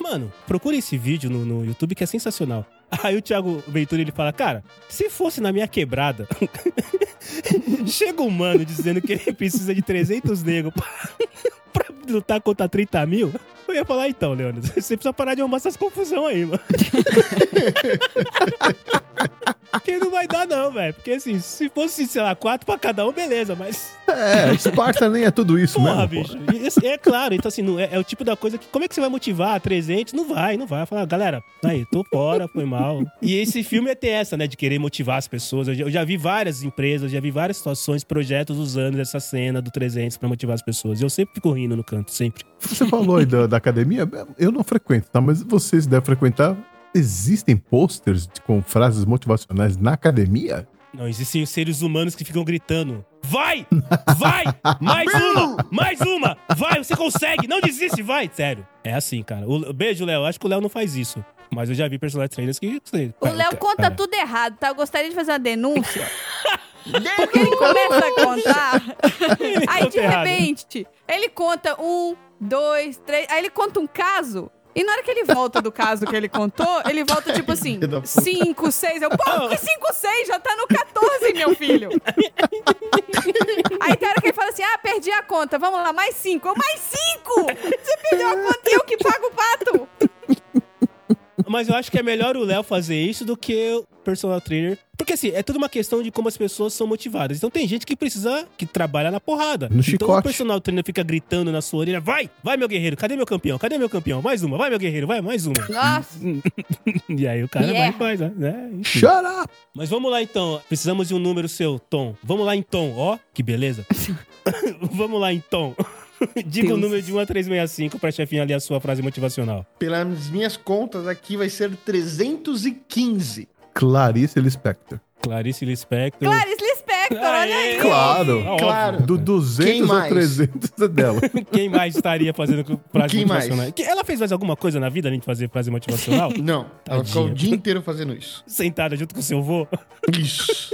[SPEAKER 4] Mano, procure esse vídeo no, no YouTube que é sensacional. Aí o Thiago Ventura, ele fala, cara, se fosse na minha quebrada, chega um mano dizendo que ele precisa de 300 negros pra, pra lutar contra 30 mil, eu ia falar, então, Leônidas, você precisa parar de arrumar essas confusão aí, mano. Porque não vai dar, não, velho. Porque assim, se fosse, sei lá, quatro pra cada um, beleza, mas.
[SPEAKER 2] É, Esparta nem é tudo isso
[SPEAKER 4] Porra,
[SPEAKER 2] mesmo. pô.
[SPEAKER 4] bicho. Isso- é claro, então assim, não é, é o tipo da coisa que. Como é que você vai motivar 300? Não vai, não vai. Falar, galera, aí, tô fora, foi mal. E esse filme tem essa, né, de querer motivar as pessoas. Eu já, eu já vi várias empresas, já vi várias situações, projetos usando essa cena do 300 pra motivar as pessoas. Eu sempre fico rindo no canto, sempre.
[SPEAKER 2] Você falou aí da, da academia, eu não frequento, tá? Mas vocês devem frequentar. Existem posters de- com frases motivacionais na academia?
[SPEAKER 4] Não, existem os seres humanos que ficam gritando. Vai! Vai! Mais uma! Mais uma! Vai, você consegue! Não desiste, vai! Sério. É assim, cara. O- beijo, Léo. Acho que o Léo não faz isso. Mas eu já vi personagens trainers que. assim.
[SPEAKER 5] O Léo conta
[SPEAKER 4] Cara,
[SPEAKER 5] tudo errado, tá? Eu gostaria de fazer uma denúncia. Porque ele começa a contar,
[SPEAKER 4] ele
[SPEAKER 1] Tá
[SPEAKER 5] aí
[SPEAKER 4] conta
[SPEAKER 5] de
[SPEAKER 4] errado.
[SPEAKER 5] repente, ele conta um, dois, três, aí ele conta um caso, e na hora que ele volta do caso que ele contou, ele volta tipo assim,
[SPEAKER 1] Filho da puta.
[SPEAKER 5] cinco, seis, eu, pô, que cinco, seis? Já tá no 14, meu filho. Aí tem hora que ele fala assim, ah, perdi a conta, vamos lá, mais cinco, eu, mais cinco! Você perdeu a conta e eu que pago o pato!
[SPEAKER 4] Mas eu acho que é melhor o Léo fazer isso do que o personal trainer. Porque assim, é tudo uma questão de como as pessoas são motivadas. Então tem gente que precisa, que trabalha na porrada.
[SPEAKER 2] No
[SPEAKER 4] então o
[SPEAKER 2] chicote.
[SPEAKER 4] personal trainer fica gritando na sua orelha, vai, vai meu guerreiro, cadê meu campeão? Cadê meu campeão? Mais uma, vai meu guerreiro, vai, mais uma.
[SPEAKER 5] Nossa,
[SPEAKER 4] e aí o cara
[SPEAKER 5] E
[SPEAKER 4] vai e
[SPEAKER 5] erra.
[SPEAKER 4] faz, né? Enfim.
[SPEAKER 2] Shut up!
[SPEAKER 4] Mas vamos lá então. Precisamos de um número seu, Tom. Vamos lá em Tom, ó. Que beleza. vamos lá em Tom. Diga o
[SPEAKER 11] Deus.
[SPEAKER 4] número de 1 a 365 pra chefinha ali a sua frase motivacional.
[SPEAKER 1] Pelas minhas contas, aqui vai ser 315.
[SPEAKER 2] Clarice Lispector.
[SPEAKER 4] Clarice Lispector.
[SPEAKER 5] Clarice Lispector, olha
[SPEAKER 4] Aê!
[SPEAKER 5] aí!
[SPEAKER 2] Claro!
[SPEAKER 4] Óbvio.
[SPEAKER 1] Claro.
[SPEAKER 2] Do
[SPEAKER 1] Quem
[SPEAKER 2] 200 ao
[SPEAKER 1] mais?
[SPEAKER 2] 300 é dela.
[SPEAKER 4] Quem mais estaria fazendo com frase
[SPEAKER 1] Quem mais?
[SPEAKER 4] motivacional? Que- Ela fez mais alguma coisa na vida além de fazer frase motivacional?
[SPEAKER 1] Não, ela ficou o
[SPEAKER 4] Tadinha.
[SPEAKER 1] dia inteiro fazendo isso.
[SPEAKER 4] Sentada junto com seu vô?
[SPEAKER 1] Isso.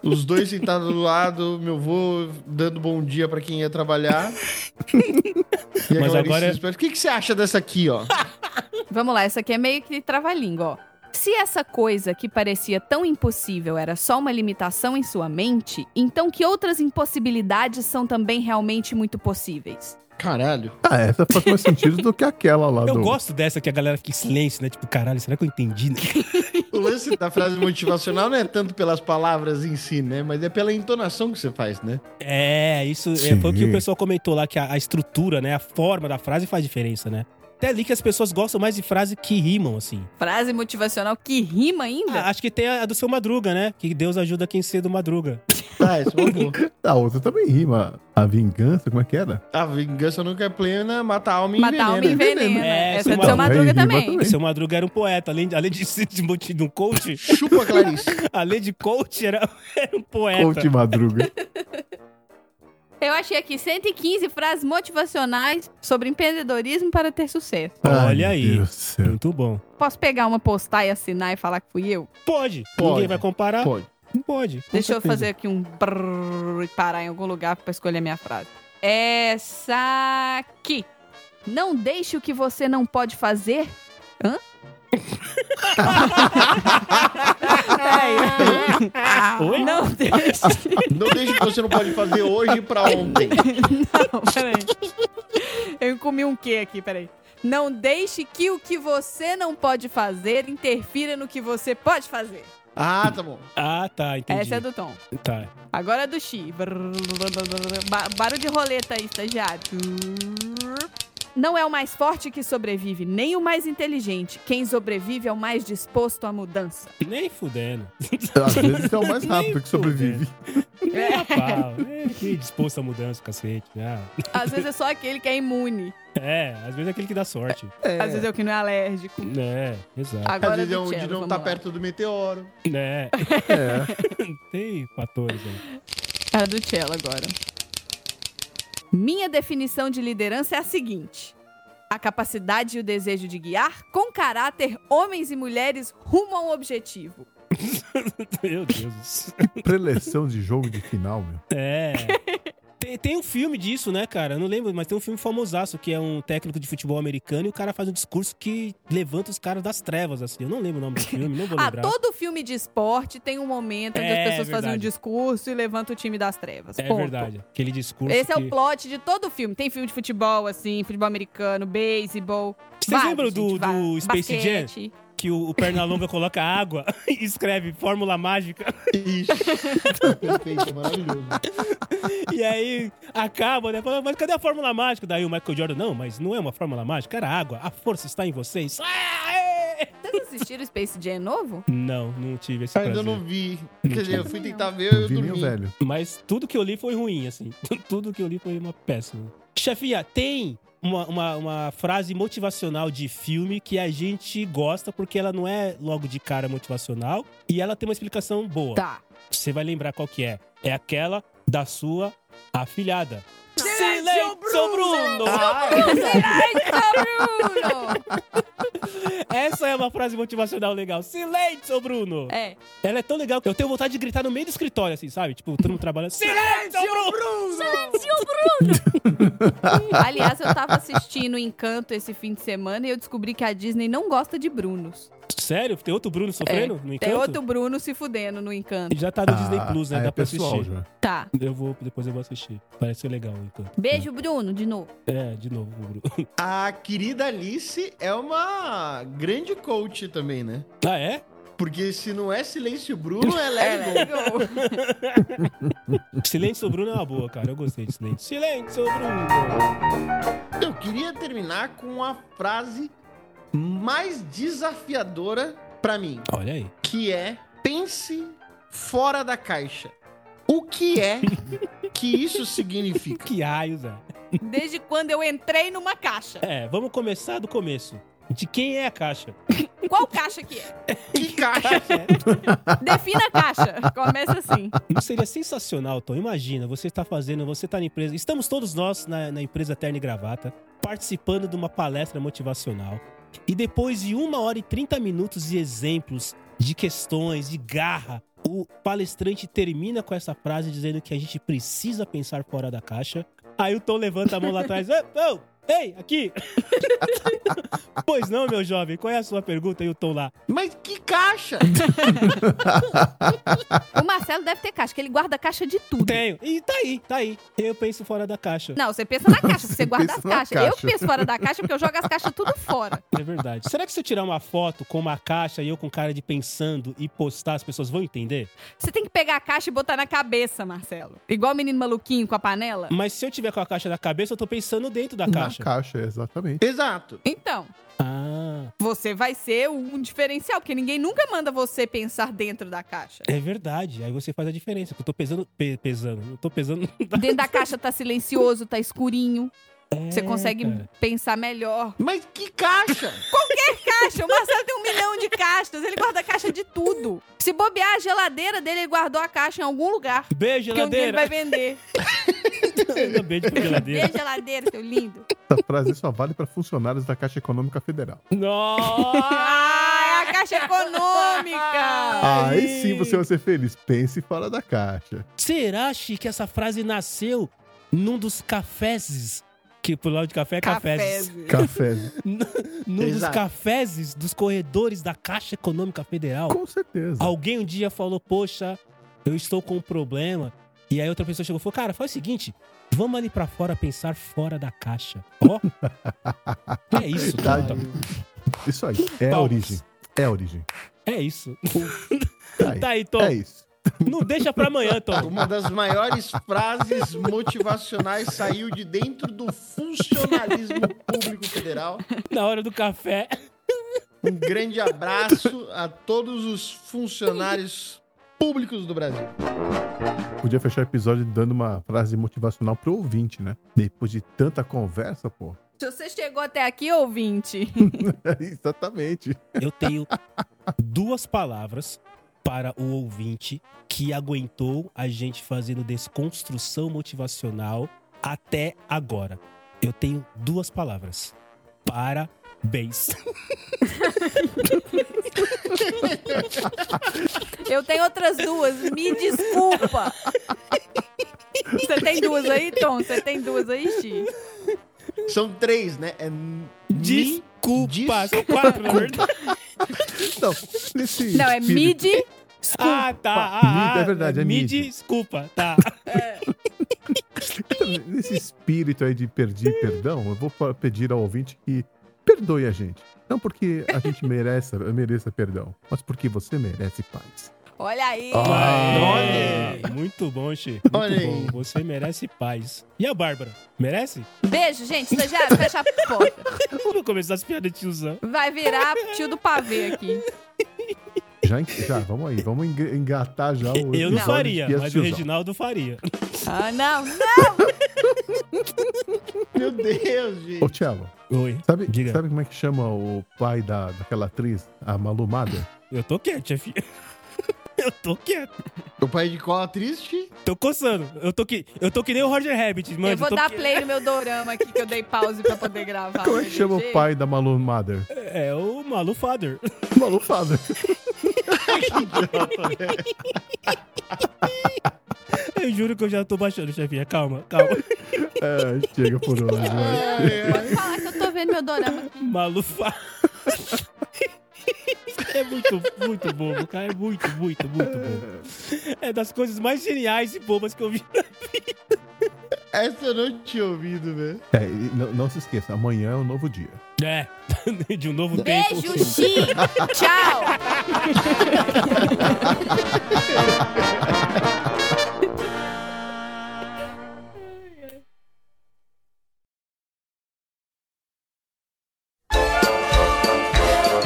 [SPEAKER 1] Os dois sentados do lado, meu vô dando bom dia pra quem ia trabalhar. E a
[SPEAKER 4] Mas
[SPEAKER 1] Clarice
[SPEAKER 4] agora é-
[SPEAKER 1] Lispector, O que, que você acha dessa aqui, ó?
[SPEAKER 5] Vamos lá, essa aqui é meio que trava-língua, ó. Se essa coisa que parecia tão impossível era só uma limitação em sua mente, então que outras impossibilidades são também realmente muito possíveis?
[SPEAKER 1] Caralho.
[SPEAKER 2] Ah, essa faz mais sentido do que aquela lá
[SPEAKER 4] Eu
[SPEAKER 2] do.
[SPEAKER 4] gosto dessa que a galera fica em silêncio, né? Tipo, caralho, será que eu entendi? né?
[SPEAKER 1] O lance da frase motivacional não é tanto pelas palavras em si, né? Mas é pela entonação que você faz, né?
[SPEAKER 4] É, isso é,
[SPEAKER 2] Sim.
[SPEAKER 4] foi o que o pessoal comentou lá, que a, a estrutura, né? A forma da frase faz diferença, né? Até ali que as pessoas gostam mais de frase que rimam, assim.
[SPEAKER 5] Frase motivacional que rima ainda?
[SPEAKER 4] Ah, acho que tem a, a do seu Madruga, né? Que Deus ajuda quem cedo madruga.
[SPEAKER 1] Tá, isso é uma boa.
[SPEAKER 2] A Ah, outra também rima. A vingança, como é que era?
[SPEAKER 1] A vingança nunca é plena, mata a alma e
[SPEAKER 5] Matar alma
[SPEAKER 1] envenena.
[SPEAKER 5] envenena.
[SPEAKER 4] É,
[SPEAKER 5] essa é do
[SPEAKER 4] isso
[SPEAKER 5] seu
[SPEAKER 4] aí.
[SPEAKER 5] Madruga
[SPEAKER 2] Rima
[SPEAKER 5] também.
[SPEAKER 2] também.
[SPEAKER 4] seu Madruga era um poeta, além, de- além de ser de, de, um coach,
[SPEAKER 1] Chupa, Clarice.
[SPEAKER 4] além de coach, era, era um poeta.
[SPEAKER 2] Coach Madruga.
[SPEAKER 5] Eu achei aqui 115 frases motivacionais sobre empreendedorismo para ter sucesso.
[SPEAKER 4] Olha
[SPEAKER 2] Ai,
[SPEAKER 4] aí.
[SPEAKER 2] Meu Deus do céu.
[SPEAKER 4] Muito bom.
[SPEAKER 5] Posso pegar uma, postar e assinar e falar que fui eu?
[SPEAKER 4] Pode.
[SPEAKER 1] Pode.
[SPEAKER 4] Ninguém vai comparar?
[SPEAKER 1] Pode.
[SPEAKER 4] Não pode. com
[SPEAKER 5] Deixa eu
[SPEAKER 4] certeza.
[SPEAKER 5] fazer aqui um brrr e parar em algum lugar pra escolher minha frase. Essa aqui. Não deixe o que você não pode fazer. Hã? É,
[SPEAKER 4] Oi?
[SPEAKER 5] Não deixe.
[SPEAKER 1] Não deixe que você não pode fazer hoje pra ontem.
[SPEAKER 11] Não, peraí.
[SPEAKER 5] Eu comi um quê aqui, peraí. Não deixe que o que você não pode fazer interfira no que você pode fazer.
[SPEAKER 1] Ah, tá bom.
[SPEAKER 4] Ah, tá, entendi.
[SPEAKER 5] Essa é do Tom.
[SPEAKER 4] Tá.
[SPEAKER 5] Agora é do Xi. Brrr, brrr, brrr, brrr. Ba- Barulho de roleta aí, estagiário. Não é o mais forte que sobrevive, nem o mais inteligente. Quem sobrevive é o mais disposto à mudança.
[SPEAKER 4] Nem fudendo.
[SPEAKER 2] Às vezes é o mais rápido
[SPEAKER 4] né?
[SPEAKER 2] que sobrevive.
[SPEAKER 4] Nem a pau. Nem disposto a mudança, cacete. Ah,
[SPEAKER 12] Às vezes é só aquele que é imune.
[SPEAKER 4] É, às vezes é aquele que dá sorte.
[SPEAKER 12] Às vezes é o que não é alérgico.
[SPEAKER 4] É, exato.
[SPEAKER 1] Às
[SPEAKER 12] Agora
[SPEAKER 1] vezes é
[SPEAKER 12] do
[SPEAKER 1] onde
[SPEAKER 12] Cello,
[SPEAKER 1] não
[SPEAKER 12] vamos
[SPEAKER 1] tá
[SPEAKER 12] lá.
[SPEAKER 1] perto do meteoro.
[SPEAKER 4] É,
[SPEAKER 2] É.
[SPEAKER 4] tem fatores aí.
[SPEAKER 12] A do Cello agora.
[SPEAKER 5] Minha definição de liderança é a seguinte: a capacidade e o desejo de guiar, com caráter, homens e mulheres rumo a um objetivo.
[SPEAKER 4] Meu Deus. do céu.
[SPEAKER 2] Preleção de jogo de final, meu.
[SPEAKER 4] É. Tem, tem um filme disso, né, cara? Eu não lembro, mas tem um filme famosaço que é um técnico de futebol americano e o cara faz um discurso que levanta os caras das trevas, assim. Eu não lembro o nome do filme, não vou
[SPEAKER 5] Ah,
[SPEAKER 4] lembrar.
[SPEAKER 5] todo filme de esporte tem um momento onde
[SPEAKER 4] É,
[SPEAKER 5] as pessoas fazem um
[SPEAKER 4] verdade.
[SPEAKER 5] discurso e levantam o time das trevas.
[SPEAKER 4] É
[SPEAKER 5] ponto.
[SPEAKER 4] verdade. Aquele discurso.
[SPEAKER 5] Esse é
[SPEAKER 4] que-
[SPEAKER 5] o plot de todo filme. Tem filme de futebol, assim, futebol americano, beisebol.
[SPEAKER 4] Vocês
[SPEAKER 5] vários,
[SPEAKER 4] lembram do,
[SPEAKER 5] gente, va-
[SPEAKER 4] do Space Jam?
[SPEAKER 5] basquete.
[SPEAKER 4] Que o, o Pernalonga coloca água e escreve fórmula mágica.
[SPEAKER 1] Ixi. Perfeito, maravilhoso.
[SPEAKER 4] E aí acaba, né? Fala, mas cadê a fórmula mágica? Daí o Michael Jordan, não, mas não é uma fórmula mágica, era água. A força está em vocês. Ah, é!
[SPEAKER 5] Vocês assistiram Space Jam novo?
[SPEAKER 4] Não, não tive esse
[SPEAKER 1] Ainda
[SPEAKER 4] prazer.
[SPEAKER 1] não vi. Quer dizer, eu fui tentar ver
[SPEAKER 2] Não
[SPEAKER 1] eu
[SPEAKER 2] vi nem o
[SPEAKER 1] dormi.
[SPEAKER 2] velho.
[SPEAKER 4] Mas tudo que eu li foi ruim, assim. Tudo que eu li foi uma péssima. Chefinha, tem uma, uma, uma frase motivacional de filme que a gente gosta porque ela não é logo de cara motivacional e ela tem uma explicação boa.
[SPEAKER 5] Tá.
[SPEAKER 4] Você vai lembrar qual que é. É aquela da sua afilhada.
[SPEAKER 12] Silêncio
[SPEAKER 4] Bruno! Ah,
[SPEAKER 5] Bruno!
[SPEAKER 4] Essa é uma frase motivacional legal. Silêncio, Bruno!
[SPEAKER 5] É.
[SPEAKER 4] Ela é tão legal que eu tenho vontade de gritar no meio do escritório, assim, sabe? Tipo, todo mundo trabalhando. Silêncio, Bruno!
[SPEAKER 5] Aliás, eu tava assistindo Encanto esse fim de semana e eu descobri que a Disney não gosta de Brunos.
[SPEAKER 4] Sério? Tem outro Bruno sofrendo no encanto?
[SPEAKER 5] É, Tem outro Bruno se fudendo no Encanto.
[SPEAKER 4] Já tá no Disney Plus, né?
[SPEAKER 2] Ah,
[SPEAKER 4] Dá
[SPEAKER 2] é
[SPEAKER 4] pra
[SPEAKER 2] pessoal
[SPEAKER 4] assistir.
[SPEAKER 2] já.
[SPEAKER 5] Tá.
[SPEAKER 4] Eu vou, depois eu vou assistir. Parece ser legal, então.
[SPEAKER 5] Beijo, Bruno, de novo.
[SPEAKER 4] É, de novo, Bruno.
[SPEAKER 1] A querida Alice é uma grande coach também, né?
[SPEAKER 4] Ah, é?
[SPEAKER 1] Porque se não é silêncio Bruno, é
[SPEAKER 5] É,
[SPEAKER 12] né?
[SPEAKER 1] Lego.
[SPEAKER 5] Lego.
[SPEAKER 4] Silêncio Bruno é uma boa, cara. Eu gostei de silêncio. Silêncio Bruno!
[SPEAKER 1] Eu queria terminar com a frase mais desafiadora pra mim,
[SPEAKER 4] Olha aí.
[SPEAKER 1] que é pense fora da caixa. O que é que isso significa?
[SPEAKER 4] Que raios, é?
[SPEAKER 5] Desde quando eu entrei numa caixa.
[SPEAKER 4] É, vamos começar do começo. De quem é a caixa?
[SPEAKER 5] Qual caixa que é?
[SPEAKER 1] Que caixa?
[SPEAKER 5] Defina a caixa. Começa assim.
[SPEAKER 4] Não seria sensacional, Tom? Imagina, você está fazendo, você está na empresa. Estamos todos nós na, na empresa Terno e Gravata, participando de uma palestra motivacional. E depois de uma hora e 30 minutos de exemplos, de questões, de garra, o palestrante termina com essa frase dizendo que a gente precisa pensar fora da caixa. Aí o Tom levanta a mão lá atrás. Ei, Tom, ei, aqui! pois não, meu jovem, qual é a sua pergunta? E o Tom lá.
[SPEAKER 1] Mas que caixa?
[SPEAKER 5] O Marcelo deve ter caixa, que ele guarda caixa de tudo.
[SPEAKER 4] Tenho. E tá aí, tá aí. Eu penso fora da caixa.
[SPEAKER 5] Não, você pensa na caixa, porque você
[SPEAKER 2] Você
[SPEAKER 5] guarda
[SPEAKER 2] pensa
[SPEAKER 5] as
[SPEAKER 2] na
[SPEAKER 5] caixas.
[SPEAKER 2] caixa.
[SPEAKER 5] Eu penso fora da caixa porque eu jogo as caixas tudo fora.
[SPEAKER 4] É verdade. Será que se eu tirar uma foto com uma caixa e eu com cara de pensando e postar, as pessoas vão entender?
[SPEAKER 5] Você tem que pegar a caixa e botar na cabeça, Marcelo. Igual o menino maluquinho com a panela.
[SPEAKER 4] Mas se eu tiver com a caixa na cabeça, eu tô pensando dentro da caixa.
[SPEAKER 2] Na caixa, exatamente.
[SPEAKER 1] Exato.
[SPEAKER 5] Então,
[SPEAKER 4] Ah,
[SPEAKER 5] você vai ser um diferencial, porque ninguém nunca manda você pensar dentro da caixa.
[SPEAKER 4] é verdade. Aí você faz a diferença. porque Eu tô pesando. pe- pesando. Eu tô pesando.
[SPEAKER 5] Dentro da caixa tá silencioso, tá escurinho. Você consegue
[SPEAKER 4] É, cara.
[SPEAKER 5] pensar melhor.
[SPEAKER 1] Mas que caixa?
[SPEAKER 5] Caixa, o Marcelo tem um milhão de caixas, ele guarda caixa de tudo. Se bobear a geladeira dele, ele guardou a caixa em algum lugar.
[SPEAKER 4] Beijo,
[SPEAKER 5] Porque um dia ele
[SPEAKER 4] geladeira.
[SPEAKER 5] vai vender.
[SPEAKER 4] Manda Beijo pra geladeira.
[SPEAKER 5] Beijo, geladeira, seu lindo.
[SPEAKER 2] Essa frase só vale para funcionários da Caixa Econômica Federal.
[SPEAKER 4] Nossa!
[SPEAKER 5] Ah, é a caixa econômica!
[SPEAKER 2] Aí sim você vai ser feliz. Pense fora da caixa.
[SPEAKER 4] Será, Chi, que essa frase nasceu num dos cafés? Que por lado de café é cafés.
[SPEAKER 2] Café.
[SPEAKER 4] Num dos
[SPEAKER 1] Exato.
[SPEAKER 4] cafés dos corredores da Caixa Econômica Federal.
[SPEAKER 2] Com certeza.
[SPEAKER 4] Alguém um dia falou, poxa, eu estou com um problema. E aí outra pessoa chegou e falou, cara, faz o seguinte, vamos ali pra fora pensar fora da caixa. Ó. é isso, cara.
[SPEAKER 2] Verdade. Isso aí. É a
[SPEAKER 4] Palmas.
[SPEAKER 2] origem. É a origem.
[SPEAKER 4] É isso.
[SPEAKER 2] Tá aí.
[SPEAKER 4] Tá aí, Tom.
[SPEAKER 2] É isso.
[SPEAKER 4] Não deixa pra amanhã, Tom.
[SPEAKER 1] Uma das maiores frases motivacionais saiu de dentro do funcionalismo público federal.
[SPEAKER 4] Na hora do café.
[SPEAKER 1] Um grande abraço a todos os funcionários públicos do Brasil.
[SPEAKER 2] Podia fechar o episódio dando uma frase motivacional pro ouvinte, né? Depois de tanta conversa, pô. É,
[SPEAKER 3] Se você chegou até aqui, ouvinte,
[SPEAKER 2] Exatamente.
[SPEAKER 4] Eu tenho duas palavras para o ouvinte que aguentou a gente fazendo desconstrução motivacional até agora. Eu tenho duas palavras. Parabéns.
[SPEAKER 3] eu tenho outras duas. Me desculpa. Você tem duas aí, Tom? Você tem duas aí, Xi?
[SPEAKER 1] São três, né? É mi-
[SPEAKER 4] Desculpas. Quatro, na verdade.
[SPEAKER 2] Não, Então, nesse
[SPEAKER 3] Não, é
[SPEAKER 2] espírito-
[SPEAKER 3] mid.
[SPEAKER 4] Ah, tá. Ah, ah,
[SPEAKER 2] É verdade, é
[SPEAKER 4] Me
[SPEAKER 2] mídia.
[SPEAKER 4] desculpa, tá.
[SPEAKER 2] Nesse espírito aí de pedir perdão, eu vou fa- pedir ao ouvinte que perdoe a gente. Não porque a gente mereça, mereça perdão, mas porque você merece paz.
[SPEAKER 3] Olha aí.
[SPEAKER 4] Aê, Muito bom, Xi. Muito
[SPEAKER 1] Olha aí.
[SPEAKER 4] bom. Você merece paz. E a Bárbara? Merece?
[SPEAKER 3] Beijo, gente. Estagiário, fecha a porta.
[SPEAKER 4] Vou começar as piadas de tiozão.
[SPEAKER 3] Vai virar tio do pavê aqui.
[SPEAKER 2] Já, en- já vamos aí, vamos enga- engatar já o.
[SPEAKER 4] Eu não
[SPEAKER 2] episódio
[SPEAKER 4] faria,
[SPEAKER 2] de
[SPEAKER 4] mas o
[SPEAKER 2] tiozão.
[SPEAKER 4] Reginaldo faria.
[SPEAKER 3] Ah, não.
[SPEAKER 1] Meu Deus,
[SPEAKER 2] Ô,
[SPEAKER 1] gente.
[SPEAKER 2] Tchelo,
[SPEAKER 4] Oi.
[SPEAKER 2] sabe,
[SPEAKER 4] Diga.
[SPEAKER 2] sabe como é que chama o pai da, daquela atriz, a Malumada?
[SPEAKER 4] Eu tô quieto, chefe. Eu tô quieto.
[SPEAKER 1] O pai de cola triste.
[SPEAKER 4] Tô coçando. Eu tô que, eu tô que nem o Roger Rabbit, mano.
[SPEAKER 3] eu vou
[SPEAKER 4] tô
[SPEAKER 3] dar
[SPEAKER 4] que-
[SPEAKER 3] play no meu dorama aqui que eu dei pause pra poder gravar.
[SPEAKER 2] Como é que chama o pai da Malumada?
[SPEAKER 4] É o Malu Father.
[SPEAKER 2] Malumada.
[SPEAKER 4] Eu juro que eu já tô baixando, chefinha. Calma, calma.
[SPEAKER 2] É, chega por hoje. vai.
[SPEAKER 3] Pode falar que eu tô vendo meu dorama aqui.
[SPEAKER 4] Malu Father. É muito, muito bobo, cara. É muito, muito, muito bobo. É das coisas mais geniais e bobas que eu vi.
[SPEAKER 1] Essa eu não tinha ouvido, velho.
[SPEAKER 2] É, e não, não se esqueça, amanhã é um novo dia.
[SPEAKER 4] É, de um novo tempo.
[SPEAKER 3] Beijo, Xi. Tchau.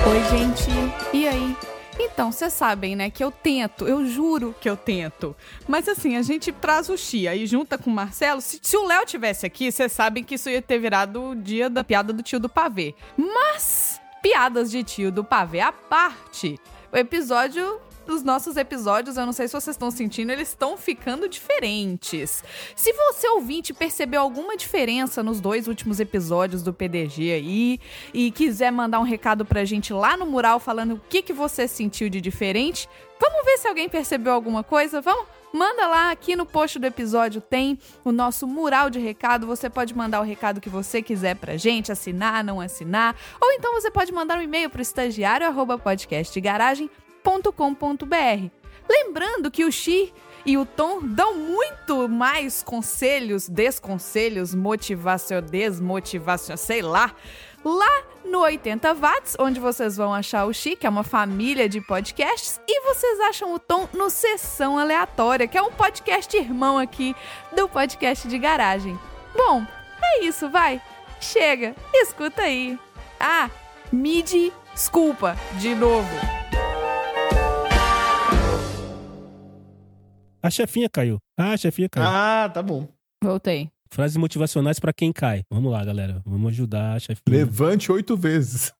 [SPEAKER 3] Oi, gente. E aí?
[SPEAKER 5] Então, vocês sabem, né, que eu tento, eu juro que eu tento. Mas assim, a gente traz o Chia e junta com o Marcelo. Se, se o Léo tivesse aqui, vocês sabem que isso ia ter virado o dia da piada do tio do pavê. Mas, piadas de tio do pavê à parte, o episódio. Os nossos episódios, eu não sei se vocês estão sentindo, eles estão ficando diferentes. Se você ouvinte percebeu alguma diferença nos dois últimos episódios do PDG aí, e quiser mandar um recado pra gente lá no mural falando o que, que você sentiu de diferente, vamos ver se alguém percebeu alguma coisa? Vamos? Manda lá, aqui no post do episódio tem o nosso mural de recado. Você pode mandar o recado que você quiser pra gente, assinar, não assinar. Ou então você pode mandar um e-mail pro estagiário arroba podcastgaragem.com.br. Lembrando que o Xi e o Tom dão muito mais conselhos, desconselhos, motivação, desmotivação, sei lá, lá no 80 Watts, onde vocês vão achar o Chi, que é uma família de podcasts, e vocês acham o Tom no Sessão Aleatória, que é um podcast irmão aqui do podcast de garagem. Bom, é isso, vai. Chega, escuta aí. Ah, me desculpa de novo.
[SPEAKER 4] A chefinha caiu. Ah, a chefinha caiu.
[SPEAKER 1] Ah, tá bom.
[SPEAKER 5] Voltei.
[SPEAKER 4] Frases motivacionais pra quem cai. Vamos lá, galera. Vamos ajudar a chefinha.
[SPEAKER 2] Levante oito vezes.